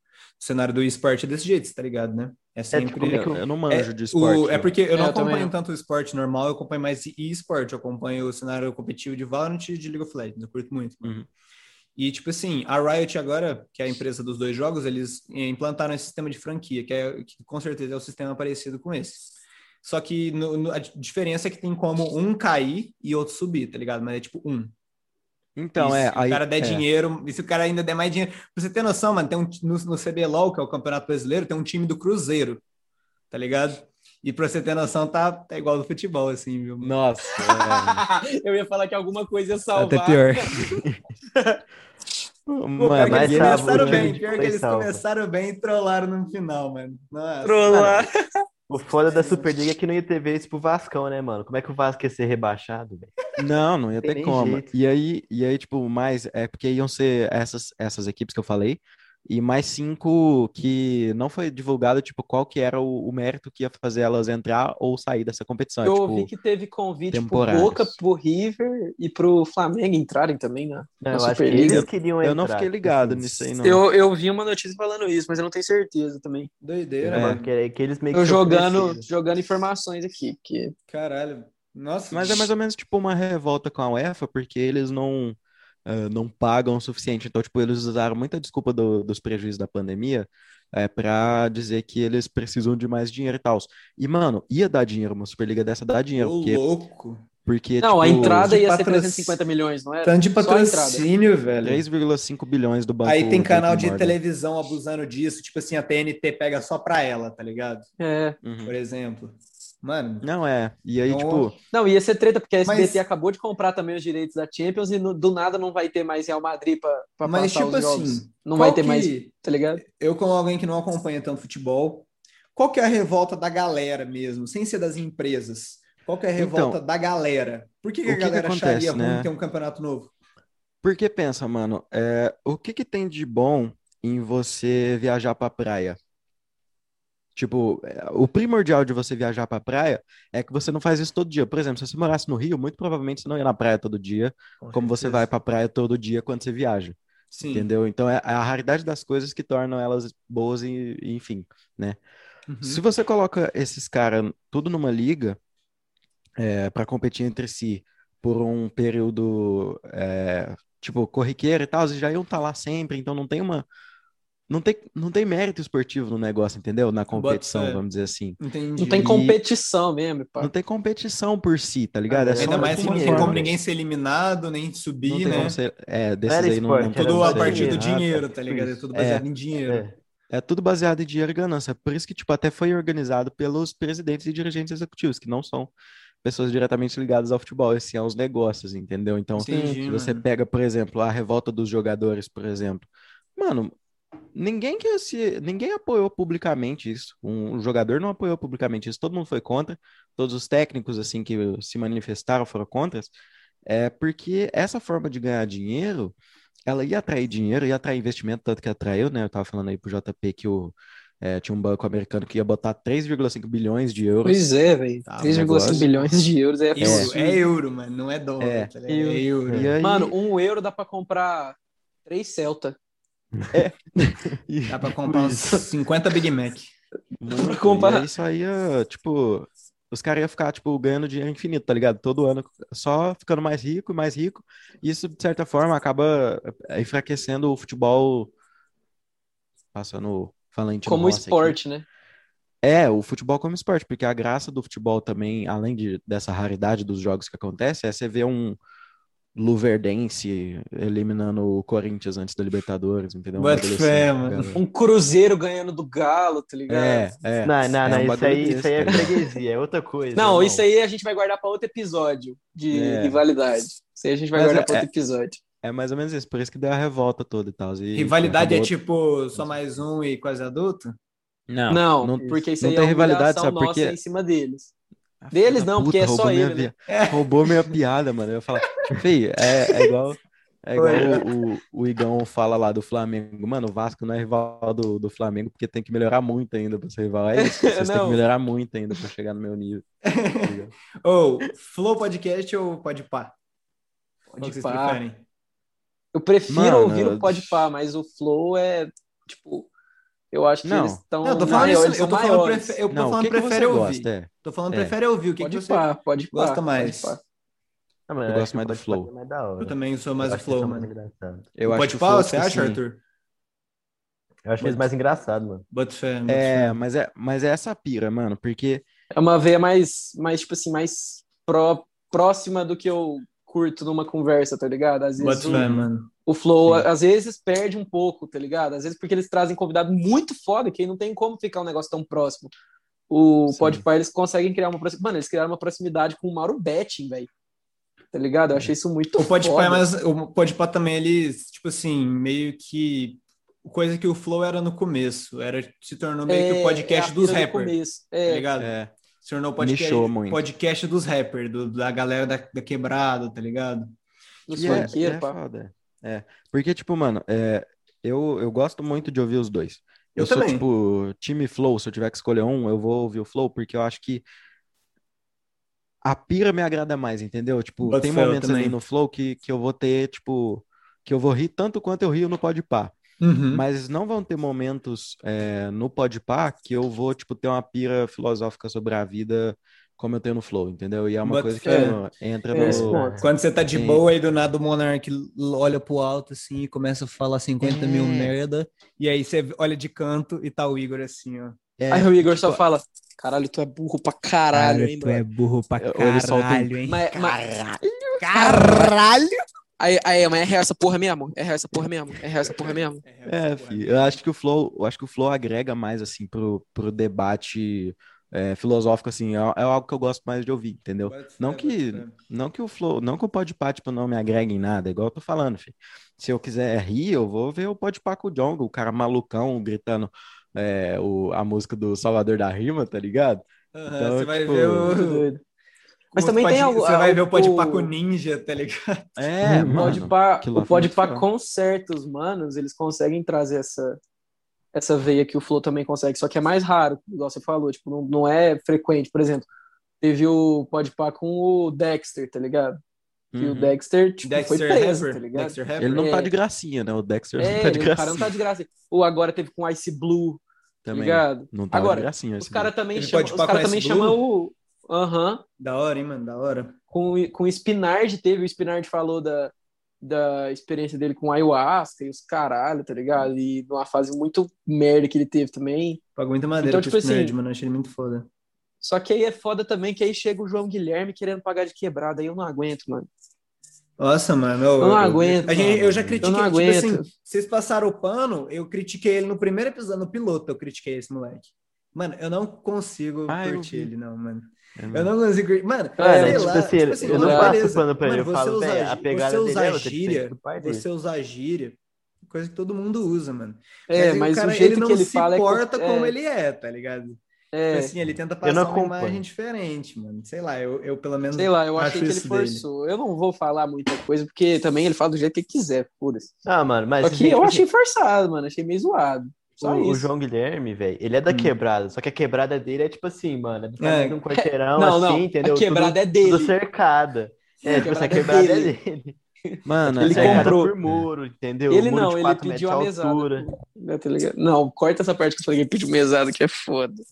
Speaker 4: cenário do esporte é desse jeito, você tá ligado, né? É
Speaker 2: tipo,
Speaker 4: sempre.
Speaker 2: é que
Speaker 5: Eu,
Speaker 2: o-
Speaker 5: eu não manjo de
Speaker 4: o-
Speaker 5: esporte. né?
Speaker 4: é porque
Speaker 3: É,
Speaker 4: eu não
Speaker 3: eu
Speaker 4: acompanho
Speaker 3: também não.
Speaker 4: tanto o esporte normal, eu acompanho mais e-esporte, eu acompanho o cenário competitivo de Valorant e de League of Legends, eu curto muito.
Speaker 5: Uhum.
Speaker 4: E, tipo assim, a Riot agora, que é a empresa dos dois jogos, eles eh, implantaram esse sistema de franquia, que, é, que com certeza é um sistema parecido com esse. Só que no- no- a di- diferença é que tem como um cair e outro subir, tá ligado? Mas é tipo um.
Speaker 5: Então,
Speaker 4: E
Speaker 5: é.
Speaker 4: se
Speaker 5: Aí,
Speaker 4: o cara der
Speaker 5: é.
Speaker 4: dinheiro, e se o cara ainda der mais dinheiro. Pra você ter noção, mano, tem um, ti- no, no CBLOL, que é o Campeonato Brasileiro, tem um time do Cruzeiro, tá ligado? E pra você ter noção, tá, tá igual do futebol, assim, viu? mano?
Speaker 5: Nossa, é.
Speaker 3: Eu ia falar que alguma coisa ia
Speaker 6: Até
Speaker 3: salvar.
Speaker 6: pior.
Speaker 4: Pô,
Speaker 5: é,
Speaker 4: pior
Speaker 2: mas
Speaker 4: que eles
Speaker 5: tá
Speaker 2: salva,
Speaker 4: começaram
Speaker 2: o time
Speaker 4: bem,
Speaker 2: de
Speaker 4: pior que
Speaker 2: futebol
Speaker 4: eles
Speaker 2: salva.
Speaker 4: começaram bem e trollaram no final, mano. Nossa.
Speaker 3: Trollar.
Speaker 2: O foda da Superliga é que não ia ter vez pro Vascão, né, mano? Como é que o Vasco ia ser rebaixado, velho?
Speaker 5: Não, não ia
Speaker 2: Tem
Speaker 5: ter
Speaker 2: nem
Speaker 5: como.
Speaker 2: jeito.
Speaker 5: E aí, e aí, tipo, mais é porque iam ser essas, essas equipes que eu falei, e mais cinco que não foi divulgado, tipo, qual que era o, o mérito que ia fazer elas entrar ou sair dessa competição. É,
Speaker 3: Eu
Speaker 5: tipo,
Speaker 3: ouvi que teve convite
Speaker 5: temporários.
Speaker 3: pro Boca, pro River e pro Flamengo entrarem também, né? Na
Speaker 2: Não, eu acho que
Speaker 3: Superliga.
Speaker 2: eles queriam
Speaker 5: eu não
Speaker 2: entrar,
Speaker 5: fiquei ligado
Speaker 2: assim.
Speaker 5: nisso aí, não.
Speaker 3: Eu, eu vi uma notícia falando isso, mas eu não tenho certeza também.
Speaker 4: Doideira,
Speaker 5: É.
Speaker 4: mano.
Speaker 2: né, Que era- que eles meio que
Speaker 3: Eu
Speaker 2: se
Speaker 3: jogando,
Speaker 2: ofereceram.
Speaker 3: jogando informações aqui, porque
Speaker 4: Caralho. Nossa.
Speaker 5: Mas é mais ou menos tipo uma revolta com a UEFA, porque eles não, eh, não pagam o suficiente. Então, tipo, eles usaram muita desculpa do- dos prejuízos da pandemia, é, para dizer que eles precisam de mais dinheiro e tal. E, mano, ia dar dinheiro, uma Superliga dessa dá dinheiro,
Speaker 4: Ô,
Speaker 5: porque,
Speaker 4: louco.
Speaker 5: porque
Speaker 3: Não, a
Speaker 5: tipo,
Speaker 3: entrada
Speaker 4: de
Speaker 3: ia ser
Speaker 4: patrocínio-
Speaker 3: 350 milhões, não era?
Speaker 4: Tanto de
Speaker 3: É, Só a entrada.
Speaker 4: patrocínio,
Speaker 5: é
Speaker 4: velho.
Speaker 5: 3,5 bilhões do banco.
Speaker 4: Aí tem canal de
Speaker 5: JP Morgan.
Speaker 4: televisão abusando disso, tipo assim, a TNT pega só pra ela, tá ligado?
Speaker 3: É.
Speaker 5: Uhum.
Speaker 4: Por exemplo. Mano,
Speaker 5: Não é. E aí,
Speaker 4: Então-
Speaker 5: tipo,
Speaker 3: Não, ia ser treta, porque a
Speaker 4: Mas-
Speaker 3: SBT acabou de comprar também os direitos da Champions e no- do nada não vai ter mais Real Madrid pra, pra
Speaker 4: mas
Speaker 3: passar
Speaker 4: tipo
Speaker 3: os jogos.
Speaker 4: assim,
Speaker 3: não
Speaker 4: qual
Speaker 3: vai ter
Speaker 4: que-
Speaker 3: mais, tá ligado?
Speaker 4: Eu, como alguém que não acompanha tanto futebol, qual que é a revolta da galera mesmo, sem ser das empresas? Qual que é a
Speaker 5: Então,
Speaker 4: revolta da galera? Por que, que
Speaker 5: o
Speaker 4: a
Speaker 5: que que
Speaker 4: galera
Speaker 5: acontece,
Speaker 4: acharia
Speaker 5: né?
Speaker 4: ruim ter um campeonato novo?
Speaker 5: porque pensa, mano, é, o que que tem de bom em você viajar pra praia? Tipo, é, o primordial de você viajar pra praia é que você não faz isso todo dia. Por exemplo, se você morasse no Rio, muito provavelmente você não ia na praia todo dia, como você vai pra praia todo dia quando você viaja,
Speaker 4: Sim.
Speaker 5: entendeu? Então é a raridade das coisas que tornam elas boas e, e enfim.
Speaker 4: Uhum.
Speaker 5: Se você coloca esses caras tudo numa liga para competir entre si por um período é, tipo corriqueiro e tal, eles já iam estar lá sempre, então não tem uma não tem, não tem mérito esportivo no negócio, entendeu? Na competição,
Speaker 4: fé.
Speaker 5: vamos dizer assim.
Speaker 4: Entendi.
Speaker 3: Não tem
Speaker 5: E-
Speaker 3: competição mesmo, pá.
Speaker 5: Não tem competição por si, tá ligado? É só
Speaker 4: Ainda mais
Speaker 5: uma
Speaker 4: que não tem
Speaker 5: forma.
Speaker 4: como ninguém ser eliminado, nem
Speaker 5: Não
Speaker 4: subir,
Speaker 5: tem
Speaker 4: né?
Speaker 5: como ser- é, desses
Speaker 2: era
Speaker 5: aí não, não
Speaker 2: esporte,
Speaker 5: tem
Speaker 2: era Ah,
Speaker 4: Tudo
Speaker 5: como
Speaker 4: a
Speaker 5: ser
Speaker 4: partir do
Speaker 5: eliminado.
Speaker 4: dinheiro, tá ligado? É tudo baseado em dinheiro.
Speaker 2: É.
Speaker 5: É tudo baseado em dinheiro e ganância. Por isso que, tipo, até foi organizado pelos presidentes e dirigentes executivos, que não são pessoas diretamente ligadas ao futebol, assim, aos negócios, entendeu? Então,
Speaker 4: Entendi,
Speaker 5: se você
Speaker 4: mano.
Speaker 5: pega, por exemplo, a revolta dos jogadores, por exemplo, mano, ninguém que se, ninguém apoiou publicamente isso. Um, jogador não apoiou publicamente isso. Todo mundo foi contra. Todos os técnicos, assim, que se manifestaram foram contra. É porque essa forma de ganhar dinheiro, ela ia atrair dinheiro, ia atrair investimento, tanto que atraiu, né? Eu tava falando aí pro JP que o, é, tinha um banco americano que ia botar 3,5 bilhões de euros.
Speaker 3: Pois é, velho.
Speaker 5: Tá,
Speaker 3: 3,5
Speaker 5: negócio.
Speaker 3: bilhões de euros é
Speaker 4: Euro,
Speaker 3: absurdo.
Speaker 4: é euro, mano, não é dólar,
Speaker 5: É.
Speaker 4: tá ligado? É euro.
Speaker 5: E aí,
Speaker 3: Mano, um euro dá pra comprar três Celta.
Speaker 5: e-
Speaker 4: Dá pra comprar uns 50 Big Mac.
Speaker 5: Muito,
Speaker 3: Compara-
Speaker 5: E aí só ia, tipo, os caras iam ficar, tipo, ganhando dinheiro infinito, tá ligado? Todo ano só ficando mais rico e mais rico. E isso, de certa forma, acaba é, enfraquecendo o futebol. Passando, falando
Speaker 3: Como
Speaker 5: nosso aqui.
Speaker 3: esporte, né?
Speaker 5: É, o futebol como esporte, porque a graça do futebol também, além de, dessa raridade dos jogos que acontece, é você ver um Luverdense eliminando o Corinthians antes da Libertadores, entendeu? Um
Speaker 4: Bota
Speaker 5: bagulho assim,
Speaker 4: fé,
Speaker 5: tá
Speaker 4: mano.
Speaker 5: ligado?
Speaker 3: Um Cruzeiro ganhando do Galo, tá ligado?
Speaker 5: É, é.
Speaker 2: Não, não, não,
Speaker 5: um
Speaker 2: isso,
Speaker 5: bagulho
Speaker 2: aí, isso
Speaker 5: desse,
Speaker 2: aí é
Speaker 5: tá ligado?
Speaker 2: freguesia, é outra coisa.
Speaker 3: Não,
Speaker 2: irmão.
Speaker 3: isso aí a gente vai guardar pra outro episódio de
Speaker 5: É.
Speaker 3: rivalidade. Isso aí a gente vai
Speaker 5: Mas
Speaker 3: guardar
Speaker 5: é-
Speaker 3: pra outro episódio.
Speaker 5: É mais ou menos isso, por isso que deu a revolta toda e tal. E,
Speaker 4: Rivalidade é
Speaker 5: acabou-
Speaker 4: tipo só mais um e quase adulto?
Speaker 5: Não,
Speaker 3: Não,
Speaker 5: não-
Speaker 3: porque isso
Speaker 5: não
Speaker 3: aí
Speaker 5: tem
Speaker 3: é uma
Speaker 5: rivalidade,
Speaker 3: humilhação
Speaker 5: sabe por
Speaker 3: nossa
Speaker 5: quê?
Speaker 3: em cima deles.
Speaker 5: Ah, filho
Speaker 3: Deles
Speaker 5: da
Speaker 3: não, porque é
Speaker 5: puta,
Speaker 3: só
Speaker 5: roubou minha
Speaker 3: ele, né?
Speaker 5: pi- Roubou minha piada, mano. Eu ia falar, feio, é, é igual, é igual o, o- o Igão fala lá do Flamengo. Mano, o Vasco não é rival do, do Flamengo porque tem que melhorar muito ainda pra ser rival. É isso, vocês têm que
Speaker 3: Não.
Speaker 5: melhorar muito ainda
Speaker 2: Tá
Speaker 5: pra chegar no meu nível.
Speaker 4: Ou Flow Podcast ou Pode Pá? Qual que
Speaker 3: Pode
Speaker 4: vocês
Speaker 3: pá.
Speaker 4: preferem?
Speaker 3: Eu prefiro
Speaker 5: Mano,
Speaker 3: ouvir
Speaker 5: eu-
Speaker 3: o Podpah, mas o Flow é, tipo, eu acho que
Speaker 5: Não.
Speaker 3: eles estão
Speaker 4: Não, eu tô falando isso,
Speaker 3: maiores,
Speaker 4: eu
Speaker 3: são
Speaker 4: tô falando,
Speaker 3: maiores.
Speaker 4: prefe- eu tô
Speaker 5: Não, o
Speaker 4: falando
Speaker 5: que que
Speaker 4: prefere
Speaker 5: você
Speaker 4: ouvir.
Speaker 5: gosta? é?
Speaker 4: Tô falando
Speaker 5: É.
Speaker 4: prefere ouvir. O que, que
Speaker 3: Pode
Speaker 4: você...
Speaker 3: pá, pode pá.
Speaker 4: gosta
Speaker 3: pode
Speaker 4: mais?
Speaker 3: pá.
Speaker 2: Ah, mano,
Speaker 5: Eu
Speaker 2: acho
Speaker 5: gosto
Speaker 2: que
Speaker 5: mais do
Speaker 2: pode fazer
Speaker 5: flow.
Speaker 2: mais da hora.
Speaker 4: Eu também sou mais
Speaker 2: Eu
Speaker 4: o
Speaker 2: acho que eles
Speaker 4: flow,
Speaker 2: são mais
Speaker 4: mano.
Speaker 2: engraçados.
Speaker 5: é Eu acho
Speaker 4: Pode
Speaker 5: que o
Speaker 4: pá,
Speaker 5: Flow,
Speaker 4: você
Speaker 5: tipo
Speaker 4: acha,
Speaker 5: assim,
Speaker 4: Arthur?
Speaker 2: Eu acho eles mais engraçados, mano.
Speaker 4: Bota fé, bota fé.
Speaker 5: É, mas é, mas é essa pira, mano, porque
Speaker 3: É uma veia mais, mais tipo assim, mais pró- próxima do que eu curto numa conversa, tá ligado? Às vezes
Speaker 4: Bota
Speaker 3: o,
Speaker 4: fé, mano.
Speaker 3: o flow,
Speaker 5: Sim.
Speaker 3: às vezes, perde um pouco, tá ligado? Às vezes porque eles trazem um convidado muito foda, que aí não tem como ficar um negócio tão próximo. O
Speaker 5: Sim.
Speaker 3: Podpah, eles conseguem criar uma proximidade. Mano, eles criaram uma proximidade com o Mauro Betting, velho. Tá ligado? Eu achei isso muito
Speaker 4: O pode
Speaker 3: foda.
Speaker 4: pá, mas o pode pá também, eles, tipo assim, meio que. Coisa que o Flow era no começo. Era, se tornou meio que
Speaker 3: É,
Speaker 4: o podcast
Speaker 3: é a
Speaker 4: dos
Speaker 3: pira do
Speaker 4: rappers.
Speaker 3: começo.
Speaker 4: Tá
Speaker 3: É,
Speaker 4: ligado?
Speaker 5: é,
Speaker 4: Se tornou o podcast,
Speaker 5: Nichou muito.
Speaker 4: podcast dos rappers, do- da galera da, da quebrada, tá ligado?
Speaker 3: dos
Speaker 5: E é-
Speaker 3: funkeiros,
Speaker 5: e é
Speaker 3: pá.
Speaker 5: foda. É, porque, tipo, mano, é, eu, eu gosto muito de ouvir os dois.
Speaker 4: Eu
Speaker 5: Eu, sou,
Speaker 4: também.
Speaker 5: tipo, time Flow, se eu tiver que escolher um, eu vou ouvir o Flow, porque eu acho que a pira me agrada mais, entendeu? Tipo,
Speaker 4: Bota
Speaker 5: tem
Speaker 4: fé, eu
Speaker 5: momentos ali
Speaker 4: também.
Speaker 5: no Flow que, que eu vou ter, tipo, que eu vou rir tanto quanto eu rio no Podpah.
Speaker 4: Uhum.
Speaker 5: Mas não vão ter momentos é, no Podpah que eu vou, tipo, ter uma pira filosófica sobre a vida como eu tenho no Flow, entendeu? E é uma
Speaker 4: Bota
Speaker 5: coisa que
Speaker 4: fé.
Speaker 5: mano, entra
Speaker 3: É esse
Speaker 5: no,
Speaker 3: ponto.
Speaker 4: Quando você tá de
Speaker 5: Sim.
Speaker 4: boa aí do nada o Monark olha pro alto assim e começa a falar 50 mil
Speaker 5: É.
Speaker 4: merda. E aí você olha de canto e tá o Igor assim, ó.
Speaker 5: É,
Speaker 3: Aí o Igor só
Speaker 5: tipo,
Speaker 3: fala: caralho, tu é burro pra caralho, hein,
Speaker 4: tu
Speaker 3: brother?"
Speaker 4: é burro pra
Speaker 5: Ou ele solta um-
Speaker 4: caralho, hein?
Speaker 3: Mas, mas,
Speaker 4: Caralho!
Speaker 3: aí, aí, mas é real essa porra mesmo? É real essa porra mesmo? É real essa porra mesmo?
Speaker 5: É, fi, eu acho que o Flow, eu acho que o Flow agrega mais assim pro, pro debate é, filosófico assim, é, é algo que eu gosto mais de ouvir, entendeu? Não que-
Speaker 4: né?
Speaker 5: Não que o Flow, não que o Podpah tipo não me agregue em nada, igual eu tô falando, fi. Se eu quiser rir, eu vou ver o Podpah com o Djongo, o cara malucão gritando é, o, a música do Salvador da Rima, tá ligado?
Speaker 4: Aham,
Speaker 5: Então,
Speaker 4: você vai
Speaker 5: tipo,
Speaker 4: ver
Speaker 3: Muito
Speaker 4: o.
Speaker 3: doido. Mas também
Speaker 4: pode-
Speaker 3: tem algo-
Speaker 4: Você vai ver o
Speaker 3: o-
Speaker 4: Podpah com o Ninja, tá ligado?
Speaker 5: É,
Speaker 3: O
Speaker 5: mano.
Speaker 3: Podpah-
Speaker 5: aquilo lá
Speaker 3: O
Speaker 5: foi muito
Speaker 3: Podpah
Speaker 5: foda.
Speaker 3: com certos manos, eles conseguem trazer essa, essa veia que o Flow também consegue, só que é mais raro, igual você falou, tipo, não, não é frequente. Por exemplo, teve o Podpah com o Dexter, tá ligado? E o
Speaker 5: Uhum.
Speaker 3: Dexter, tipo, foi preso, tá ligado?
Speaker 4: Dexter Rapper.
Speaker 5: Ele não tá
Speaker 3: É.
Speaker 5: de gracinha, né? O Dexter não
Speaker 3: É,
Speaker 5: tá de
Speaker 3: o
Speaker 5: gracinha
Speaker 3: cara não tá de graça. Ou agora teve com Ice Blue, tá
Speaker 5: também.
Speaker 3: ligado?
Speaker 5: Não tava
Speaker 3: Agora,
Speaker 5: de gracinha.
Speaker 3: Os
Speaker 5: esse
Speaker 3: caras também
Speaker 4: Ele
Speaker 3: chamam
Speaker 4: pode
Speaker 3: os
Speaker 4: pá
Speaker 3: cara
Speaker 4: com
Speaker 3: também
Speaker 4: Ice
Speaker 3: chama o. Aham.
Speaker 4: Da hora, hein, mano? Da hora.
Speaker 3: com, com o Spinard teve, o Spinard falou da, da experiência dele com ayahuasca e os caralho, tá ligado? E numa fase muito merda que ele teve também.
Speaker 4: Pagou muita madeira
Speaker 3: Então,
Speaker 4: pro
Speaker 3: tipo assim-
Speaker 4: Spinard, mano. Achei ele muito foda.
Speaker 3: Só que aí é foda também que aí chega o João Guilherme querendo pagar de quebrada, aí eu não aguento, mano.
Speaker 4: Nossa, mano. Eu,
Speaker 3: Eu não aguento,
Speaker 4: a gente- eu já critiquei.
Speaker 3: Eu não
Speaker 4: Tipo
Speaker 3: aguento.
Speaker 4: assim, vocês passaram o pano, eu critiquei ele no primeiro episódio, no piloto, eu critiquei esse moleque. Mano, eu não consigo
Speaker 5: Ah, eu
Speaker 4: curtir
Speaker 5: vi.
Speaker 4: ele, não, mano.
Speaker 5: É, mano.
Speaker 4: Eu não consigo curtir. Mano,
Speaker 3: Cara,
Speaker 4: sei
Speaker 2: tipo
Speaker 4: lá,
Speaker 2: assim,
Speaker 4: tipo assim,
Speaker 2: eu não
Speaker 4: mano,
Speaker 2: passo
Speaker 4: beleza.
Speaker 2: pano pra ele,
Speaker 4: Mano,
Speaker 2: eu
Speaker 4: você
Speaker 2: falo,
Speaker 4: usa
Speaker 2: "Véi, a
Speaker 4: gí-
Speaker 2: pegada
Speaker 4: você
Speaker 2: dele
Speaker 4: usa
Speaker 2: é outra diferente
Speaker 4: gíria,
Speaker 2: do pai dele."
Speaker 4: Você usar gíria, coisa que todo mundo usa, mano.
Speaker 3: É,
Speaker 4: aí
Speaker 3: mas o,
Speaker 4: cara,
Speaker 3: jeito
Speaker 4: ele não
Speaker 3: que ele
Speaker 4: se
Speaker 3: fala
Speaker 4: porta
Speaker 3: é, co-
Speaker 4: como
Speaker 3: é,
Speaker 4: ele é, tá ligado?
Speaker 3: é,
Speaker 4: Tipo assim, ele tenta
Speaker 2: Eu não
Speaker 4: passar uma
Speaker 2: acompanho.
Speaker 4: imagem diferente, mano. Sei lá, eu, eu pelo menos.
Speaker 3: Sei lá, eu
Speaker 4: acho
Speaker 3: achei que ele
Speaker 4: isso dele.
Speaker 3: forçou. Eu não vou falar muita coisa, porque também ele fala do jeito que ele quiser, foda-se.
Speaker 2: Ah, mano, mas
Speaker 3: Só
Speaker 2: assim,
Speaker 3: que eu
Speaker 2: tipo
Speaker 3: achei forçado, mano. Achei meio zoado. Só
Speaker 2: O, o
Speaker 3: isso.
Speaker 2: João Guilherme, velho, ele é da
Speaker 4: Hum.
Speaker 2: quebrada, só que a quebrada dele é tipo assim, mano, é do tamanho de um quarteirão,
Speaker 3: Não,
Speaker 2: assim,
Speaker 3: não.
Speaker 2: entendeu?
Speaker 3: A quebrada é
Speaker 2: tudo,
Speaker 3: dele.
Speaker 2: tudo cercada. É,
Speaker 3: A
Speaker 2: tipo assim, a
Speaker 3: quebrada é
Speaker 2: quebrada é dele.
Speaker 5: Mano,
Speaker 3: Ele
Speaker 5: é,
Speaker 2: cercada
Speaker 3: comprou.
Speaker 2: por muro, entendeu?
Speaker 3: Ele
Speaker 2: muro
Speaker 3: não,
Speaker 2: de
Speaker 3: ele
Speaker 2: quatro
Speaker 3: pediu
Speaker 2: metros
Speaker 3: a
Speaker 2: de
Speaker 3: mesada.
Speaker 2: altura.
Speaker 3: Não, tá ligado? Não, corta essa parte que eu falei que ele pediu mesada, que é foda.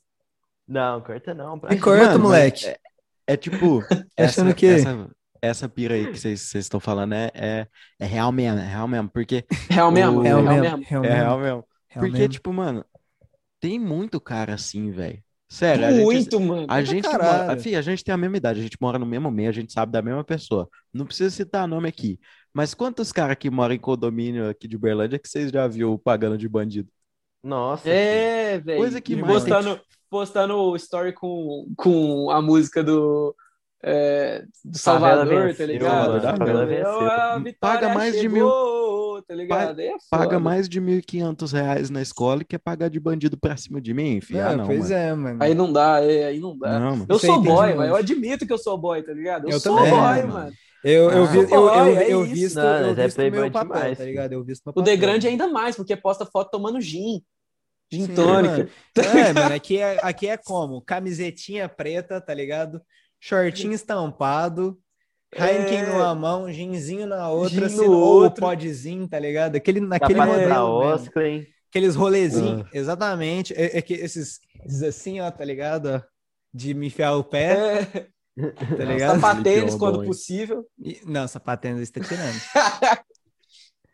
Speaker 2: Não, corta não. pra-
Speaker 4: Me corta,
Speaker 5: Mano, mas
Speaker 4: moleque.
Speaker 5: é- É tipo, essa,
Speaker 4: achando que-
Speaker 5: essa, essa pira aí que vocês vocês estão falando é, é, é real mesmo, é real mesmo, porque
Speaker 3: Real mesmo,
Speaker 5: O-
Speaker 3: real,
Speaker 5: Real
Speaker 3: mesmo.
Speaker 5: é real mesmo. Porque,
Speaker 4: Realmente.
Speaker 5: tipo, mano, tem muito cara assim, velho. Sério, a gente-
Speaker 3: Muito, mano.
Speaker 5: a gente, que
Speaker 4: caralho.
Speaker 5: mora, Fih, a gente tem a mesma idade, a gente mora no mesmo meio, a gente sabe da mesma pessoa. Não precisa citar nome aqui. Mas quantos caras que moram em condomínio aqui de Uberlândia que vocês já viu pagando de bandido?
Speaker 2: Nossa. filho.
Speaker 3: É, velho.
Speaker 5: Coisa que
Speaker 3: E
Speaker 5: mais tem.
Speaker 3: postando, postando o story com, com a música do, é, do
Speaker 2: Favela
Speaker 3: Salvador,
Speaker 2: venceu,
Speaker 3: tá ligado?
Speaker 5: mano, Favela
Speaker 3: Favela
Speaker 2: venceu.
Speaker 3: a vitória
Speaker 5: Paga mais de
Speaker 3: chegou, Tá ligado? Aí é
Speaker 5: Paga
Speaker 3: foda.
Speaker 5: mais de 1.500 reais na escola e quer pagar de bandido pra cima de mim, enfim. Ah,
Speaker 4: É,
Speaker 5: não,
Speaker 4: pois
Speaker 5: mano.
Speaker 4: é, mano.
Speaker 3: Aí não dá, é, aí não dá.
Speaker 5: Não, mano.
Speaker 3: Eu
Speaker 4: Isso aí
Speaker 3: sou
Speaker 4: tem
Speaker 3: boy,
Speaker 4: demais.
Speaker 3: mas eu admito que eu sou boy, tá ligado? Eu,
Speaker 4: Eu
Speaker 3: sou
Speaker 4: também,
Speaker 3: boy,
Speaker 5: mano.
Speaker 3: mano.
Speaker 4: Eu, eu,
Speaker 5: Ah.
Speaker 4: vi, eu, eu,
Speaker 3: É
Speaker 4: eu
Speaker 3: isso.
Speaker 4: visto,
Speaker 2: Não,
Speaker 4: eu
Speaker 2: mas é
Speaker 4: visto meu
Speaker 2: playboy
Speaker 4: papel,
Speaker 2: demais,
Speaker 4: tá
Speaker 2: filho.
Speaker 4: ligado? Eu visto meu
Speaker 3: O
Speaker 4: papel.
Speaker 3: The Grande é ainda mais, porque posta foto tomando gin. Gin
Speaker 4: Sim,
Speaker 3: tônica.
Speaker 4: É, mano, aqui é, aqui é como? Camisetinha preta, tá ligado? Shortinho estampado, Heineken numa mão, ginzinho na outra,
Speaker 3: Gin
Speaker 4: sino-
Speaker 3: no
Speaker 4: ou o
Speaker 3: outro.
Speaker 4: podzinho, tá ligado? Aquele, naquele
Speaker 2: Capaz da
Speaker 4: modelo mesmo.
Speaker 2: Oscar, hein?
Speaker 4: Aqueles rolezinhos, exatamente. É, é que esses, esses assim, ó, tá ligado? Ó, De me enfiar o pé,
Speaker 3: É,
Speaker 4: tá ligado?
Speaker 5: Felipe é
Speaker 3: sapatênis
Speaker 5: um bom,
Speaker 3: quando
Speaker 5: hein?
Speaker 3: possível.
Speaker 4: E- não, sapatênis está tirando.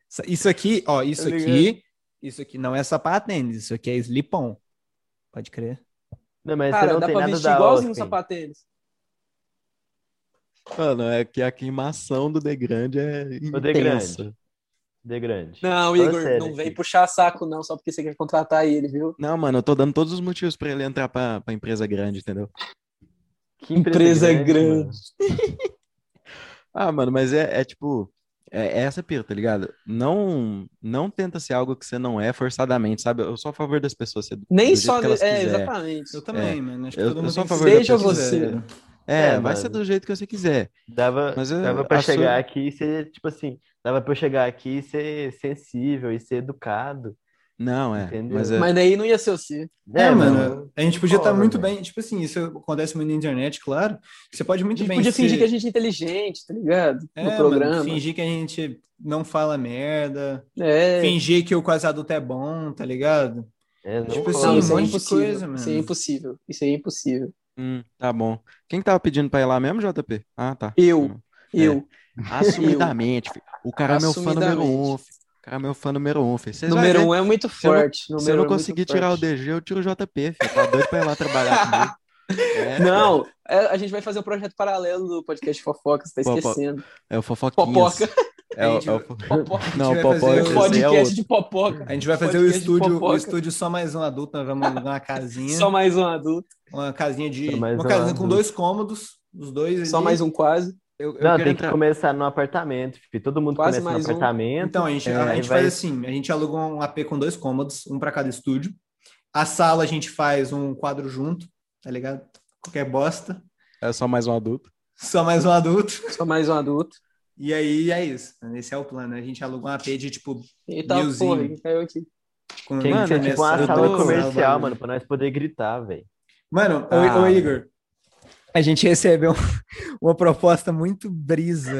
Speaker 4: Isso- Isso aqui, ó, isso
Speaker 3: Tá ligado?
Speaker 4: aqui, isso aqui não é sapatênis, isso aqui é slipon. Pode crer.
Speaker 2: Não, mas É, você
Speaker 3: Cara,
Speaker 2: não
Speaker 3: dá
Speaker 2: tem
Speaker 3: pra
Speaker 2: nada
Speaker 3: vestir
Speaker 2: da
Speaker 3: igualzinho um
Speaker 2: Oscar.
Speaker 3: sapatênis.
Speaker 5: Mano, é que a queimação do The Grande é
Speaker 2: O The
Speaker 5: intensa.
Speaker 2: Grande. The Grande.
Speaker 3: Não,
Speaker 2: Fala
Speaker 3: Igor,
Speaker 2: sério
Speaker 3: não vem
Speaker 2: aqui.
Speaker 3: puxar saco não, só porque você quer contratar ele, viu?
Speaker 5: Não, mano, eu tô dando todos os motivos pra ele entrar pra, pra empresa grande, entendeu?
Speaker 2: Que
Speaker 3: Empresa grande.
Speaker 2: mano.
Speaker 5: Ah, mano, mas é, é tipo, é, é essa pira, tá ligado? Não, não tenta ser algo que você não é forçadamente, sabe? Eu sou a favor das pessoas ser do, do
Speaker 3: Nem
Speaker 5: jeito
Speaker 3: só...
Speaker 5: que elas
Speaker 3: É,
Speaker 5: quiserem.
Speaker 3: exatamente.
Speaker 7: Eu também, mano. Acho que
Speaker 5: Eu-
Speaker 7: todo
Speaker 5: eu
Speaker 7: mundo
Speaker 5: sou a
Speaker 7: tem que
Speaker 5: favor da
Speaker 7: ser-
Speaker 3: Seja
Speaker 5: pessoa
Speaker 3: você.
Speaker 5: ser- É,
Speaker 2: É,
Speaker 5: vai ser
Speaker 2: mano.
Speaker 5: do jeito que você quiser.
Speaker 2: Dava,
Speaker 5: Mas eu-
Speaker 2: dava pra
Speaker 5: a sua-
Speaker 2: chegar aqui e ser, tipo assim, dava pra eu chegar aqui e ser sensível e ser educado.
Speaker 5: Não, é,
Speaker 2: Entendeu?
Speaker 5: mas é,
Speaker 3: Mas daí não ia ser o C.
Speaker 7: É, mano. A gente podia estar
Speaker 2: Foda,
Speaker 7: muito
Speaker 2: velho.
Speaker 7: bem. Tipo assim, isso acontece muito na internet, claro. Você pode
Speaker 3: A
Speaker 7: muito
Speaker 3: gente
Speaker 7: bem
Speaker 3: podia
Speaker 7: ser-
Speaker 3: fingir que a gente é inteligente, tá ligado?
Speaker 7: É,
Speaker 3: no
Speaker 7: mano,
Speaker 3: programa.
Speaker 7: fingir que a gente não fala merda.
Speaker 3: É.
Speaker 7: Fingir que o quase adulto é bom, tá ligado?
Speaker 2: É, não
Speaker 7: Tipo
Speaker 2: rola,
Speaker 7: assim,
Speaker 3: Não, isso
Speaker 7: um
Speaker 3: é
Speaker 7: monte de
Speaker 3: impossível.
Speaker 7: coisa, mano.
Speaker 3: Isso é impossível. Isso é impossível.
Speaker 5: hum, tá bom. Quem que tava pedindo pra ir lá mesmo, JP? Ah, tá.
Speaker 3: Eu. Eu.
Speaker 5: Assumidamente, filho. O cara é meu fã número um,
Speaker 3: Assumidamente.
Speaker 5: filho. O cara é meu fã número um, filho. Vocês
Speaker 3: Número
Speaker 5: vai ver.
Speaker 3: um é muito
Speaker 5: eu não-
Speaker 3: forte.
Speaker 5: Se eu
Speaker 3: número
Speaker 5: não
Speaker 3: um é muito
Speaker 5: conseguir tirar o
Speaker 3: forte.
Speaker 5: DG, eu tiro o JP, filho. Tá doido pra ir lá trabalhar comigo. É,
Speaker 3: Não, é, a gente vai fazer um projeto paralelo do podcast Fofoca, você tá
Speaker 5: Popo-
Speaker 3: esquecendo.
Speaker 5: É o fofoquinhas.
Speaker 3: Popoca.
Speaker 5: É o,
Speaker 7: Gente,
Speaker 5: é o fo-
Speaker 3: Popoca.
Speaker 5: Não,
Speaker 7: vai fazer
Speaker 5: o Popoca
Speaker 7: o
Speaker 5: é
Speaker 3: um Podcast
Speaker 5: outro.
Speaker 3: de popoca.
Speaker 7: A gente vai fazer o
Speaker 3: Podcast de
Speaker 7: estúdio, o
Speaker 3: fofoca.
Speaker 7: estúdio só mais um adulto, nós vamos alugar uma casinha.
Speaker 3: Só mais um adulto,
Speaker 7: Uma casinha de.
Speaker 2: Só mais
Speaker 7: Uma
Speaker 2: um
Speaker 7: casinha com
Speaker 2: adulto.
Speaker 7: dois cômodos. Os dois.
Speaker 3: só
Speaker 7: ali.
Speaker 3: mais um quase.
Speaker 5: Eu, eu
Speaker 2: Não,
Speaker 5: quero
Speaker 2: tem que
Speaker 5: entrar.
Speaker 2: começar no apartamento, filho. Todo mundo
Speaker 3: Quase
Speaker 2: começa no
Speaker 3: mais um.
Speaker 2: apartamento.
Speaker 7: Então, a gente,
Speaker 2: É,
Speaker 7: a
Speaker 2: aí
Speaker 7: gente
Speaker 2: vai-
Speaker 7: faz assim: a gente aluga um AP com dois cômodos, um pra cada estúdio. A sala a gente faz um quadro junto, tá ligado? Qualquer bosta.
Speaker 5: É só mais um adulto.
Speaker 7: Só mais um adulto.
Speaker 3: Só mais um adulto.
Speaker 7: E aí é isso. mano. Esse é o plano. A gente aluga uma AP de tipo.
Speaker 3: E tá,
Speaker 7: Milzinho.
Speaker 3: porra, ele caiu aqui.
Speaker 7: Com
Speaker 2: Tem que
Speaker 5: Mano,
Speaker 2: ser tipo uma
Speaker 5: eu
Speaker 2: sala
Speaker 5: tô-
Speaker 2: comercial, mano, pra nós poder gritar, velho.
Speaker 7: Mano, ô-
Speaker 2: Ah.
Speaker 7: ô, Igor.
Speaker 4: A gente recebeu uma proposta muito brisa.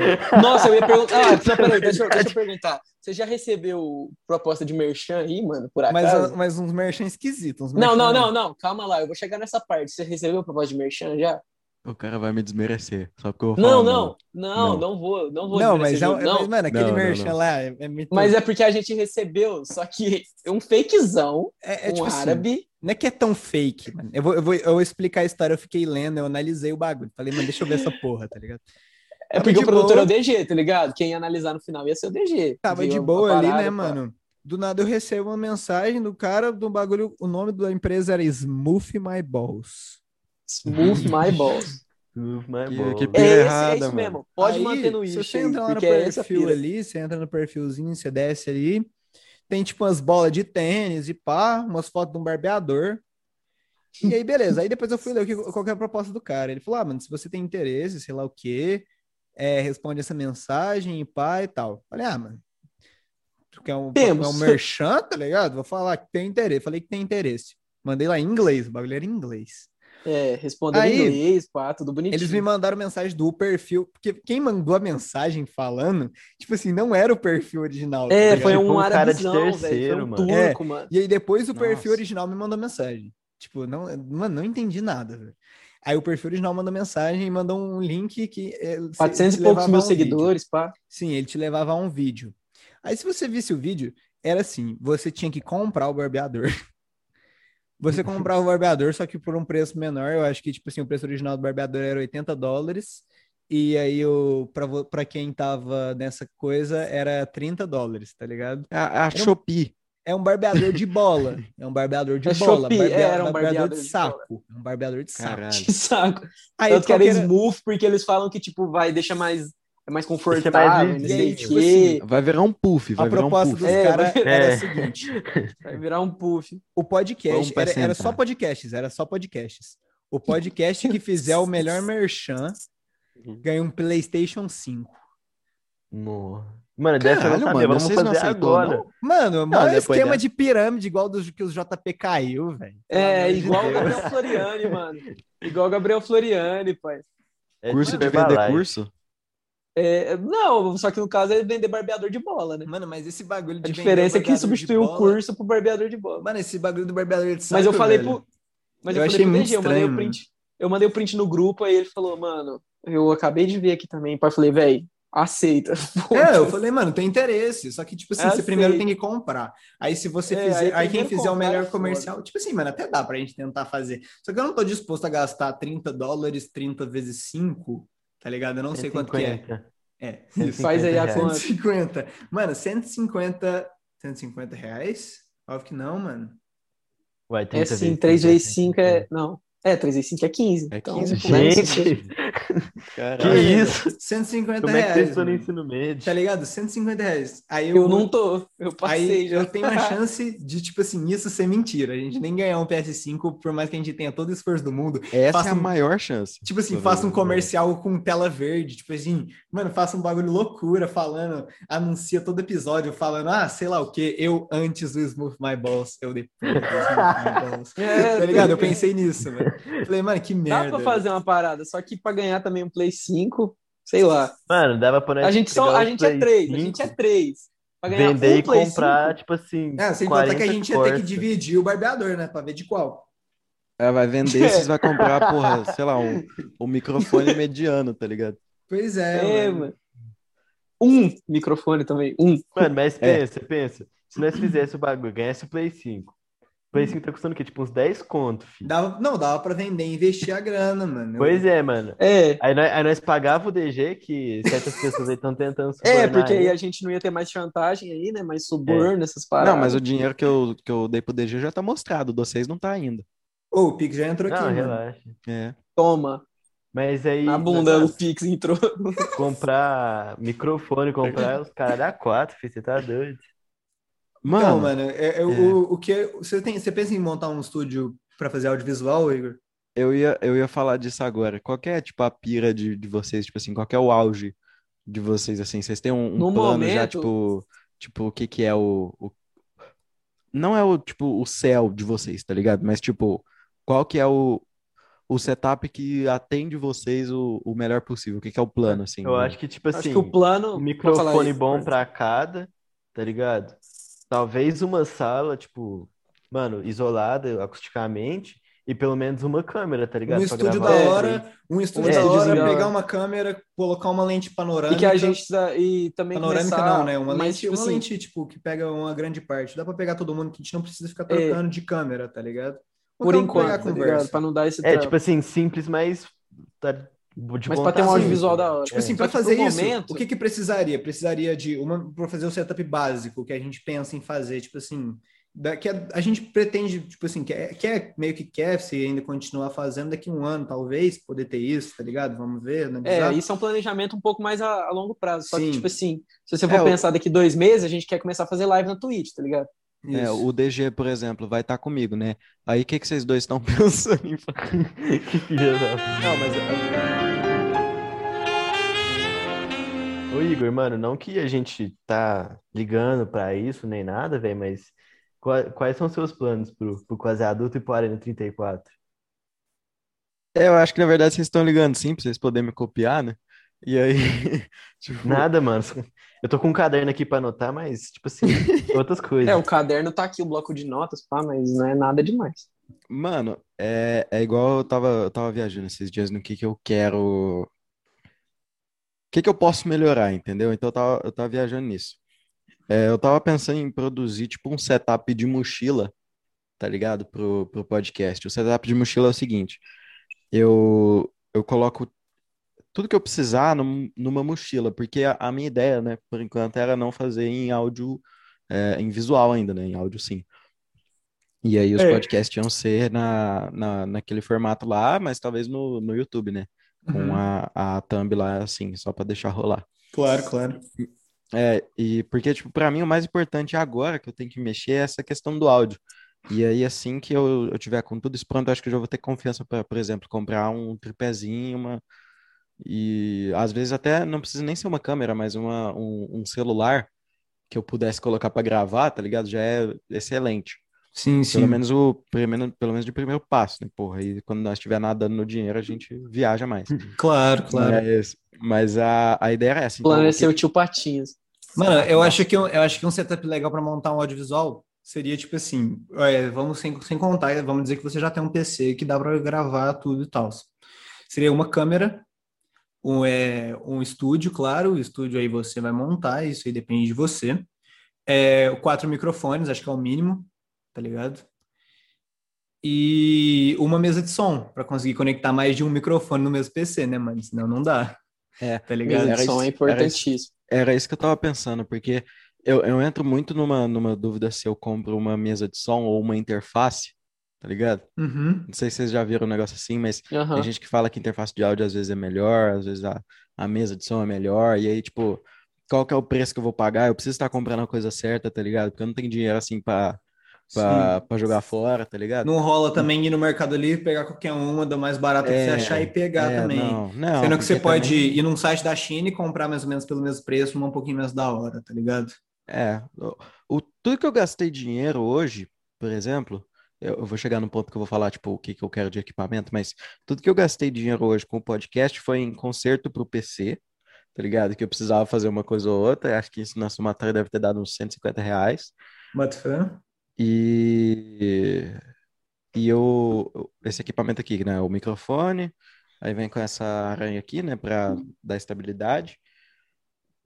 Speaker 3: Nossa, eu ia perguntar. Ah, não, peraí, deixa eu, deixa eu perguntar. Você já recebeu proposta de merchan aí, mano, por
Speaker 4: Mas,
Speaker 3: acaso?
Speaker 4: mas uns merchan esquisitos. uns
Speaker 3: Não, não,
Speaker 4: merchan-
Speaker 3: não, não. Calma lá, eu vou chegar nessa parte. Você recebeu proposta de merchan já?
Speaker 5: O cara vai me desmerecer. Só porque eu vou
Speaker 3: Não,
Speaker 5: falar,
Speaker 3: não, não,
Speaker 5: Não.
Speaker 3: não, vou, não vou.
Speaker 4: Não,
Speaker 3: dizer
Speaker 4: mas,
Speaker 3: esse
Speaker 4: é,
Speaker 3: jogo, não.
Speaker 4: mas, mano, aquele
Speaker 5: Não, não,
Speaker 4: merchan
Speaker 5: não.
Speaker 4: lá é, é muito.
Speaker 3: Mas é porque a gente recebeu, só que um fakezão,
Speaker 4: é, é
Speaker 3: um
Speaker 4: tipo assim,
Speaker 3: árabe.
Speaker 4: não é que é tão fake, mano. Eu vou, eu vou eu vou explicar a história, eu fiquei lendo, eu analisei o bagulho. Falei, mano, deixa eu ver essa porra, tá ligado?
Speaker 3: É
Speaker 4: Tava
Speaker 3: porque
Speaker 4: de
Speaker 3: o produtor
Speaker 4: boa.
Speaker 3: é o DG, tá ligado? Quem ia analisar no final ia ser o DG.
Speaker 4: Tava
Speaker 3: Viu
Speaker 4: de
Speaker 3: a
Speaker 4: boa ali,
Speaker 3: parada,
Speaker 4: né,
Speaker 3: pá.
Speaker 4: mano? Do nada eu recebo uma mensagem do cara do bagulho. O nome da empresa era Smooth My Balls.
Speaker 3: Smooth my balls.
Speaker 2: Mas
Speaker 5: Que-
Speaker 2: bom.
Speaker 5: que
Speaker 3: É,
Speaker 5: Pira
Speaker 3: esse, é
Speaker 5: errada,
Speaker 3: isso
Speaker 5: mano.
Speaker 3: mesmo. Pode
Speaker 4: Aí,
Speaker 3: manter no isso.
Speaker 4: Se você entrar lá no
Speaker 3: porque é essa
Speaker 4: perfil
Speaker 3: pira.
Speaker 4: ali, você entra no perfilzinho, você desce ali. Tem tipo umas bolas de tênis e pá, umas fotos de um barbeador. E aí, beleza. Aí depois eu fui ler o que, qual que é a proposta do cara. Ele falou: ah, mano, se você tem interesse, sei lá o quê, é, responde essa mensagem e pá e tal. Falei, ah, mano. Tu quer um, é
Speaker 3: Temos.
Speaker 4: um merchan, tá ligado? Vou falar que tem interesse. Falei que tem interesse. Mandei lá em inglês, o bagulho era em inglês.
Speaker 3: É, respondendo
Speaker 4: Aí,
Speaker 3: em inglês, pá, tudo bonitinho.
Speaker 4: Eles me mandaram mensagem do perfil, porque quem mandou a mensagem falando, tipo assim, não era o perfil original. tá
Speaker 3: É,
Speaker 4: ligado?
Speaker 3: foi
Speaker 2: Tipo
Speaker 3: um
Speaker 2: um cara de
Speaker 3: arabizão,
Speaker 2: terceiro,
Speaker 3: velho. Foi um
Speaker 2: mano.
Speaker 3: turco, mano.
Speaker 4: E aí depois o perfil
Speaker 5: Nossa.
Speaker 4: original me mandou mensagem. Tipo, não, mano, não entendi nada, velho. Aí o perfil original mandou mensagem e mandou um link que. é, se-
Speaker 3: 400
Speaker 4: te
Speaker 3: e poucos
Speaker 4: levava
Speaker 3: mil
Speaker 4: a um vídeo.
Speaker 3: seguidores, pá.
Speaker 4: Sim, ele te levava a um vídeo. Aí se você visse o vídeo, era assim: você tinha que comprar o barbeador. Você comprava o barbeador, só que por um preço menor. Eu acho que, tipo assim, o preço original do barbeador era 80 dólares. E aí, o- pra vo- pra quem tava nessa coisa, era 30 dólares, tá ligado?
Speaker 5: É a, a Shopee.
Speaker 4: É um barbeador de bola. É um barbeador de
Speaker 3: É
Speaker 4: bola.
Speaker 3: Shopee,
Speaker 4: barbea-
Speaker 3: era um barbeador
Speaker 4: de
Speaker 3: de bola.
Speaker 4: saco. É um barbeador de saco.
Speaker 5: Caralho.
Speaker 3: Que saco.
Speaker 4: Aí,
Speaker 3: Tanto que
Speaker 4: qual
Speaker 3: era
Speaker 4: que era-
Speaker 3: smooth, porque eles falam que, tipo, vai, deixa mais, é mais confortável, não
Speaker 2: lisinho.
Speaker 3: sei
Speaker 4: E aí,
Speaker 3: o
Speaker 4: tipo
Speaker 3: quê.
Speaker 5: Vai virar um puff, vai
Speaker 4: A
Speaker 5: virar um
Speaker 4: proposta
Speaker 5: puff.
Speaker 4: dos
Speaker 3: É,
Speaker 4: caras
Speaker 3: vai-
Speaker 4: era
Speaker 2: assim. É.
Speaker 4: a seguinte.
Speaker 3: Vai virar um puff.
Speaker 4: o
Speaker 5: Vamos
Speaker 4: podcast
Speaker 5: pra
Speaker 4: era, era
Speaker 5: sentar.
Speaker 4: só podcasts, era só podcasts. O podcast que fizer o melhor merchan
Speaker 3: Uhum.
Speaker 4: ganha um PlayStation 5.
Speaker 2: Nossa. Mano, dessa eu não
Speaker 5: Caralho,
Speaker 2: sabia.
Speaker 5: mano,
Speaker 2: Vamos
Speaker 5: vocês não
Speaker 2: fazer
Speaker 5: aceitou,
Speaker 2: agora.
Speaker 5: não?
Speaker 4: Mano, maior
Speaker 5: depois
Speaker 4: esquema
Speaker 5: dessa.
Speaker 4: de pirâmide igual dos que os JP caiu, velho.
Speaker 3: É,
Speaker 4: amor de
Speaker 3: igual o
Speaker 4: Deus.
Speaker 3: Gabriel Floriani, mano. Igual o Gabriel Floriani, pai.
Speaker 2: É
Speaker 5: Curso
Speaker 2: tipo
Speaker 5: de vender
Speaker 2: Herbalife.
Speaker 5: curso?
Speaker 3: É, não, só que no caso é vender barbeador de bola, né?
Speaker 4: Mano, mas esse bagulho
Speaker 3: A
Speaker 4: de.
Speaker 3: diferença é que
Speaker 4: quem
Speaker 3: substituiu o curso pro barbeador de bola.
Speaker 4: Mano, esse bagulho do barbeador de saco,
Speaker 3: Mas eu falei
Speaker 4: velho.
Speaker 3: pro. Mas
Speaker 4: Eu
Speaker 3: eu,
Speaker 4: achei
Speaker 3: falei pro
Speaker 4: muito
Speaker 3: DG, eu mandei
Speaker 4: estranho,
Speaker 3: o print. Eu mandei o print no grupo, aí ele falou, mano, eu acabei de ver aqui também. Pai, falei, velho, aceita.
Speaker 4: É, eu falei, mano, tem interesse. Só que, tipo assim,
Speaker 3: Ah,
Speaker 4: você primeiro
Speaker 3: sei.
Speaker 4: tem que comprar. Aí se você
Speaker 3: É,
Speaker 4: fizer. Aí,
Speaker 3: aí
Speaker 4: quem
Speaker 3: primeiro
Speaker 4: fizer o
Speaker 3: comprar é
Speaker 4: melhor
Speaker 3: foda.
Speaker 4: comercial. Tipo assim, mano, até dá pra gente tentar fazer. Só que eu não tô disposto a gastar 30 dólares, 30 vezes 5, tá ligado? Eu não sei quanto que é.
Speaker 2: 150.
Speaker 4: É.
Speaker 3: Faz aí a
Speaker 2: 150
Speaker 3: conta.
Speaker 4: 150. Mano, 150. 150 reais? Óbvio que não, mano.
Speaker 2: Ué,
Speaker 3: É
Speaker 2: 30
Speaker 3: sim,
Speaker 2: vezes
Speaker 3: 3
Speaker 2: 30,
Speaker 3: vezes 5 é.
Speaker 2: 150.
Speaker 3: Não. É, 3 vezes 5 é 15.
Speaker 5: É
Speaker 3: Então,
Speaker 5: 15,
Speaker 3: né,
Speaker 2: Gente, é que
Speaker 5: Caralho.
Speaker 2: isso?
Speaker 4: 150
Speaker 2: Como é que vocês
Speaker 4: reais.
Speaker 2: estão no
Speaker 4: mano.
Speaker 2: ensino
Speaker 4: Tá
Speaker 2: médio?
Speaker 4: ligado? 150 reais. Aí eu,
Speaker 3: Eu não tô. Eu passei
Speaker 4: aí
Speaker 3: já.
Speaker 4: eu tenho uma chance de, tipo assim, isso ser mentira. A gente nem ganhar um PS5, por mais que a gente tenha todo o esforço do mundo.
Speaker 5: Essa
Speaker 4: Faça
Speaker 5: é a
Speaker 4: um-
Speaker 5: maior chance.
Speaker 4: Tipo assim,
Speaker 5: Todo
Speaker 4: faça um
Speaker 5: mundo. é.
Speaker 4: comercial com tela verde. Tipo assim, mano, faça um bagulho loucura falando, anuncia todo episódio falando, ah, sei lá o que, eu antes do Smooth My Balls, eu depois do Smooth My Balls.
Speaker 3: É,
Speaker 4: Tá ligado? Eu pensei nisso, velho. Falei, mano, que merda. né?
Speaker 3: Dá pra fazer uma parada, só que pra ganhar também um Play 5, sei lá.
Speaker 2: Mano, dava pra nós
Speaker 3: A gente, só,
Speaker 2: pegar
Speaker 3: a
Speaker 2: o
Speaker 3: gente é
Speaker 2: Play
Speaker 3: 3, a
Speaker 2: 5,
Speaker 3: gente é 3. Pra ganhar
Speaker 2: Vender
Speaker 3: um
Speaker 2: e
Speaker 3: Play
Speaker 2: comprar,
Speaker 3: 5.
Speaker 2: tipo assim.
Speaker 4: Ah, sem contar que a
Speaker 2: 40
Speaker 4: gente ia ter que
Speaker 2: cortes.
Speaker 4: dividir o barbeador, né? Pra ver de qual.
Speaker 5: Ela vai vender, vocês vai comprar, porra, sei lá, um, um microfone mediano, tá ligado?
Speaker 4: Pois é,
Speaker 3: É,
Speaker 4: mano.
Speaker 3: mano. Um microfone também, um.
Speaker 2: Mano, mas pensa, pensa. Se nós fizesse o bagulho, ganhasse o Play 5. O Play 5 tá custando o quê? Tipo uns 10 conto, filho.
Speaker 4: Dava, não, dava pra vender e investir a grana, mano.
Speaker 2: Pois é, mano.
Speaker 3: É.
Speaker 2: Aí nós, aí nós pagava o DG, que certas pessoas aí estão tentando
Speaker 3: É,
Speaker 2: subornar
Speaker 3: porque aí
Speaker 2: ele.
Speaker 3: a gente não ia ter mais chantagem aí, né?
Speaker 4: É.
Speaker 3: Mais suborno, essas paradas.
Speaker 5: Não, mas o dinheiro que eu, que eu dei pro DG já tá mostrado, de vocês não tá ainda.
Speaker 4: Ô, o Pix já entrou aqui,
Speaker 2: Não,
Speaker 4: mano.
Speaker 2: Ah, relaxa.
Speaker 5: É.
Speaker 3: Toma,
Speaker 2: Mas aí.
Speaker 3: né? na bunda
Speaker 2: nós-
Speaker 3: o Pix entrou.
Speaker 2: Comprar microfone, comprar os caras da 4, filho. Você tá doido.
Speaker 5: Mano,
Speaker 4: Então, mano, é- é o-
Speaker 5: é.
Speaker 4: O, o que você tem, você pensa em montar um estúdio pra fazer audiovisual, Igor?
Speaker 5: eu, ia, eu ia falar disso agora. Qual que é, tipo, a pira de, de vocês, tipo assim, qual que é o auge de vocês, assim? Vocês têm um, um
Speaker 3: No
Speaker 5: plano já,
Speaker 3: momento-
Speaker 5: tipo, tipo, o que que é o, o- Não é o, tipo, o céu de vocês, tá ligado? Mas, tipo, qual que é o, o setup que atende vocês o, o melhor possível? O que que é o plano, assim?
Speaker 2: Eu acho que, tipo
Speaker 3: Acho
Speaker 2: assim,
Speaker 3: que o plano.
Speaker 2: um
Speaker 3: Vou falar
Speaker 2: microfone
Speaker 3: isso,
Speaker 2: bom
Speaker 3: mas-
Speaker 2: pra cada, tá ligado? Talvez uma sala, tipo, mano, isolada acusticamente, e pelo menos uma câmera, tá ligado?
Speaker 4: Um
Speaker 2: Pra
Speaker 4: estúdio da
Speaker 2: gravar.
Speaker 3: É,
Speaker 4: hora, um estúdio
Speaker 2: É,
Speaker 4: da hora,
Speaker 3: estúdio da
Speaker 4: pegar
Speaker 3: hora.
Speaker 4: uma câmera, colocar uma lente panorâmica.
Speaker 3: E que a gente. tá- E também
Speaker 4: Panorâmica
Speaker 3: começar,
Speaker 4: não, né? Uma
Speaker 3: mas,
Speaker 4: lente,
Speaker 3: tipo
Speaker 4: uma
Speaker 3: assim,
Speaker 4: lente, tipo, que pega uma grande parte. Dá pra pegar todo mundo que a gente não precisa ficar
Speaker 3: É.
Speaker 4: trocando de câmera, tá ligado? Ou
Speaker 3: por
Speaker 4: então pegar
Speaker 3: enquanto, tá
Speaker 4: conversa.
Speaker 3: ligado? Pra não dar esse
Speaker 2: É,
Speaker 3: trampo.
Speaker 2: tipo assim, simples, mas tá de
Speaker 3: Mas pra
Speaker 2: vontade.
Speaker 3: ter um
Speaker 4: assim,
Speaker 3: audiovisual da hora.
Speaker 4: Tipo assim,
Speaker 3: Só
Speaker 4: pra
Speaker 3: que
Speaker 4: fazer
Speaker 3: pro
Speaker 4: isso,
Speaker 3: momento-
Speaker 4: o que que precisaria? Precisaria de uma para fazer o setup básico que a gente pensa em fazer, tipo assim, da- que a, a gente pretende, tipo assim, quer, quer meio que quer se ainda continuar fazendo daqui um ano, talvez, poder ter isso, tá ligado? Vamos
Speaker 3: É,
Speaker 4: ver, analisar.
Speaker 3: isso é um planejamento um pouco mais a, a longo prazo. Só
Speaker 4: Sim.
Speaker 3: que, tipo assim, se você for
Speaker 5: É, o-
Speaker 3: pensar daqui dois meses, a gente quer começar a fazer live na Twitch, tá ligado?
Speaker 5: É,
Speaker 4: Isso.
Speaker 5: o DG, por exemplo, vai estar comigo, né? Aí o que, que vocês dois estão pensando em fazer?
Speaker 2: Que filha da-
Speaker 5: Não, mas
Speaker 3: é-
Speaker 2: Ô Igor, mano, não que a gente tá ligando pra isso nem nada, velho, mas qua- quais são seus planos pro, pro Quase Adulto e pro Arena 34?
Speaker 5: é, eu acho que na verdade vocês estão ligando sim, pra vocês poderem me copiar, né? E aí, tipo,
Speaker 2: Nada, mano. Eu tô com um caderno aqui pra anotar, mas, tipo assim, outras coisas.
Speaker 3: É, o caderno tá aqui, o bloco de notas, pá, mas não é nada demais.
Speaker 5: mano, é, é igual eu tava, eu tava viajando esses dias no que que eu quero. O que que eu posso melhorar, entendeu? Então eu tava, eu tava viajando nisso. É, eu tava pensando em produzir, tipo, um setup de mochila, tá ligado? Pro, pro podcast. O setup de mochila é o seguinte: eu, eu coloco tudo que eu precisar num- numa mochila, porque a, a minha ideia, né, por enquanto, era não fazer em áudio, é, em visual ainda, né? Em áudio sim. E aí os
Speaker 3: É.
Speaker 5: podcasts iam ser na, na, naquele formato lá, mas talvez no, no YouTube, né? Com
Speaker 4: Uhum.
Speaker 5: a, a thumb lá, assim, só pra deixar rolar.
Speaker 4: Claro, claro.
Speaker 5: É, e porque, tipo, pra mim o mais importante agora que eu tenho que mexer é essa questão do áudio. E aí, assim que eu, eu tiver com tudo isso pronto, eu acho que eu já vou ter confiança para, por exemplo, comprar um tripézinho, uma. E às vezes até não precisa nem ser uma câmera, mas uma, um, um celular que eu pudesse colocar pra gravar, tá ligado? Já é excelente.
Speaker 6: Sim,
Speaker 5: Pelo menos o pelo menos, pelo menos de primeiro passo, né? Porra, aí quando nós estiver nadando no dinheiro, a gente viaja mais. é,
Speaker 4: Claro, claro.
Speaker 5: Mas, mas a, a ideia era
Speaker 3: O
Speaker 5: essa.
Speaker 3: plano
Speaker 5: então,
Speaker 3: é
Speaker 5: o
Speaker 3: ser
Speaker 5: que-
Speaker 3: o tio Patinhas.
Speaker 4: Mano, eu acho que um, eu acho que um setup legal para montar um audiovisual seria tipo assim, é, vamos sem, sem contar, vamos dizer que você já tem um PC que dá para gravar tudo e tal. Seria uma câmera, um é um estúdio, claro, o estúdio aí você vai montar, isso aí depende de você. É, quatro microfones, acho que é o mínimo, tá ligado? E uma mesa de som para conseguir conectar mais de um microfone no mesmo PC, né, mano? Senão não dá.
Speaker 5: É,
Speaker 4: tá
Speaker 5: Era
Speaker 4: ligado?
Speaker 3: Mesa de
Speaker 5: isso,
Speaker 3: som é
Speaker 5: era
Speaker 3: importantíssimo.
Speaker 5: Era isso que eu tava pensando, porque eu, eu entro muito numa, numa dúvida se eu compro uma mesa de som ou uma interface, tá ligado?
Speaker 4: Uhum.
Speaker 5: Não sei se vocês já viram um negócio assim, mas
Speaker 3: Aham.
Speaker 5: tem gente que fala que interface de áudio às vezes é melhor, às vezes a, a mesa de som é melhor, e aí, tipo, qual que é o preço que eu vou pagar? Eu preciso estar comprando a coisa certa, tá ligado? Porque eu não tenho dinheiro assim pra, pra, pra jogar fora, tá ligado?
Speaker 4: Não rola também ir no Mercado Livre, pegar qualquer uma da mais barata que
Speaker 5: É,
Speaker 4: você achar e pegar
Speaker 5: É,
Speaker 4: também.
Speaker 5: não, não,
Speaker 4: Sendo que você
Speaker 5: porque
Speaker 4: pode
Speaker 5: também-
Speaker 4: ir num site da China e comprar mais ou menos pelo mesmo preço, mas um pouquinho menos da hora, tá ligado?
Speaker 5: É, o, o- tudo que eu gastei dinheiro hoje, por exemplo, eu, eu vou chegar num ponto que eu vou falar, tipo, o que, que eu quero de equipamento, mas tudo que eu gastei dinheiro hoje com o podcast foi em conserto pro PC, tá ligado? Que eu precisava fazer uma coisa ou outra, acho que isso na somatória deve ter dado uns 150 reais,
Speaker 4: Bota fé.
Speaker 5: e, e eu, eu- esse equipamento aqui, né, o microfone, aí vem com essa aranha aqui, né, pra dar estabilidade,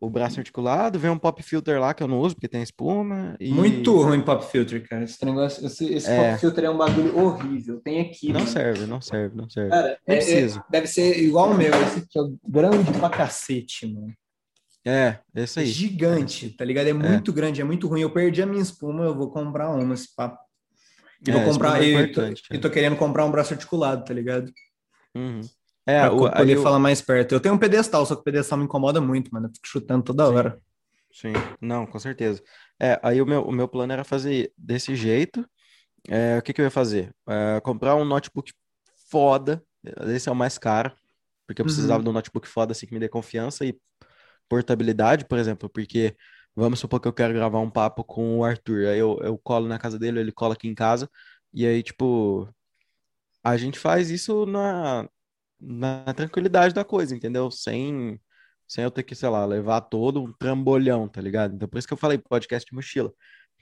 Speaker 5: o braço articulado, vem um pop filter lá que eu não uso porque tem espuma e
Speaker 4: Muito ruim pop filter, cara. Esse negócio, esse, esse
Speaker 5: É.
Speaker 4: pop filter é um bagulho horrível. Tem aqui,
Speaker 5: não
Speaker 4: mano.
Speaker 5: serve, não serve, não serve.
Speaker 4: Cara,
Speaker 5: Não
Speaker 4: é- é-
Speaker 5: precisa.
Speaker 4: deve ser igual o meu, esse aqui é grande pra cacete, mano.
Speaker 5: É, é isso aí.
Speaker 4: Gigante, tá ligado? É muito grande, é muito ruim. Eu perdi a minha espuma, eu vou comprar uma, esse papo. E
Speaker 5: É,
Speaker 4: vou
Speaker 5: espuma
Speaker 4: comprar,
Speaker 5: é
Speaker 4: e tô,
Speaker 5: importante,
Speaker 4: e tô querendo comprar um braço articulado, tá ligado?
Speaker 5: Uhum. É,
Speaker 4: Pra
Speaker 5: o-
Speaker 4: co-
Speaker 5: aí
Speaker 4: poder
Speaker 5: eu-
Speaker 4: falar mais perto. Eu tenho um pedestal, só que o pedestal me incomoda muito, mano. Eu fico chutando toda
Speaker 5: Sim.
Speaker 4: hora.
Speaker 5: Sim, não, com certeza. É, aí o meu, o meu plano era fazer desse jeito. É, o que que eu ia fazer? É, comprar um notebook foda. Esse é o mais caro, porque eu
Speaker 4: Uhum.
Speaker 5: precisava de um notebook foda assim que me dê confiança e portabilidade, por exemplo, porque vamos supor que eu quero gravar um papo com o Arthur. Aí eu, eu colo na casa dele, ele cola aqui em casa, e aí, tipo, a gente faz isso na, na tranquilidade da coisa, entendeu? Sem, sem eu ter que, sei lá, levar todo um trambolhão, tá ligado? Então, por isso que eu falei podcast de mochila.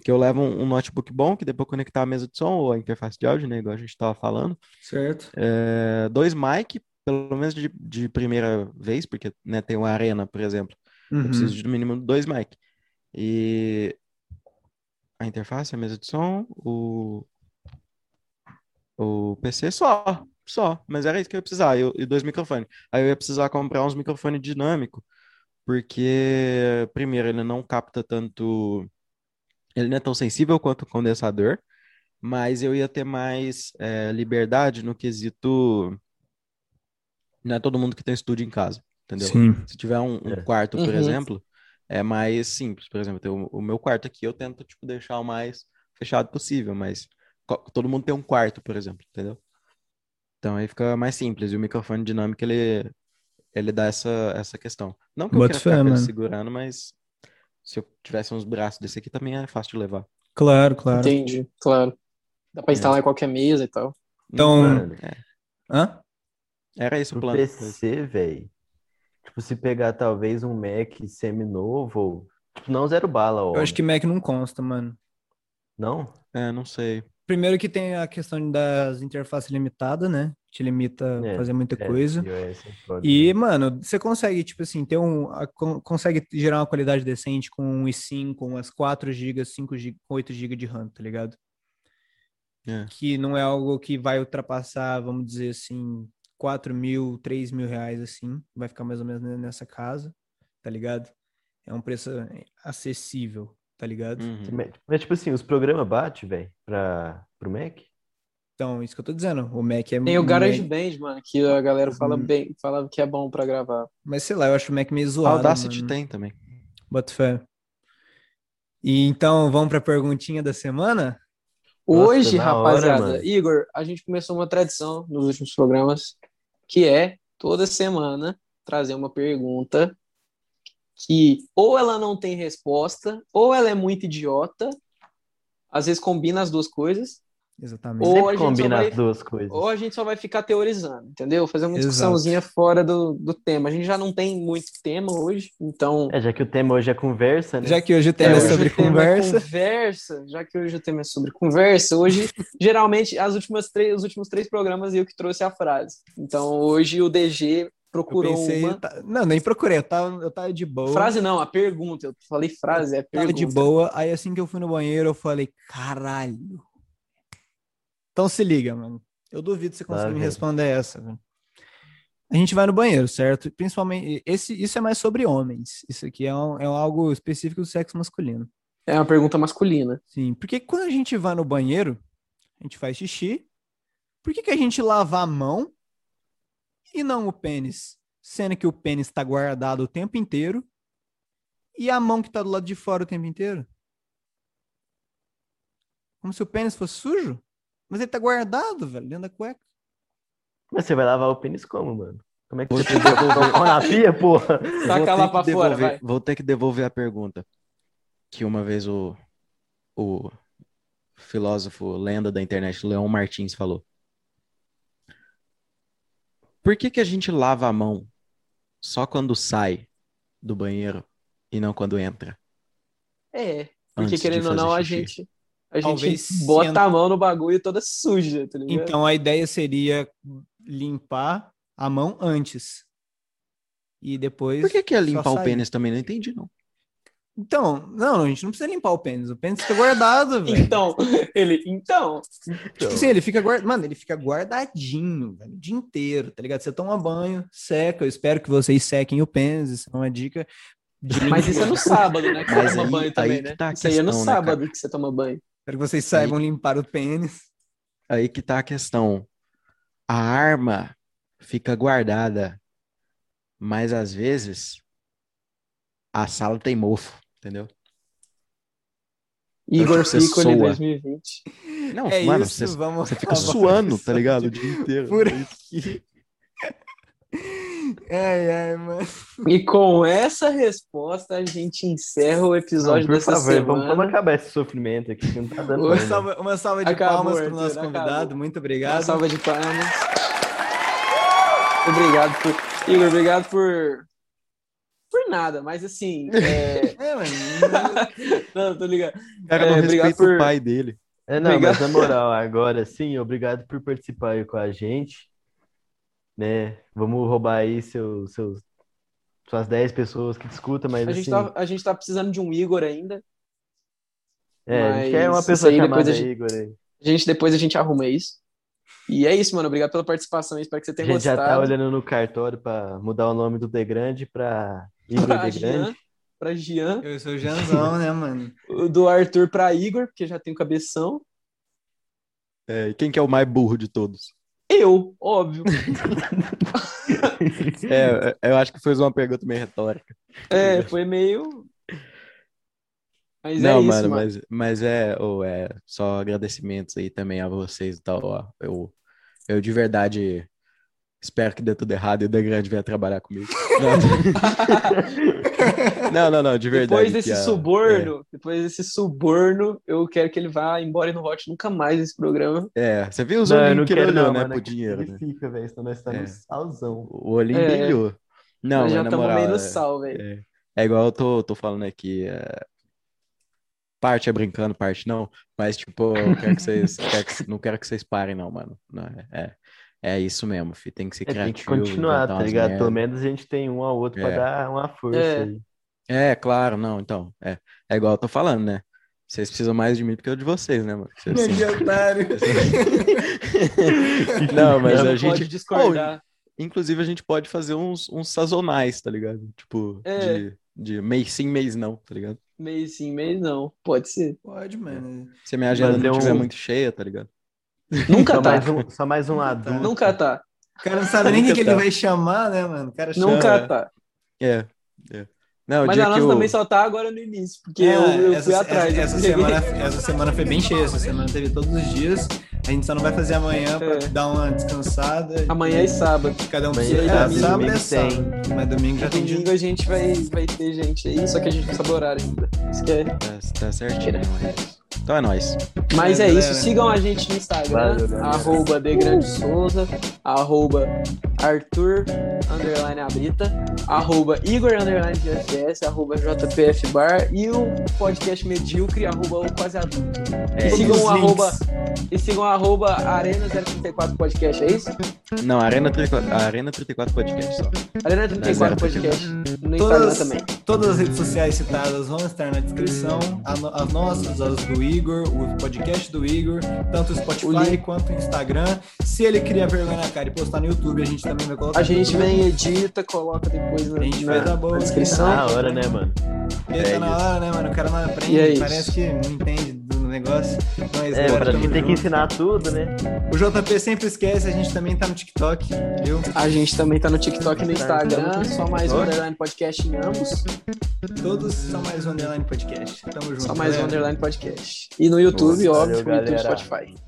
Speaker 5: Que eu levo um, um notebook bom, que depois conectar a mesa de som ou a interface de áudio, né? Igual a gente tava falando.
Speaker 4: Certo.
Speaker 5: É, dois mic, pelo menos de, de primeira vez, porque né, tem uma arena, por exemplo.
Speaker 4: Uhum.
Speaker 5: Eu preciso de no mínimo dois mic. E a interface, a mesa de som, o, o PC só, só. Mas era isso que eu ia precisar, eu- e dois microfones. Aí eu ia precisar comprar uns microfones dinâmicos, porque, primeiro, ele não capta tanto. Ele não é tão sensível quanto o condensador, mas eu ia ter mais eh, liberdade no quesito. Não é todo mundo que tem estúdio em casa, entendeu?
Speaker 4: Sim.
Speaker 5: Se tiver um, um
Speaker 2: É.
Speaker 5: quarto, por
Speaker 3: Uhum.
Speaker 5: exemplo, é mais simples. Por exemplo, tem o, o meu quarto aqui eu tento tipo, deixar o mais fechado possível, mas co- todo mundo tem um quarto, por exemplo, entendeu? Então aí fica mais simples. E o microfone dinâmico, ele, ele dá essa, essa questão. Não que eu
Speaker 6: Boto
Speaker 5: queira
Speaker 6: fé,
Speaker 5: ficar com ele
Speaker 6: mano.
Speaker 5: segurando, mas se eu tivesse uns braços desse aqui também é fácil de levar.
Speaker 6: Claro, claro.
Speaker 3: Entendi, claro. Dá pra instalar em qualquer mesa e tal.
Speaker 4: Então-
Speaker 2: Mano,
Speaker 5: É,
Speaker 4: Hã?
Speaker 5: era esse o
Speaker 2: pro
Speaker 5: plano.
Speaker 2: PC, velho. Tipo, se pegar talvez um Mac semi-novo, ou... tipo, não zero bala, ó.
Speaker 4: Eu acho que Mac não consta, mano.
Speaker 2: Não?
Speaker 5: É, não sei.
Speaker 4: Primeiro que tem a questão das interfaces limitadas, né? Te limita a
Speaker 2: É,
Speaker 4: fazer muita
Speaker 2: É,
Speaker 4: coisa.
Speaker 2: iOS é foda.
Speaker 4: E, mano, você consegue, tipo assim, ter um. a- con- Consegue gerar uma qualidade decente com um i5, com umas 4 GB, 5 GB, 8 GB de RAM, tá ligado?
Speaker 5: É.
Speaker 4: Que não é algo que vai ultrapassar, vamos dizer assim, 4 mil, 3 mil reais, assim. Vai ficar mais ou menos ne- nessa casa, tá ligado? É um preço é, acessível, tá ligado?
Speaker 5: Uhum.
Speaker 2: Mas, tipo assim, os programas bate, velho, pra... pro Mac?
Speaker 4: Então, isso que eu tô dizendo. O Mac é.
Speaker 3: Tem o
Speaker 5: Hum,
Speaker 4: Mac-
Speaker 3: GarageBand, mano, que a galera fala
Speaker 4: Hum.
Speaker 3: bem, fala que é bom pra gravar.
Speaker 4: Mas sei lá, eu acho o Mac meio zoado.
Speaker 5: Audacity
Speaker 4: mano.
Speaker 5: tem também.
Speaker 4: Boto fé. E então, vamos pra perguntinha da semana?
Speaker 5: é
Speaker 2: Nossa,
Speaker 3: Hoje,
Speaker 2: na hora,
Speaker 3: rapaziada,
Speaker 2: mano.
Speaker 3: Igor, a gente começou uma tradição nos últimos programas, que é toda semana trazer uma pergunta que ou ela não tem resposta, ou ela é muito idiota, às vezes combina as duas coisas,
Speaker 4: Exatamente.
Speaker 3: Ou a
Speaker 2: Sempre
Speaker 3: gente só
Speaker 2: combina
Speaker 3: vai-
Speaker 2: as duas coisas.
Speaker 3: ou a gente só vai ficar teorizando, entendeu? Fazer uma
Speaker 4: Exato.
Speaker 3: discussãozinha fora do, do tema. A gente já não tem muito tema hoje, então.
Speaker 2: É, já que o tema hoje é conversa, né?
Speaker 4: Já que hoje o
Speaker 2: É,
Speaker 4: tema é,
Speaker 2: hoje
Speaker 4: sobre
Speaker 3: o tema é
Speaker 4: conversa,
Speaker 3: conversa, já que hoje o tema é sobre conversa, hoje, geralmente, as últimas três, os últimos três programas eu que trouxe a frase. Então, hoje o DG
Speaker 4: eu
Speaker 3: procurou
Speaker 4: pensei.
Speaker 3: uma.
Speaker 4: tá- não, nem procurei, eu tava, eu tava de boa.
Speaker 3: Frase não, a pergunta. Eu falei frase, é
Speaker 4: tava
Speaker 3: pergunta.
Speaker 4: de boa. Aí assim que eu fui no banheiro, eu falei, caralho. Então se liga, mano. Eu duvido que você consiga
Speaker 2: Lá
Speaker 4: me
Speaker 2: vem.
Speaker 4: responder essa, velho. A gente vai no banheiro, certo? Principalmente. Esse, isso é mais sobre homens. Isso aqui é, um- é um algo específico do sexo masculino.
Speaker 3: É uma pergunta masculina.
Speaker 4: Sim, porque quando a gente vai no banheiro, a gente faz xixi, por que, que a gente lava a mão e não o pênis? Sendo que o pênis está guardado o tempo inteiro e a mão que está do lado de fora o tempo inteiro? Como se o pênis fosse sujo? Mas ele tá guardado, velho, dentro da cueca.
Speaker 2: Mas você vai lavar o pênis como, mano? Como é que você precisa colocar o pau na pia, porra?
Speaker 5: Vou
Speaker 3: Taca lá
Speaker 5: ter que
Speaker 3: pra fora,
Speaker 5: devolver-
Speaker 3: vai.
Speaker 5: Vou ter que devolver a pergunta. Que uma vez o, o filósofo lenda da internet, Leon Martins, falou. Por que que a gente lava a mão só quando sai do banheiro e não quando entra?
Speaker 3: É. Porque,
Speaker 5: Antes de
Speaker 3: querendo ou
Speaker 5: fazer
Speaker 3: não, a
Speaker 5: xixi.
Speaker 3: gente. A
Speaker 4: Talvez
Speaker 3: gente bota
Speaker 4: sendo-
Speaker 3: a mão no bagulho toda suja,
Speaker 5: É.
Speaker 3: tá ligado?
Speaker 4: Então a ideia seria limpar a mão antes. E depois.
Speaker 5: Por que que é
Speaker 4: só
Speaker 5: limpar o
Speaker 4: sair.
Speaker 5: pênis também? Não entendi, não.
Speaker 4: Então, não, a gente não precisa limpar o pênis. O pênis fica guardado, velho.
Speaker 3: Então, ele. Então.
Speaker 4: Tipo assim, ele fica guardado. Mano, ele fica guardadinho, velho, o dia inteiro, tá ligado? Você toma banho, seca. Eu espero que vocês sequem o pênis. Isso é uma dica. De
Speaker 3: Mas isso é
Speaker 4: limpeza.
Speaker 3: no sábado, né? Que
Speaker 5: Mas
Speaker 3: você toma
Speaker 5: aí-
Speaker 3: banho
Speaker 5: aí
Speaker 3: também,
Speaker 5: que
Speaker 3: né?
Speaker 5: tá a
Speaker 3: isso aí é no
Speaker 5: questão, né,
Speaker 3: sábado que você toma banho.
Speaker 4: Espero que vocês saibam limpar o pênis.
Speaker 5: Aí que tá a questão. A arma fica guardada, mas às vezes a sala tem mofo, entendeu?
Speaker 3: Igor
Speaker 5: Você
Speaker 3: Piccoli
Speaker 5: soa.
Speaker 3: 2020.
Speaker 5: Não,
Speaker 4: é
Speaker 5: mano,
Speaker 4: isso,
Speaker 5: você,
Speaker 4: vamos.
Speaker 5: você fica
Speaker 4: acabar
Speaker 5: suando,
Speaker 4: isso
Speaker 5: tá ligado? O dia inteiro.
Speaker 4: Por aqui. Ai, ai, mano.
Speaker 3: E com essa resposta a gente encerra o
Speaker 2: Não,
Speaker 3: episódio
Speaker 2: por
Speaker 3: dessa
Speaker 2: favor,
Speaker 3: semana.
Speaker 2: vamos, vamos acabar esse sofrimento aqui, que não tá dando
Speaker 5: né?
Speaker 4: Uma
Speaker 2: mais, não.
Speaker 4: salva, uma salva de
Speaker 3: Acabou,
Speaker 4: palmas para o nosso
Speaker 3: Arthur,
Speaker 4: convidado.
Speaker 3: acabou.
Speaker 4: Muito
Speaker 3: Uma
Speaker 4: obrigado.
Speaker 3: salva de palmas. Obrigado por Igor, obrigado por por nada, mas assim, é...
Speaker 4: É, mano.
Speaker 3: não, tô ligado.
Speaker 5: O cara
Speaker 3: É,
Speaker 5: não
Speaker 3: obrigado
Speaker 5: respeita
Speaker 3: por-
Speaker 5: o pai dele.
Speaker 2: É, não,
Speaker 3: Obrigado.
Speaker 2: mas na moral, agora sim, obrigado por participar aí com a gente, né? Vamos roubar aí seus, seus, suas 10 pessoas que te escutam, mas
Speaker 3: A gente,
Speaker 2: assim,
Speaker 3: tá, a gente tá precisando de um Igor ainda.
Speaker 2: é, a gente
Speaker 3: mas
Speaker 2: quer uma
Speaker 3: isso
Speaker 2: pessoa
Speaker 3: aí depois
Speaker 2: chamada
Speaker 3: a gente-
Speaker 2: Igor aí.
Speaker 3: A gente depois a gente arruma isso. E é isso, mano. Obrigado pela participação. Espero que você
Speaker 2: A
Speaker 3: tenha
Speaker 2: gente já
Speaker 3: gostado.
Speaker 2: tá olhando no cartório pra mudar o nome do De Grande pra Igor
Speaker 3: pra
Speaker 2: De Grande.
Speaker 3: Jean, pra Jean,
Speaker 4: Eu sou o Janzão, né, mano?
Speaker 3: o do Arthur pra Igor, porque já tem o cabeção.
Speaker 5: É, e quem que é o mais burro de todos?
Speaker 3: Eu, óbvio.
Speaker 5: É, é, eu acho que foi uma pergunta meio retórica.
Speaker 3: É, foi meio. Mas é
Speaker 5: Não,
Speaker 3: isso, mano.
Speaker 5: mano, mas, mas é, ô, é só agradecimentos aí também a vocês e tal. ó. eu, eu de verdade espero que dê tudo errado e o The Grande venha trabalhar comigo. Não, não, não, não, de verdade.
Speaker 3: Depois desse
Speaker 5: que a- é.
Speaker 3: suborno, depois desse suborno, eu quero que ele vá embora e não volte nunca mais nesse programa.
Speaker 5: É, você viu os
Speaker 2: Não, eu
Speaker 5: olhinhos
Speaker 2: não
Speaker 5: que ele
Speaker 2: quero
Speaker 5: olhou,
Speaker 2: não,
Speaker 5: né,
Speaker 2: mano,
Speaker 5: pro
Speaker 2: é que
Speaker 5: dinheiro,
Speaker 2: Ele
Speaker 5: né?
Speaker 2: fica, velho, senão nós estamos
Speaker 5: É.
Speaker 2: salzão.
Speaker 5: O olhinho
Speaker 3: É.
Speaker 5: brilhou. Não,
Speaker 3: Nós
Speaker 5: mas
Speaker 3: já
Speaker 5: na
Speaker 3: estamos meio
Speaker 5: moral,
Speaker 3: no
Speaker 5: é-
Speaker 3: sal, velho.
Speaker 5: É, é igual eu tô, tô falando aqui. é, Parte é brincando, parte não. Mas, tipo, eu quero que vocês, quero que- não quero que vocês parem, não, mano. Não, é, é- é isso mesmo, fi. Tem que ser
Speaker 2: É, tem que
Speaker 5: criativo.
Speaker 2: continuar,
Speaker 5: inventar
Speaker 2: tá
Speaker 5: umas
Speaker 2: ligado?
Speaker 5: merda.
Speaker 2: Pelo menos a gente tem um ao outro pra
Speaker 5: É.
Speaker 2: dar uma força
Speaker 3: É.
Speaker 2: aí.
Speaker 5: É, claro, não. Então, é, é igual eu tô falando, né? Vocês precisam mais de mim do que eu de vocês, né, mano? Vocês, assim,
Speaker 4: Que otário.
Speaker 5: Não, mas
Speaker 3: Não
Speaker 5: a gente.
Speaker 3: pode discordar.
Speaker 5: Inclusive, a gente pode fazer uns, uns sazonais, tá ligado? Tipo,
Speaker 3: É.
Speaker 5: de, de mês sim, mês não, tá ligado?
Speaker 3: Meio sim, meio não. Pode ser.
Speaker 4: Pode, mano.
Speaker 5: Se a minha agenda
Speaker 2: Fazer
Speaker 5: não estiver
Speaker 2: um-
Speaker 5: muito cheia, tá ligado?
Speaker 3: Nunca
Speaker 2: Só
Speaker 3: tá.
Speaker 2: mais um, só mais um adulto.
Speaker 3: Nunca tá.
Speaker 4: O cara não sabe nem o que, que ele
Speaker 5: Nunca tá.
Speaker 4: vai chamar, né, mano? O cara chama.
Speaker 3: Nunca tá.
Speaker 5: É, é. Não, o
Speaker 3: Mas
Speaker 5: dia
Speaker 3: a
Speaker 5: que
Speaker 3: nossa
Speaker 5: eu...
Speaker 3: também só tá agora no início, porque
Speaker 4: É,
Speaker 3: eu, eu
Speaker 4: essa,
Speaker 3: fui atrás.
Speaker 4: essa-
Speaker 3: eu
Speaker 4: essa
Speaker 3: peguei.
Speaker 4: semana, essa semana foi bem cheia, essa semana teve todos os dias. A gente só não vai fazer amanhã pra
Speaker 3: É.
Speaker 4: dar uma descansada.
Speaker 3: Amanhã é sábado.
Speaker 4: Cada um
Speaker 2: Amanhã
Speaker 4: precisa
Speaker 3: é
Speaker 4: dar
Speaker 3: sábado,
Speaker 4: sábado,
Speaker 2: domingo
Speaker 4: é sábado. Mas domingo já tem dia.
Speaker 3: Domingo a gente vai, vai ter gente aí, só que a gente não sabe o horário ainda. Isso que é
Speaker 5: Tá, tá certinho,
Speaker 3: Mentira.
Speaker 5: mas... Então é nóis.
Speaker 3: Mas é
Speaker 4: Galera.
Speaker 3: isso, sigam a gente no Instagram,
Speaker 2: Valeu, galera.
Speaker 3: arroba Degrande Souza, arroba Arthur underline Abrita, arroba Igor underline GFS, arroba JPF Bar e o podcast medíocre, arroba o quase adulto.
Speaker 2: É
Speaker 3: e, sigam
Speaker 4: Todos
Speaker 3: o
Speaker 4: os
Speaker 3: arroba,
Speaker 4: links.
Speaker 3: e sigam o arroba Arena 034 Podcast, é isso?
Speaker 5: Não, Arena 34, Arena 34 Podcast só.
Speaker 3: Arena 34
Speaker 5: 034.
Speaker 3: Podcast no Instagram
Speaker 4: Todas,
Speaker 3: também.
Speaker 4: todas as redes sociais citadas vão estar na descrição. A no- As nossas, as do Igor, o podcast do Igor, tanto o
Speaker 3: O
Speaker 4: Spotify
Speaker 3: link.
Speaker 4: quanto o Instagram. Se ele criar vergonha na cara e postar no YouTube, a gente também vai colocar. né?
Speaker 3: A gente
Speaker 4: no YouTube.
Speaker 3: vem, edita, coloca depois na,
Speaker 4: A gente
Speaker 3: na-
Speaker 4: faz a boa,
Speaker 3: na
Speaker 4: né?
Speaker 3: descrição.
Speaker 2: Na hora, né, mano?
Speaker 4: Ele tá
Speaker 5: É
Speaker 4: na
Speaker 5: isso.
Speaker 4: hora, né, mano? O cara não aprende,
Speaker 3: E é isso.
Speaker 4: parece que não entende do negócio. Então é isso,
Speaker 2: É,
Speaker 4: galera,
Speaker 2: pra
Speaker 4: tamo
Speaker 2: mim tem que
Speaker 4: junto.
Speaker 2: ensinar tudo, né?
Speaker 4: O JP sempre esquece, a gente também tá no TikTok, viu?
Speaker 3: A gente também tá no TikTok e no Instagram, só mais um
Speaker 4: Ó.
Speaker 3: Underline Podcast em ambos,
Speaker 4: Todos são mais um Underline Podcast. Tamo junto.
Speaker 3: só mais um
Speaker 4: galera.
Speaker 3: Underline Podcast. E no YouTube,
Speaker 2: Nossa,
Speaker 3: óbvio,
Speaker 2: valeu,
Speaker 3: YouTube e
Speaker 2: galera.
Speaker 3: Spotify.